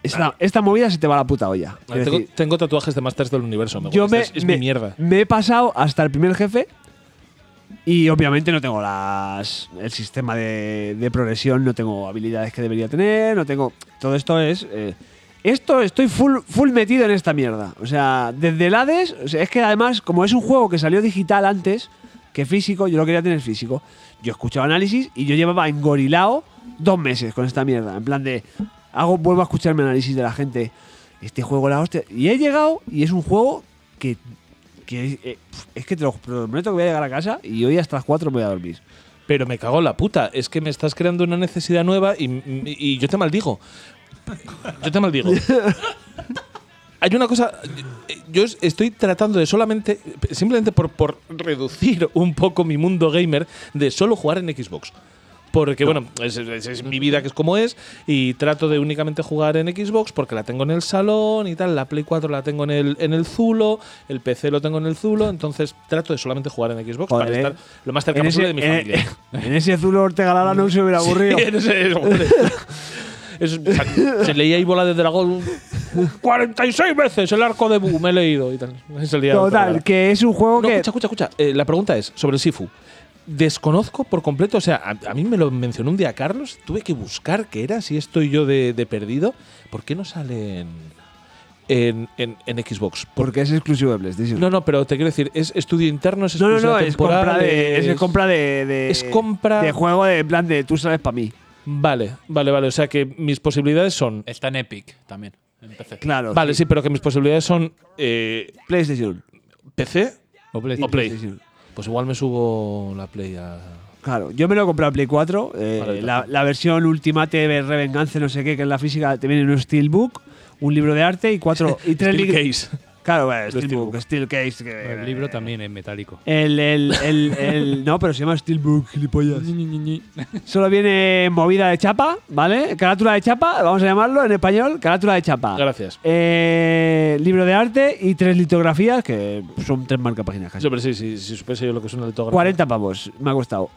C: esta, esta movida se te va a la puta olla.
I: Ah,
C: Es
I: tengo,
C: decir,
I: tengo tatuajes de Masters del Universo. Me
C: yo
I: gusta,
C: me,
I: es, es
C: me-
I: mi mierda.
C: me he pasado hasta el primer jefe y obviamente no tengo las el sistema de, de progresión, no tengo habilidades que debería tener, no tengo todo esto es eh, esto estoy full full metido en esta mierda. O sea, desde el Hades, o sea, es que además como es un juego que salió digital antes que físico, yo lo quería tener físico. Yo escuchaba análisis y yo llevaba engorilado dos meses con esta mierda, en plan de hago vuelvo a escucharme análisis de la gente. Este juego la hostia y he llegado y es un juego que que eh, pf, es que te lo prometo que voy a llegar a casa y hoy hasta las 4 me voy a dormir.
I: Pero me cago en la puta. Es que me estás creando una necesidad nueva y, y yo te maldigo. Yo te
C: [LAUGHS]
I: maldigo. Hay una cosa. Yo es- estoy tratando de solamente. Simplemente por, por reducir un poco mi mundo gamer de solo jugar en Xbox. Porque, bueno, es, es- es mi vida que es como es y trato de únicamente jugar en Xbox porque la tengo en el salón y tal. La Play 4 la tengo en el, en el Zulo, el PC lo tengo en el Zulo. Entonces trato de solamente jugar en Xbox
C: Joder,
I: para
C: eh.
I: estar lo más cerca posible de mi
C: en-
I: familia.
C: [LAUGHS] en ese azul Ortega Lara no se
I: [LAUGHS]
C: hubiera aburrido.
I: Sí, en ese- eso, hombre. Eso, se leía ahí bola de dragón 46 veces el arco de Boo, me he leído y tal. Se leía otra
C: Total,
I: vez.
C: que es un juego
I: No,
C: que.
I: escucha, escucha, escucha. Eh, la pregunta es sobre el Sifu. Desconozco por completo, o sea, a, a mí me lo mencionó un día Carlos, tuve que buscar qué era, si estoy yo de, de perdido. ¿Por qué no sale en, en, en- en Xbox?
C: Porque es exclusivo de PlayStation.
I: No, no, pero te quiero decir, es estudio interno, es
C: no, no,
I: exclusiva
C: no, es
I: temporal,
C: compra de. Es,
I: es-
C: compra de, de-
I: es compra-
C: De juego de en plan de tú sabes para mí.
I: Vale, vale, vale. O sea que mis posibilidades son
B: Está en Epic también. en PC.
C: Claro.
I: Vale, Eh, sí, pero que mis posibilidades son eh,
C: PlayStation.
I: PC
F: O Play-
I: o Play.
C: PlayStation.
I: Pues igual me subo la Play a.
C: Claro, yo me lo he comprado en Play 4. eh,
I: Vale,
C: la,
I: perfecto.
C: la versión Ultimate de Revenganza, no sé qué, que es la física, te viene un Steelbook, un libro de arte
I: [LAUGHS]
C: y cuatro. y tres
I: Steel
C: link-
I: Case.
C: Claro, bueno, Steelbook,
I: Steelbook.
C: Steelcase. que-
F: El
I: eh.
F: libro también es metálico.
C: El, el,
I: [LAUGHS]
C: el, el- no, pero se llama Steelbook, gilipollas. Solo viene movida de chapa, ¿vale? Carátula de chapa, vamos a llamarlo en español, carátula de chapa.
I: Gracias.
C: Eh, libro de arte y tres litografías, que son tres marcapáginas casi.
I: Sí, pero sí, sí, si supiese yo lo que es una litografía.
C: 40 pavos, me ha costado.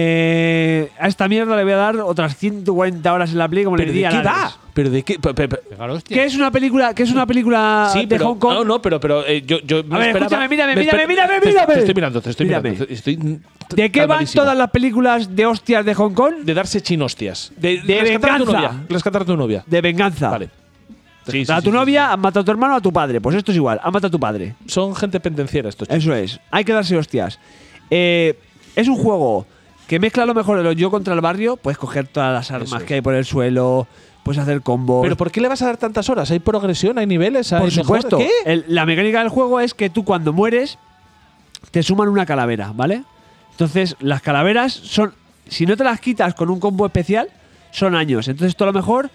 C: Eh, a esta mierda le voy a dar otras 140 horas en la play, como le
I: ¿Pero de
C: diría
I: qué
C: a la
I: va?
C: Alex.
I: ¿Pero de qué? Pe- pe- pe-
F: Pegar hostia.
C: Que es una película, que es una película
I: Sí,
C: Ah, de
I: pero.
C: Hong Kong.
I: No, no, pero, pero eh, yo, yo. me
C: ver,
I: esperaba-
C: escúchame, mírame,
I: me
C: mírame,
I: esper-
C: mírame,
I: te-
C: mírame.
I: Te estoy mirando, te estoy
C: Mírame.
I: mirando. Estoy t-
C: ¿De qué van
I: calmadísimo.
C: todas las películas de hostias de Hong Kong?
I: De darse chinostias. De,
C: De
I: rescatar a tu
C: venganza.
I: novia. Rescatar a tu novia.
C: De venganza.
I: Vale. Sí, sí,
C: a
I: sí,
C: tu novia, han matado a tu hermano o a tu padre. Pues esto es igual, han matado a tu padre.
I: Son gente pendenciera estos
C: Eso es, hay que darse hostias. Eh, es un juego que mezcla lo mejor de los yo contra el barrio. Puedes coger todas las armas que hay por el suelo, puedes hacer combos.
I: ¿Pero por qué le vas a dar tantas horas? ¿Hay progresión? ¿Hay niveles? ¿Hay
C: Por supuesto.
I: mejor? ¿Qué?
C: El- la mecánica del juego es que tú cuando mueres te suman una calavera, ¿vale? Entonces, las calaveras son. Si no te las quitas con un combo especial, son años. Entonces, tú a lo mejor,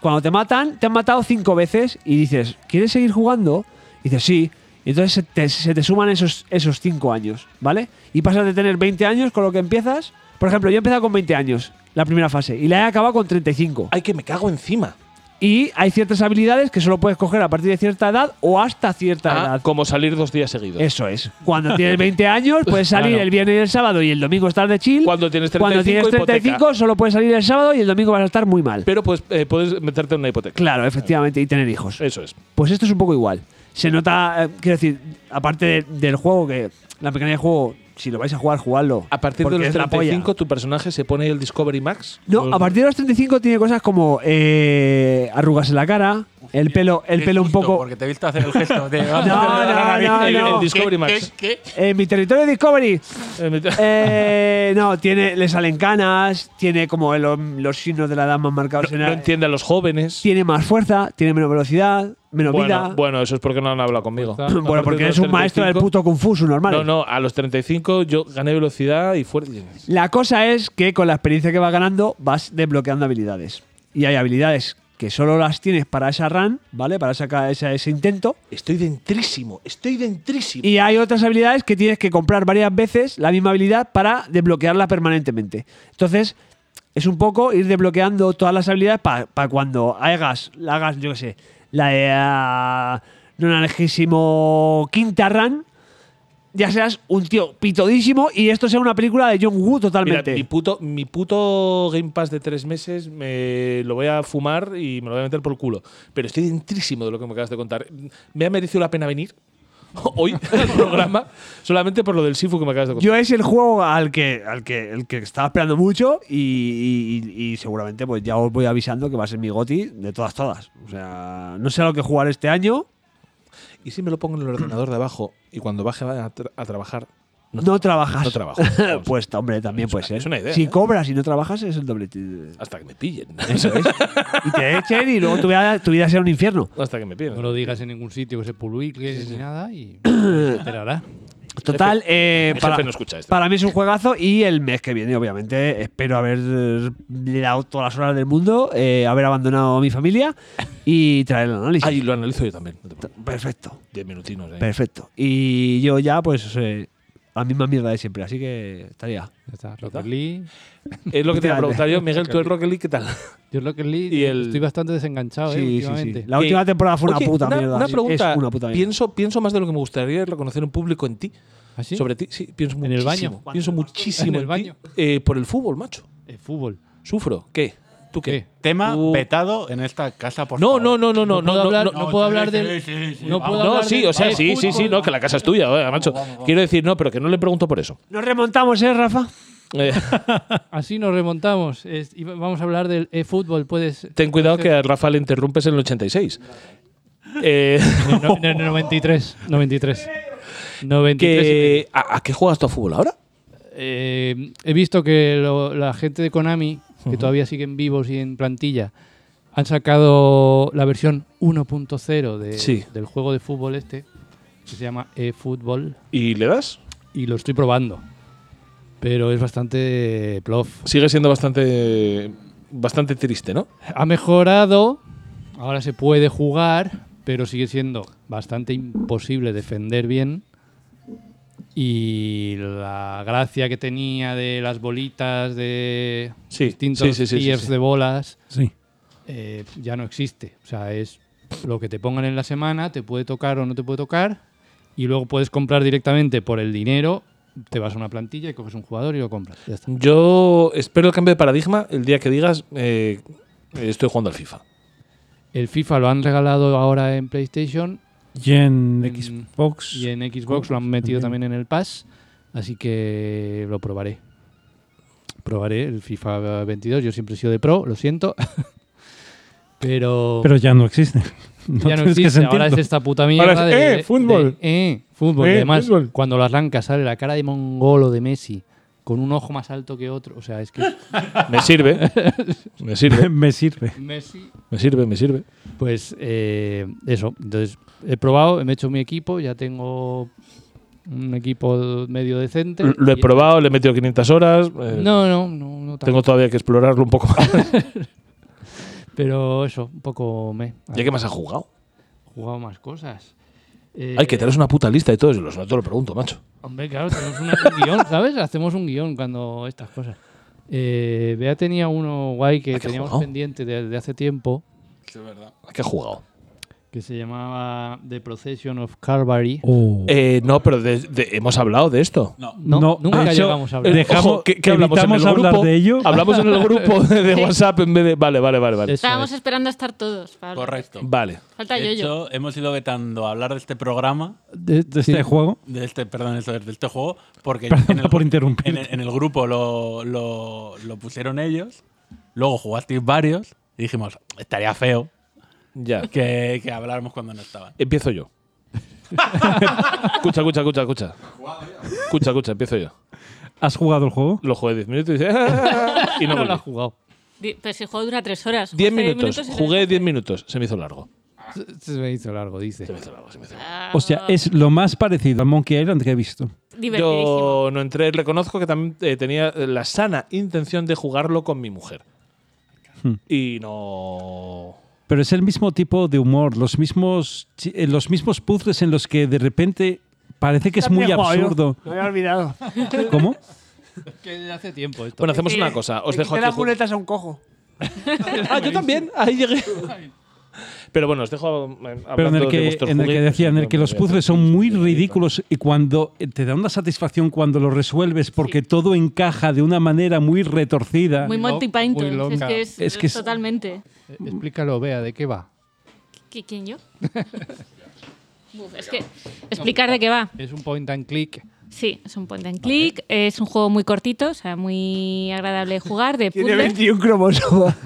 C: cuando te matan, te han matado cinco veces y dices, ¿quieres seguir jugando? Y dices, sí. Y entonces se te, se te suman esos, esos cinco años, ¿vale? Y pasas de tener 20 años con lo que empiezas. Por ejemplo, yo he empezado con 20 años la primera fase y la he acabado con 35.
I: Ay, que me cago encima.
C: Y hay ciertas habilidades que solo puedes coger a partir de cierta edad o hasta cierta
I: Ah,
C: edad.
I: como salir dos días seguidos.
C: Eso es. Cuando
I: [LAUGHS]
C: tienes 20 años, puedes salir
I: Claro.
C: el viernes y el sábado y el domingo estar de chill. Cuando tienes
I: 35,
C: Cuando tienes 35,
I: hipoteca.
C: solo puedes salir el sábado y el domingo vas a estar muy mal.
I: Pero pues eh, puedes meterte en una hipoteca.
C: Claro, efectivamente, y tener hijos.
I: Eso es.
C: Pues esto es un poco igual. Se nota, eh, quiero decir, aparte de- del juego, que la mecánica del juego, si lo vais a jugar, jugadlo.
I: A partir de los 35, tu personaje se pone el Discovery Max. Pues,
C: No,
I: [LAUGHS]
C: a partir de los 35 tiene cosas como eh, arrugas en la cara, el pelo, el pelo un poco.
B: Porque te he visto hacer el gesto de.
C: No, no,
I: [LAUGHS]
C: no,
I: El-
C: no.
I: el Discovery Max.
C: En mi territorio Discovery. Eh, no, tiene, le salen canas, tiene como el- los signos de la edad más marcados
I: [LAUGHS]
C: en
I: No
C: la-
I: entiende a los jóvenes.
C: Tiene más fuerza, tiene menos velocidad, menos
I: Bueno,
C: [CLEARS THROAT] vida.
I: bueno, eso es porque no han hablado conmigo. [LAUGHS] A
C: Bueno,
I: partir de
C: porque
I: los
C: eres un maestro del
I: 35,
C: puto confuso normal.
I: No, no, a los 35 yo gané velocidad y fuerza.
C: La cosa es que con la experiencia que vas ganando vas desbloqueando habilidades. Y hay habilidades que solo las tienes para esa run, ¿vale? Para sacar ese, ese intento.
I: Estoy dentrísimo, estoy dentrísimo.
C: Y hay otras habilidades que tienes que comprar varias veces la misma habilidad para desbloquearla permanentemente. Entonces, es un poco ir desbloqueando todas las habilidades para cuando hagas, la hagas, yo qué sé, la de ah, nonagésimo quinta run, ya seas un tío pitodísimo y esto sea una película de John Woo
I: Mira,
C: totalmente.
I: mi puto, mi puto Game Pass de tres meses me lo voy a fumar y me lo voy a meter por el culo. Pero estoy dentrísimo de lo que me acabas de contar. Me ha merecido la pena venir [LAUGHS] hoy
C: [LAUGHS]
I: al programa solamente por lo del Sifu que me acabas de contar.
C: Yo es el juego al que, al que, el que estaba esperando mucho y, y- y- y seguramente pues ya os voy avisando que va a ser mi goti de todas todas. O sea, no sé a lo que jugar este año.
I: Y si me lo pongo en el ordenador de abajo y cuando baje a, tra- a trabajar,
C: No, trabajas.
I: no trabajo.
C: [LAUGHS] pues hombre, también puede ser.
I: es una idea,
C: si
I: ¿eh?
C: cobras y no trabajas es el doble.
I: [LAUGHS]
C: t-
I: hasta que me pillen.
C: Eso [LAUGHS] es. y te echen y luego tu vida, tu vida sea un infierno.
I: hasta que me pillen.
F: No lo digas en ningún sitio que se publique ni
I: [COUGHS]
F: nada y esperará.
C: Total, eh,
I: mi jefe
C: para,
I: no escucha esto.
C: para mí es un juegazo y el mes que viene, obviamente, espero haber eh, le dado todas las horas del mundo, eh, haber abandonado a mi familia y traer el análisis.
I: Ahí lo analizo yo también. no te preocupes.
C: Perfecto,
I: Diez minutinos. ¿eh? ahí.
C: perfecto. Y yo ya, pues, eh, la misma mierda de siempre, así que estaría.
F: Ya está, Rocket League.
I: Es lo que te iba a preguntar yo, Miguel, tú el
F: Rocket
I: Rocket League, ¿qué tal?
C: [LAUGHS]
F: Yo Rocket League
I: Y el-
F: estoy bastante desenganchado, eh,
C: Sí, sí,
F: últimamente.
C: sí. La última temporada fue una
I: Oye,
C: puta mierda.
I: Una
C: Es
I: pregunta.
C: una puta mierda.
I: Pienso, pienso más de lo que me gustaría reconocer en público en ti.
F: ¿Ah, sí?
I: Sobre ti, sí, pienso
F: el
I: muchísimo.
F: baño?
I: Pienso muchísimo
F: ¿En el
I: en,
F: baño?
I: ti. Eh, por el fútbol, macho.
F: El Eh, fútbol.
I: Sufro. ¿Qué? ¿Tú qué?
F: ¿Qué?
B: Tema
I: Uh.
B: petado en esta casa, por
I: No,
B: favor.
I: no, no, no, no, no,
F: puedo
I: no,
F: hablar,
I: no,
F: no puedo hablar
B: sí,
F: del-
B: sí, sí,
F: no
B: vamos.
F: puedo
I: no,
F: hablar
I: sí,
F: del-
I: o sea,
F: del
I: sí, sí, sí,
F: fútbol.
I: no, que la casa es tuya, eh, macho. Quiero decir, no, pero que no le pregunto por eso.
C: Nos remontamos, ¿eh, Rafa?
I: Eh, [LAUGHS]
F: Así nos remontamos. Es- y vamos a hablar del e-fútbol. Puedes.
I: ten cuidado que a Rafa le interrumpes en el 86. Eh, [LAUGHS]
F: No, no, no, 93. 93. 93 y medio.
I: que, ¿a, a qué juegas tú a fútbol ahora?
F: Eh, he visto que lo- la gente de Konami, que todavía siguen vivos y en plantilla, han sacado la versión 1.0 de-
I: Sí.
F: del juego de fútbol este, que se llama eFootball,
I: ¿Y le das?
F: y lo estoy probando. Pero es bastante plof.
I: Sigue siendo bastante, bastante triste, ¿no?
F: Ha mejorado, ahora se puede jugar, pero sigue siendo bastante imposible defender bien. Y la gracia que tenía de las bolitas de
I: Sí,
F: distintos
I: sí, sí, sí, sí,
F: tiers
I: sí.
F: de bolas
D: Sí.
F: eh, ya no existe. O sea, es lo que te pongan en la semana, te puede tocar o no te puede tocar, y luego puedes comprar directamente por el dinero, te vas a una plantilla y coges un jugador y lo compras. Ya está.
I: Yo espero el cambio de paradigma el día que digas eh, estoy jugando al FIFA.
F: El FIFA lo han regalado ahora en PlayStation
D: Y
I: Mm.
D: en
F: En-
D: Xbox.
F: y en Xbox lo han metido también en el Pass, así que lo probaré. Probaré el FIFA 22, yo siempre he sido de pro, lo siento. [LAUGHS] Pero,
D: Pero ya no existe. [LAUGHS] No
F: ya no
D: tienes que
F: existe, ahora
D: [LAUGHS]
F: es
D: sentirlo.
F: esta puta mierda
D: Ahora es,
F: de,
D: ¡eh,
F: de-
D: fútbol!
F: de, ¡eh, fútbol! Y
D: ¡Eh,
F: además,
D: fútbol!
F: cuando lo arrancas sale la cara de mongolo de Messi, con un ojo más alto que otro. O sea,
D: [LAUGHS]
F: es que...
I: Me sirve.
J: [LAUGHS]
I: Me sirve.
D: me sirve.
F: Messi.
I: Me sirve, me sirve.
F: Pues eh, eso, entonces he probado, me he hecho mi equipo, ya tengo un equipo medio decente.
I: Lo he
F: Y-
I: probado, le he metido 500 horas. eh,
F: No, no, no, no tanto.
I: Tengo todavía que explorarlo un poco más.
J: [LAUGHS]
I: [LAUGHS]
F: Pero eso, un poco me.
I: ¿Y a qué más has jugado?
F: He jugado más cosas. Eh,
I: Hay que traeros una puta lista de todo eso. No te lo pregunto, macho.
F: Hombre, claro, tenemos una- un guión, ¿sabes? Hacemos un guión cuando estas cosas. Eh, Bea tenía uno guay que
I: ¿A qué has
F: teníamos
I: Ah, jugado?
F: pendiente de, de hace tiempo.
J: es verdad.
I: ¿A qué has jugado?
F: Que se llamaba The Procession of Calvary.
J: Uh.
I: Eh, no, pero de- de- hemos hablado de esto.
F: No, nunca
I: de hecho,
F: llegamos a hablar.
I: eh, ojo, ¿qué- qué hablamos en el
J: evitamos hablar
I: grupo?
J: de ello.
I: Hablamos en el
J: [LAUGHS]
I: grupo de, de WhatsApp en vez de. Vale, vale, vale. vale.
E: Estábamos esperando a estar todos. Pablo.
B: Correcto.
I: Vale.
E: Falta
B: de
E: yo-yo.
B: hecho, hemos ido vetando hablar de este programa.
F: De-
D: de este sí. juego.
B: De este, perdón, eso es, de este juego. Porque
D: Perdona
B: en el,
D: por interrumpirte.
B: En el, en el grupo lo, lo- lo pusieron ellos. Luego jugasteis varios. Y dijimos, estaría feo
I: Ya.
B: que, que habláramos cuando no estaban.
I: Empiezo [LAUGHS] yo. escucha, escucha, escucha, escucha. Escucha, escucha, empiezo yo.
D: ¿Has jugado el juego?
I: Lo jugué 10 minutos y dice, "Ah", y no,
F: No lo
I: volví.
F: has jugado.
E: Di- Pero si el juego dura tres horas.
I: 10
E: jugaste
I: minutos.
E: y-
I: Jugué 10 minutos. Se me hizo largo.
F: Se, se me hizo largo, dice.
I: Se me hizo largo, se me hizo largo.
F: Ah.
D: O sea, es lo más parecido a Monkey Island que he visto.
I: Yo no entré. Reconozco que también eh, tenía la sana intención de jugarlo con mi mujer.
D: Hmm.
I: Y no.
D: Pero es el mismo tipo de humor, los mismos, chi- eh, los mismos puzzles en los que de repente parece que es muy absurdo.
C: ¿eh? Me había olvidado.
D: [LAUGHS] ¿Cómo?
F: Que hace tiempo esto.
I: Bueno, hacemos una cosa. Os
C: Le
I: dejo
C: quité
I: aquí.
C: las
I: ju-
C: muletas a un cojo.
I: Ah, yo también. Ahí llegué. Pero bueno, os dejo. eh,
D: Pero en
I: hablando
D: el
I: de
D: que,
I: vuestros
D: en el que
I: juguetes,
D: decía, en el
I: yo
D: que
I: me
D: los
I: voy a hacer.
D: puzzles son muy ridículos y cuando eh, te da una satisfacción cuando lo resuelves porque todo encaja de una manera muy retorcida.
E: Muy Monty Python.
F: muy
E: es
F: loca.
E: que es,
D: Es que es-
E: totalmente.
F: Eh, Explícalo, Bea, ¿de qué va?
E: ¿Qui-
C: [LAUGHS]
E: ¿Quién yo? Uf, es que explicar de qué va.
F: Es un point and click.
E: Sí, es un point and click. Es un juego muy cortito, o sea, muy agradable de jugar,
C: [LAUGHS]
E: de
C: Tiene
E: puzzles.
C: 21 [LAUGHS] cromosomas.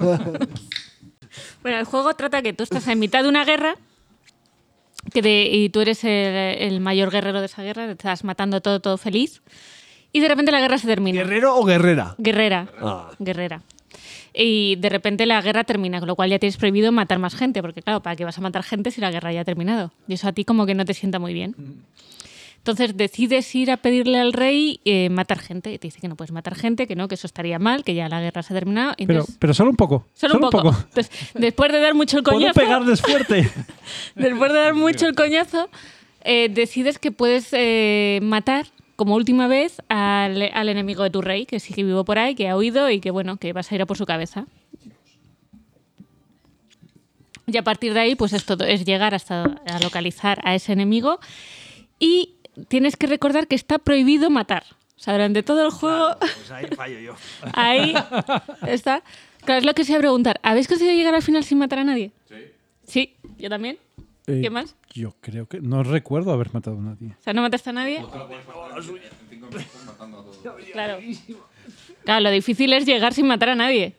E: Bueno, el juego trata que tú estás en mitad de una guerra que de- y tú eres el, el mayor guerrero de esa guerra, te estás matando todo, todo feliz. Y de repente la guerra se termina.
C: ¿Guerrero o guerrera?
E: Guerrera.
C: Ah.
E: Guerrera. Y de repente la guerra termina, con lo cual ya tienes prohibido matar más gente, porque claro, ¿para qué vas a matar gente si la guerra ya ha terminado? Y eso a ti como que no te sienta muy bien. Entonces decides ir a pedirle al rey eh, matar gente. Y te dice que no puedes matar gente, que no, que eso estaría mal, que ya la guerra se ha terminado. Y
D: Pero,
E: entonces-
D: pero solo un poco.
E: Solo, un poco. Entonces, después de dar mucho el
D: Puedo
E: coñazo,
D: pegarles fuerte.
E: después de dar mucho el coñazo, eh, decides que puedes eh, matar como última vez al, al enemigo de tu rey, que sigue vivo por ahí, que ha huido y que bueno, que vas a ir a por su cabeza. Y a partir de ahí, pues es todo, es llegar hasta a localizar a ese enemigo. Y tienes que recordar que está prohibido matar. O sea, durante todo el juego.
C: Pues ahí fallo yo.
E: [LAUGHS] Ahí está. Claro, es lo que se iba a preguntar. ¿Habéis conseguido llegar al final sin matar a nadie? Sí. Sí, yo también.
D: Eh,
E: ¿Qué más?
D: Yo creo que no recuerdo haber matado a nadie.
E: O sea, ¿no mataste a nadie? Claro. Claro, lo difícil es llegar sin matar a nadie.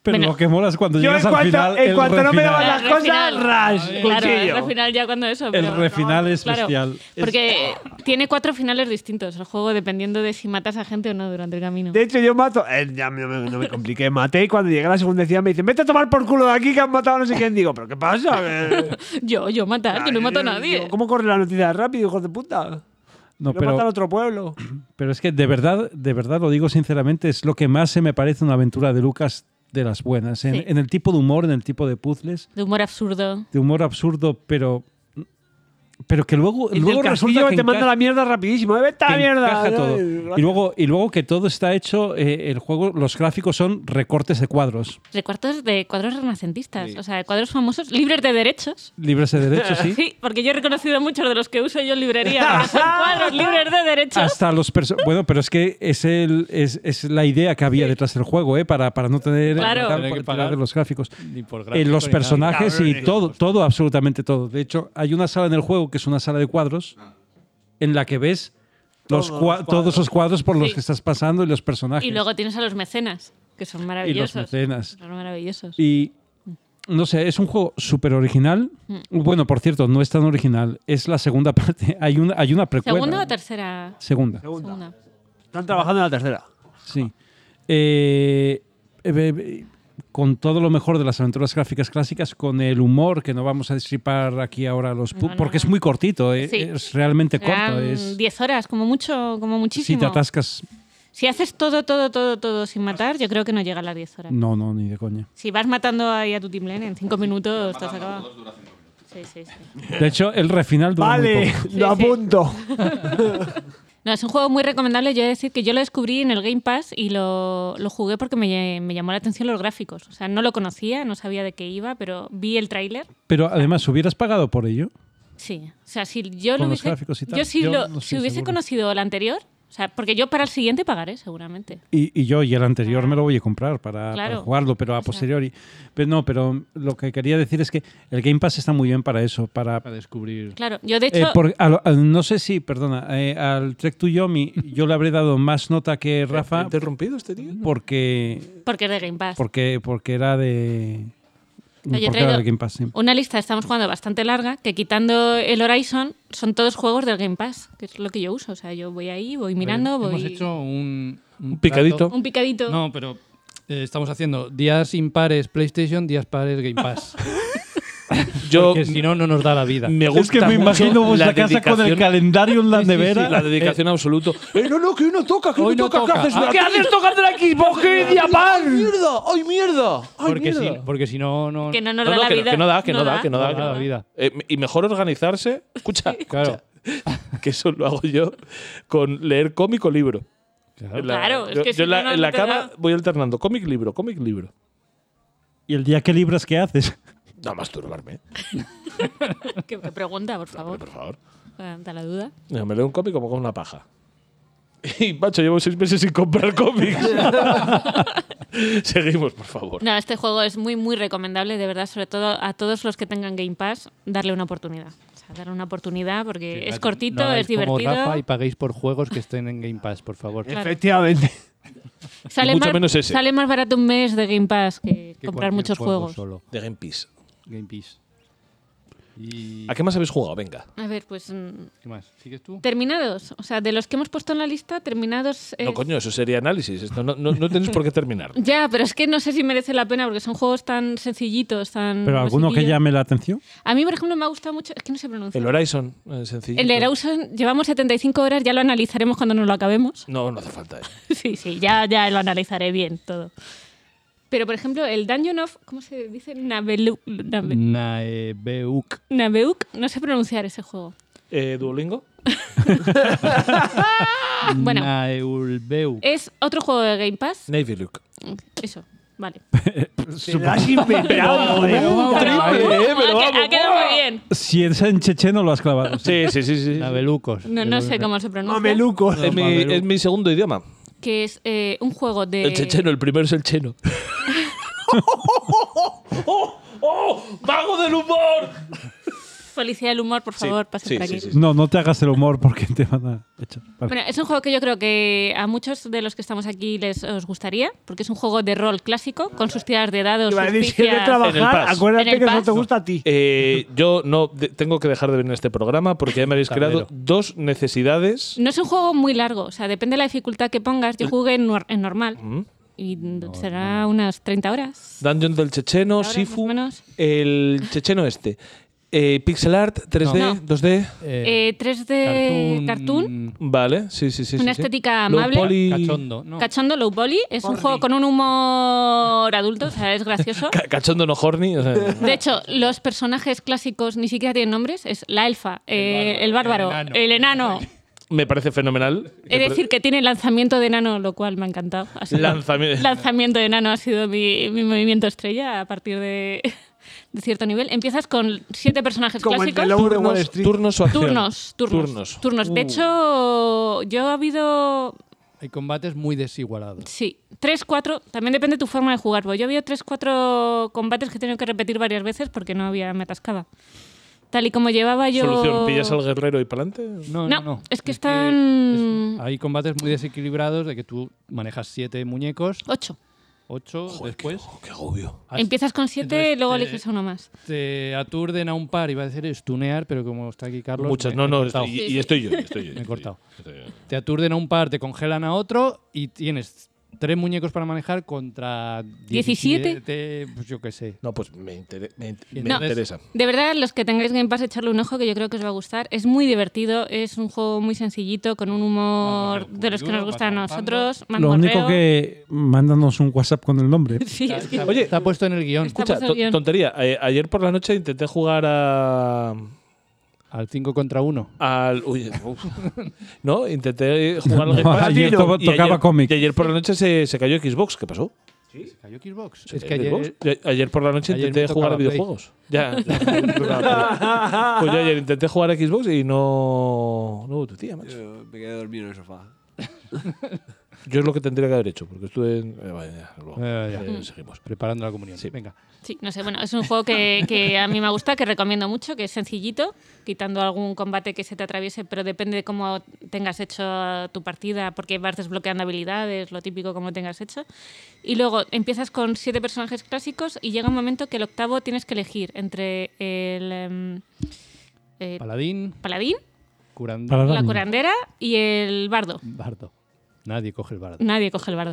D: Pero
E: Bueno.
D: lo que mola es cuando
C: Yo
D: llegas
C: en
D: al
C: cuanto,
D: final.
C: en
D: el
C: cuanto no me
D: refinal.
C: daban las
E: Al
C: cosas,
E: final.
C: ras.
E: Claro,
C: cuchillo.
E: al final ya cuando eso.
D: El
E: pero-
D: refinal es
E: Claro,
D: bestial. Es-
E: Porque tiene cuatro finales distintos el juego, dependiendo de si matas a gente o no durante el camino.
C: De hecho, yo mato. eh, ya no me, no me compliqué, maté y cuando llegué a la segunda ciudad me dicen: Vete a tomar por culo de aquí que han matado a no sé quién. Digo, ¿pero qué pasa? Eh,
E: Yo, yo matar, que no
C: yo
E: mato a
C: digo,
E: nadie.
C: ¿Cómo corre la noticia rápido, hijos de puta?
D: No,
C: Pero matan a
D: pero,
C: otro pueblo.
D: pero es que de verdad, de verdad lo digo sinceramente, es lo que más se me parece una aventura de Lucas de las buenas. En,
E: Sí.
D: en el tipo de humor, en el tipo de puzzles,
E: De humor absurdo.
D: de humor absurdo, pero. Pero que luego,
C: El
D: luego
C: del
D: resulta
C: castillo
D: que
C: te manda
D: enca-
C: la mierda rapidísimo. eh, Vete a la
D: que
C: mierda.
D: encaja todo. Y luego, y luego que todo está hecho, eh, el juego, los gráficos son recortes de cuadros.
E: Recuerdos de cuadros renacentistas, o sea, de cuadros famosos, libres de derechos.
D: Libres de
C: [LAUGHS]
D: derecho, sí.
E: [LAUGHS] Sí, porque yo he reconocido muchos de los que uso yo en librería. porque son cuadros libres de derechos.
D: Hasta los perso- Bueno, pero es que es, el, es, es la idea que había detrás del juego, ¿eh? Para, para no tener,
E: Claro.
D: para
F: Tener que
D: tirar
F: pagar.
D: de los gráficos.
F: Ni por
D: Eh,
F: gráfico
D: los
F: ni nada.
D: personajes y
F: Cabrones.
D: todo, todo, absolutamente todo. De hecho, hay una sala en el juego que es una sala de cuadros en la que ves los
C: Todos
D: cua-
C: los cuadros.
D: todos los cuadros por los
E: Sí.
D: que estás pasando y los personajes.
E: Y luego tienes a los mecenas, que son maravillosos.
D: mecenas.
E: Son maravillosos.
D: Y no sé, es un juego súper original.
E: Mm.
D: Bueno, por cierto, no es tan original. Es la segunda [LAUGHS] parte. Hay una, hay una precuela.
E: ¿Segunda o tercera?
D: Segunda.
E: Segunda.
C: Están trabajando en la tercera.
D: Sí. Eh, eh, eh, con todo lo mejor de las aventuras gráficas clásicas, con el humor que no vamos a disipar aquí ahora los pu-
E: No, no,
D: porque es
E: no.
D: muy cortito, eh,
E: Sí.
D: es realmente corto.
E: Serán
D: Es,
E: 10 horas, como mucho, como
D: si
E: muchísimo.
D: te atascas,
E: Si haces todo, todo, todo, todo sin matar, yo creo que no llega a las 10 horas.
D: no, no, ni de coña.
E: Si vas matando ahí a tu timblén, en 5 minutos estás acabado. Sí, sí, sí.
D: De hecho, el refinal dura muy
C: Vale, [LAUGHS]
D: poco.
C: lo apunto.
E: No, es un juego muy recomendable. Yo he de decir que yo lo descubrí en el Game Pass y lo, lo jugué porque me, lle- me llamó la atención los gráficos. O sea, no lo conocía, no sabía de qué iba, pero vi el tráiler.
D: Pero además, ¿hubieras pagado por ello?
E: Sí. O sea, si yo
D: Con
E: lo
D: los
E: hubiese.
D: gráficos y tal.
E: Yo si,
D: Yo
E: lo-
D: no
E: si
D: estoy
E: hubiese
D: seguro.
E: conocido el anterior. O sea, porque yo para el siguiente pagaré, seguramente.
D: Y, y yo, y el anterior me lo voy a comprar para, para
E: Claro.
D: jugarlo, pero a posteriori. Pero no, pero lo que quería decir es que el Game Pass está muy bien para eso, para, descubrir.
E: Claro, yo de
D: Eh,
E: hecho-
D: no sé si, perdona, eh, al Trek to Yomi yo le habré dado más nota que Rafa.
I: interrumpido este tío?
D: Porque,
E: Porque es de Game Pass.
D: porque, porque era de.
E: No, yo he
D: porque era
E: traído
D: del Game Pass, sí.
E: Una lista estamos jugando bastante larga, que quitando el Horizon, son todos juegos del Game Pass, que es lo que yo uso. O sea, yo voy ahí, voy mirando,
F: Oye,
E: voy.
F: Hemos hecho un,
I: Un picadito.
F: trato.
E: Un picadito.
F: No, pero eh, estamos haciendo días impares PlayStation, días pares Game Pass.
I: Yo-
F: Porque si no, no nos da la vida.
I: Me gusta mucho la dedicación-
D: calendario en la
I: Sí, sí, sí, la dedicación absoluta. Eh, no, no, que hoy no toca, que hoy no toca. Ah, ¿Qué haces,
C: ¿Qué haces tocando la Xbox? ¡Qué
I: ¡Ay,
C: diamante!
I: mierda! ¡Ay, mierda! ¡Ay,
F: Porque si,
I: mierda!
F: porque si no, no.
E: Que no nos
I: No,
E: da
I: no,
E: la
I: que, no-
E: vida.
I: que no da, que no, da, que no da. que
F: da
I: no
F: la
I: da.
F: vida.
I: Eh, y mejor organizarse. [LAUGHS] Escucha,
F: Claro.
I: escucha, que eso lo hago yo con leer cómic o libro. En la-
E: Claro, es
I: yo,
E: que si
I: yo en la,
E: no, no
I: en la
E: te
I: cama
E: da.
I: voy alternando cómic libro, cómic libro.
D: ¿Y el día que libras qué haces?
I: No masturbarme,
E: ¿Qué, qué pregunta, por favor?
I: ¿eh? [LAUGHS] por favor.
E: Da la duda.
I: Mira, me leo un cómic como con una paja. Y macho, llevo seis meses sin comprar [LAUGHS] cómics. Seguimos, por favor.
E: No, este juego es muy, muy recomendable, de verdad, sobre todo a todos los que tengan Game Pass, darle una oportunidad. O sea, darle una oportunidad porque es cortito,
F: No
E: es
F: hagáis como
E: divertido.
F: Rafa y paguéis por juegos que estén en Game Pass, por favor.
E: Claro.
C: Efectivamente.
E: Sale,
I: Mucho
E: más,
I: menos ese.
E: sale más barato un mes de Game Pass que,
F: Que
E: comprar
F: cualquier
E: muchos
F: juego
E: juegos.
F: Solo.
I: De Game Peace.
F: Game Pass. Y...
I: ¿A qué más habéis jugado? Venga.
E: A ver, pues. mm,
F: ¿Qué más? ¿Sigues tú?
E: Terminados. O sea, de los que hemos puesto en la lista, terminados.
I: No,
E: es-
I: coño, eso sería análisis. Esto no, no, no tenéis por qué
E: [LAUGHS]
I: terminar.
E: Ya, pero es que no sé si merece la pena porque son juegos tan sencillitos, tan.
D: ¿Pero alguno que
E: basiquillos.
D: llame la atención?
E: A mí, por ejemplo, me ha gustado mucho. Es que no se pronuncia.
I: El Horizon, eh, sencillo.
E: El Erausen, llevamos 75 horas, ya lo analizaremos cuando nos lo acabemos.
I: No, no hace falta. eh.
E: [LAUGHS] sí, sí, ya, ya lo analizaré bien todo. Pero, por ejemplo, el Dungeon of. ¿Cómo se dice? Nabelu- Nabe-
F: Naebeuk.
E: Nabeuk. No sé pronunciar ese juego.
I: Eh, ¿Duolingo?
E: Ah, Bueno.
F: Naeulbeuk.
E: Es otro juego de Game Pass.
I: Navy Luke.
E: Eso,
I: [LAUGHS]
E: vale.
C: Te la has inventado,
I: Pero-
C: ¿eh?
I: Pero-
E: Pero-
I: triple, eh, pero
E: ha, que-
I: vamos,
E: ha quedado muy bien.
D: Si es en checheno, lo has clavado.
I: Sí, sí, sí. sí.
F: Nabelucos.
E: No, no sé cómo se pronuncia.
C: Mamelucos.
I: [LAUGHS] Es, mi, es mi segundo idioma.
E: Que es eh, un juego de.
I: El checheno, el primero es el cheno. [LAUGHS] ¡Oh, oh! ¡Vago del humor!
E: Policía del humor, por favor, pasen
I: sí,
E: por
I: sí,
E: aquí.
I: sí, sí.
D: No, no te hagas el humor porque te van a echar. Vale.
E: Bueno, es un juego que yo creo que a muchos de los que estamos aquí les os gustaría, porque es un juego de rol clásico, con sus tiras de dados,
C: Iba a
E: sus
C: decir
I: [LAUGHS]
C: que de
E: picias.
I: En el
C: trabajar,
I: Pass.
E: En
C: acuérdate
E: el
C: que no
E: Pass.
C: te gusta a ti.
I: Eh, yo no de- tengo que dejar de venir a este programa porque ya me habéis creado
F: Tablero.
I: dos necesidades.
E: No es un juego muy largo, o sea, depende de la dificultad que pongas. Yo jugué en, nor- en normal
I: Mm.
E: y será unas 30 horas.
I: Dungeon del checheno,
E: Ahora, más o
I: Sifu,
E: menos.
I: el checheno este. Eh, pixel art, 3D,
E: No.
I: 2D.
E: Eh, 3D Eh, Cartoon,
I: Vale, sí, sí, sí. sí,
E: Una
I: sí.
E: estética
I: Low
E: amable.
I: poly-
F: Cachondo. No.
E: Cachondo Low Poly, es un juego con un humor adulto, o sea, es [LAUGHS] gracioso.
I: Ca- cachondo no horny. o sea,
E: [LAUGHS] De hecho, los personajes clásicos ni siquiera tienen nombres. Es la elfa, eh, el bárbaro,
F: el enano.
E: el enano. [LAUGHS]
I: me parece fenomenal.
E: Es decir, que tiene lanzamiento de enano, lo cual me ha encantado. Ha sido-
I: Lanzamiento.
E: [LAUGHS] lanzamiento de enano ha sido mi, mi movimiento estrella a partir de, [LAUGHS] de cierto nivel. Empiezas con siete personajes
C: Como el
E: clásicos.
C: de Lobo de Wall
I: turnos,
C: Street.
I: turnos o acción. [LAUGHS]
E: Turnos, turnos,
I: Turnos.
E: turnos. De hecho, yo ha habido
F: Hay combates muy desigualados.
E: Sí, 3, 4, también depende de tu forma de jugar. porque Yo había 3, 4 combates que he tenido que repetir varias veces porque no había, me atascaba. Tal y como llevaba yo.
I: Solución, pillas al guerrero y pa'lante.
F: No, no,
E: No,
F: no.
E: es que están.
F: es- hay combates muy desequilibrados de que tú manejas siete muñecos
E: 8.
F: ocho después.
I: qué agobio.
E: Empiezas con siete,
F: Ah, Entonces,
E: luego
F: te-
E: eliges a uno más.
F: Te aturden a un par, iba a decir estunear, pero como está aquí Carlos.
I: Muchas,
F: me-
I: no,
F: me he
I: no,
F: cortado.
I: estoy- y- y estoy yo, y estoy yo,
F: me he
I: estoy
F: cortado. Te aturden a un par, te congelan a otro y tienes tres muñecos para manejar contra
E: 17.
F: 17, pues yo qué sé.
I: No, pues me, inter- me in- me
E: No.
I: interesa.
E: De verdad, los que tengáis Game Pass, echarle un ojo que yo creo que os va a gustar. Es muy divertido, es un juego muy sencillito, con un humor de los que nos gusta a nosotros.
K: Lo único
E: mazmorreo.
K: que mándanos un WhatsApp con el nombre.
E: [LAUGHS] Sí, es que-
I: Oye,
F: está puesto en el guión.
E: Está
I: Escucha,
E: puesto el
I: to-
E: guión.
I: tontería. eh, ayer por la noche intenté jugar a.
F: Al 5 contra 1.
I: Al. Uy, uf. no, intenté jugar
K: [LAUGHS] No,
I: al Game Pass.
K: ayer
I: y
K: to-
I: y
K: tocaba
I: ayer-
K: cómic.
I: Y ayer por la noche se, se cayó Xbox. ¿Qué pasó?
F: ¿Se cayó Xbox?
I: Se
F: es que
I: cayó
F: ayer.
I: Xbox. Y a- Ayer por la noche
F: ayer me
I: intenté jugar a
F: tocaba Play.
I: videojuegos. Ya.
F: [LAUGHS]
I: pues yo ayer intenté jugar a Xbox y no. No hubo tu tía, macho.
L: Yo me quedé dormido en el sofá.
I: Yo es lo que tendría que haber hecho, porque estuve. en- eh, vaya, ya, luego.
F: Eh, ya.
I: Eh, seguimos.
F: Preparando la comunión. Venga.
E: Sí, no sé, bueno, es un juego que, que a mí me gusta, que recomiendo mucho, que es sencillito, quitando algún combate que se te atraviese, pero depende de cómo tengas hecho tu partida, porque vas desbloqueando habilidades, lo típico como tengas hecho. Y luego empiezas con siete personajes clásicos y llega un momento que el octavo tienes que elegir entre el... em, eh,
F: Paladín,
E: Paladín,
F: curando.
I: Ah.
E: la curandera y el bardo.
F: Bardo. Nadie coge el bardo.
E: Nadie coge el bardo.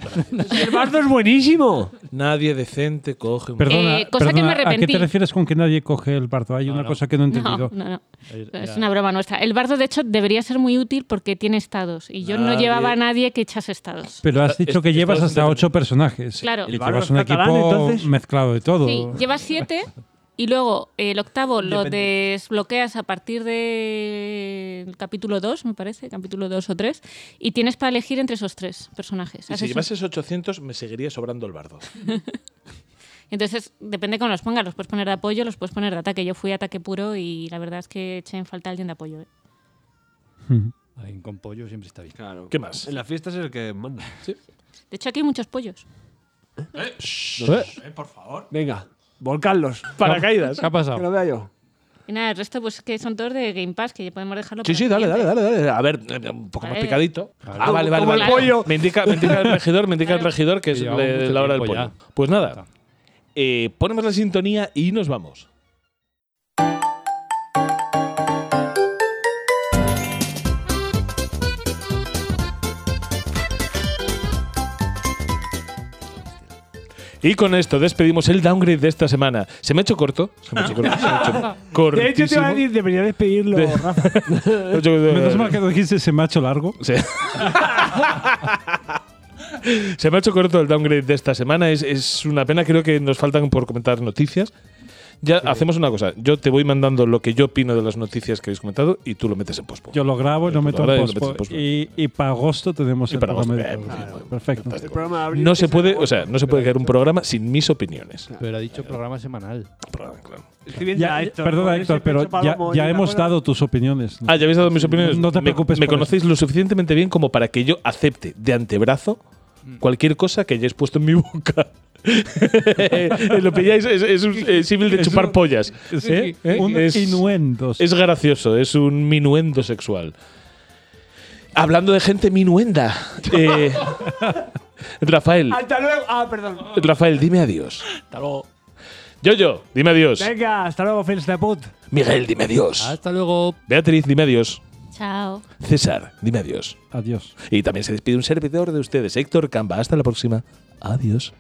C: El bardo es buenísimo.
I: Nadie decente coge un.
K: Perdona,
E: Eh, cosa que
K: perdona,
E: me
K: ¿a qué
E: arrepentí.
K: te refieres con que nadie coge el parto? Hay una cosa que no he entendido.
E: No, no, no.
F: Es-
E: Es una broma nuestra. El bardo, de hecho, debería ser muy útil porque tiene estados. Y yo no
I: Nadie-
E: llevaba a nadie que echase estados.
K: Pero has dicho que
I: es-
K: llevas
I: esto es
K: hasta ocho personajes.
E: Claro.
K: Y
E: ¿El
K: llevas
E: Barros
K: un
E: catalán,
K: equipo
E: entonces?
K: mezclado de todo.
E: Sí, llevas siete y luego el octavo lo desbloqueas a partir del capítulo 2, me parece, capítulo 2 o 3, y tienes para elegir entre esos tres personajes.
I: Y
E: Haces
I: si
E: un-
I: llevases 800, me seguiría sobrando el bardo.
E: Entonces, depende cómo los pongas. Los puedes poner de apoyo, los puedes poner de ataque. Yo fui ataque puro y la verdad es que eché en falta a alguien de apoyo. ¿eh?
F: Alguien con pollo siempre está bien.
L: Claro.
I: ¿Qué más?
L: En las fiestas es el que manda.
I: Sí.
E: De hecho, aquí hay muchos pollos.
J: Eh, por favor.
C: Venga, volcarlos.
I: Paracaídas.
F: ¿Qué ha pasado?
C: Que lo vea yo.
E: Y nada, el resto, pues que son todos de Game Pass, que ya podemos dejarlo
I: Sí,
E: para
I: sí,
E: el
I: dale,
E: siguiente.
I: dale, dale, dale. A ver, eh, un poco más
E: Vale.
I: picadito.
E: Claro.
I: Ah, vale, vale,
E: Como el
I: vale.
E: pollo.
I: Me indica, me indica el regidor, me indica el regidor que es
F: Sí, llevamos
I: le-
F: mucho
I: la hora del
F: tiempo
I: pollo.
F: ya.
I: Pues nada, eh, ponemos la sintonía y nos vamos. Y con esto despedimos el downgrade de esta semana. Se me ha hecho corto. Se me ha hecho corto. se me ha hecho
C: De hecho, te
I: cortísimo.
C: iba a decir, debería despedirlo,
I: De-
C: Rafa.
K: Menos
E: Eh,
K: mal que lo dijiste, se me ha hecho largo.
I: Se me ha hecho corto el downgrade de esta semana. Es, es una pena, creo que nos faltan por comentar noticias. Ya hacemos una cosa. Yo te voy mandando lo que yo opino de las noticias que habéis comentado y tú lo metes en pospo.
K: Yo lo grabo y lo
I: Tú
K: meto
I: ahora
K: en
I: y lo metes en
K: pospo.
I: pospo.
K: Y, y para agosto tenemos
I: Y
K: el
I: para agosto,
K: programa de
I: eh,
K: todo. Perfecto.
I: No se puede, o sea, no se puede quedar un programa sin mis opiniones.
F: Pero ha dicho programa semanal.
C: Estoy viendo
K: Ya,
C: a Héctor.
K: perdona,
C: con
K: Héctor,
C: ese
K: pero
C: pecho
K: ya,
C: palomo y
K: ya
C: una
K: hemos
C: cosa-
K: dado tus opiniones.
I: Ah, ya habéis dado mis opiniones.
K: No te preocupes.
I: Me, me
K: por eso.
I: conocéis lo suficientemente bien como para que yo acepte de antebrazo
K: Mm.
I: cualquier cosa que hayáis puesto en mi boca. [LAUGHS] Eh, lo pilláis, es, es un eh, símil de
K: Es
I: chupar
K: un-
I: pollas.
K: es
I: ¿Eh?
K: un-
I: ¿Eh?
K: un
I: Es-
K: innuendo.
I: Es gracioso, es un minuendo sexual. Hablando de gente minuenda.
C: [LAUGHS]
I: eh, Rafael,
C: Hasta luego. Ah, perdón.
I: Rafael, dime adiós.
C: Hasta luego.
I: Yo, yo, dime adiós.
C: Venga, hasta luego, Fels de Put.
I: Miguel, dime
C: Ah.
I: adiós.
F: Hasta luego.
I: Beatriz, dime adiós.
E: Chao.
I: César, dime adiós.
K: Adiós.
I: Y también se despide un servidor de ustedes, Héctor Camba. Hasta la próxima. Adiós.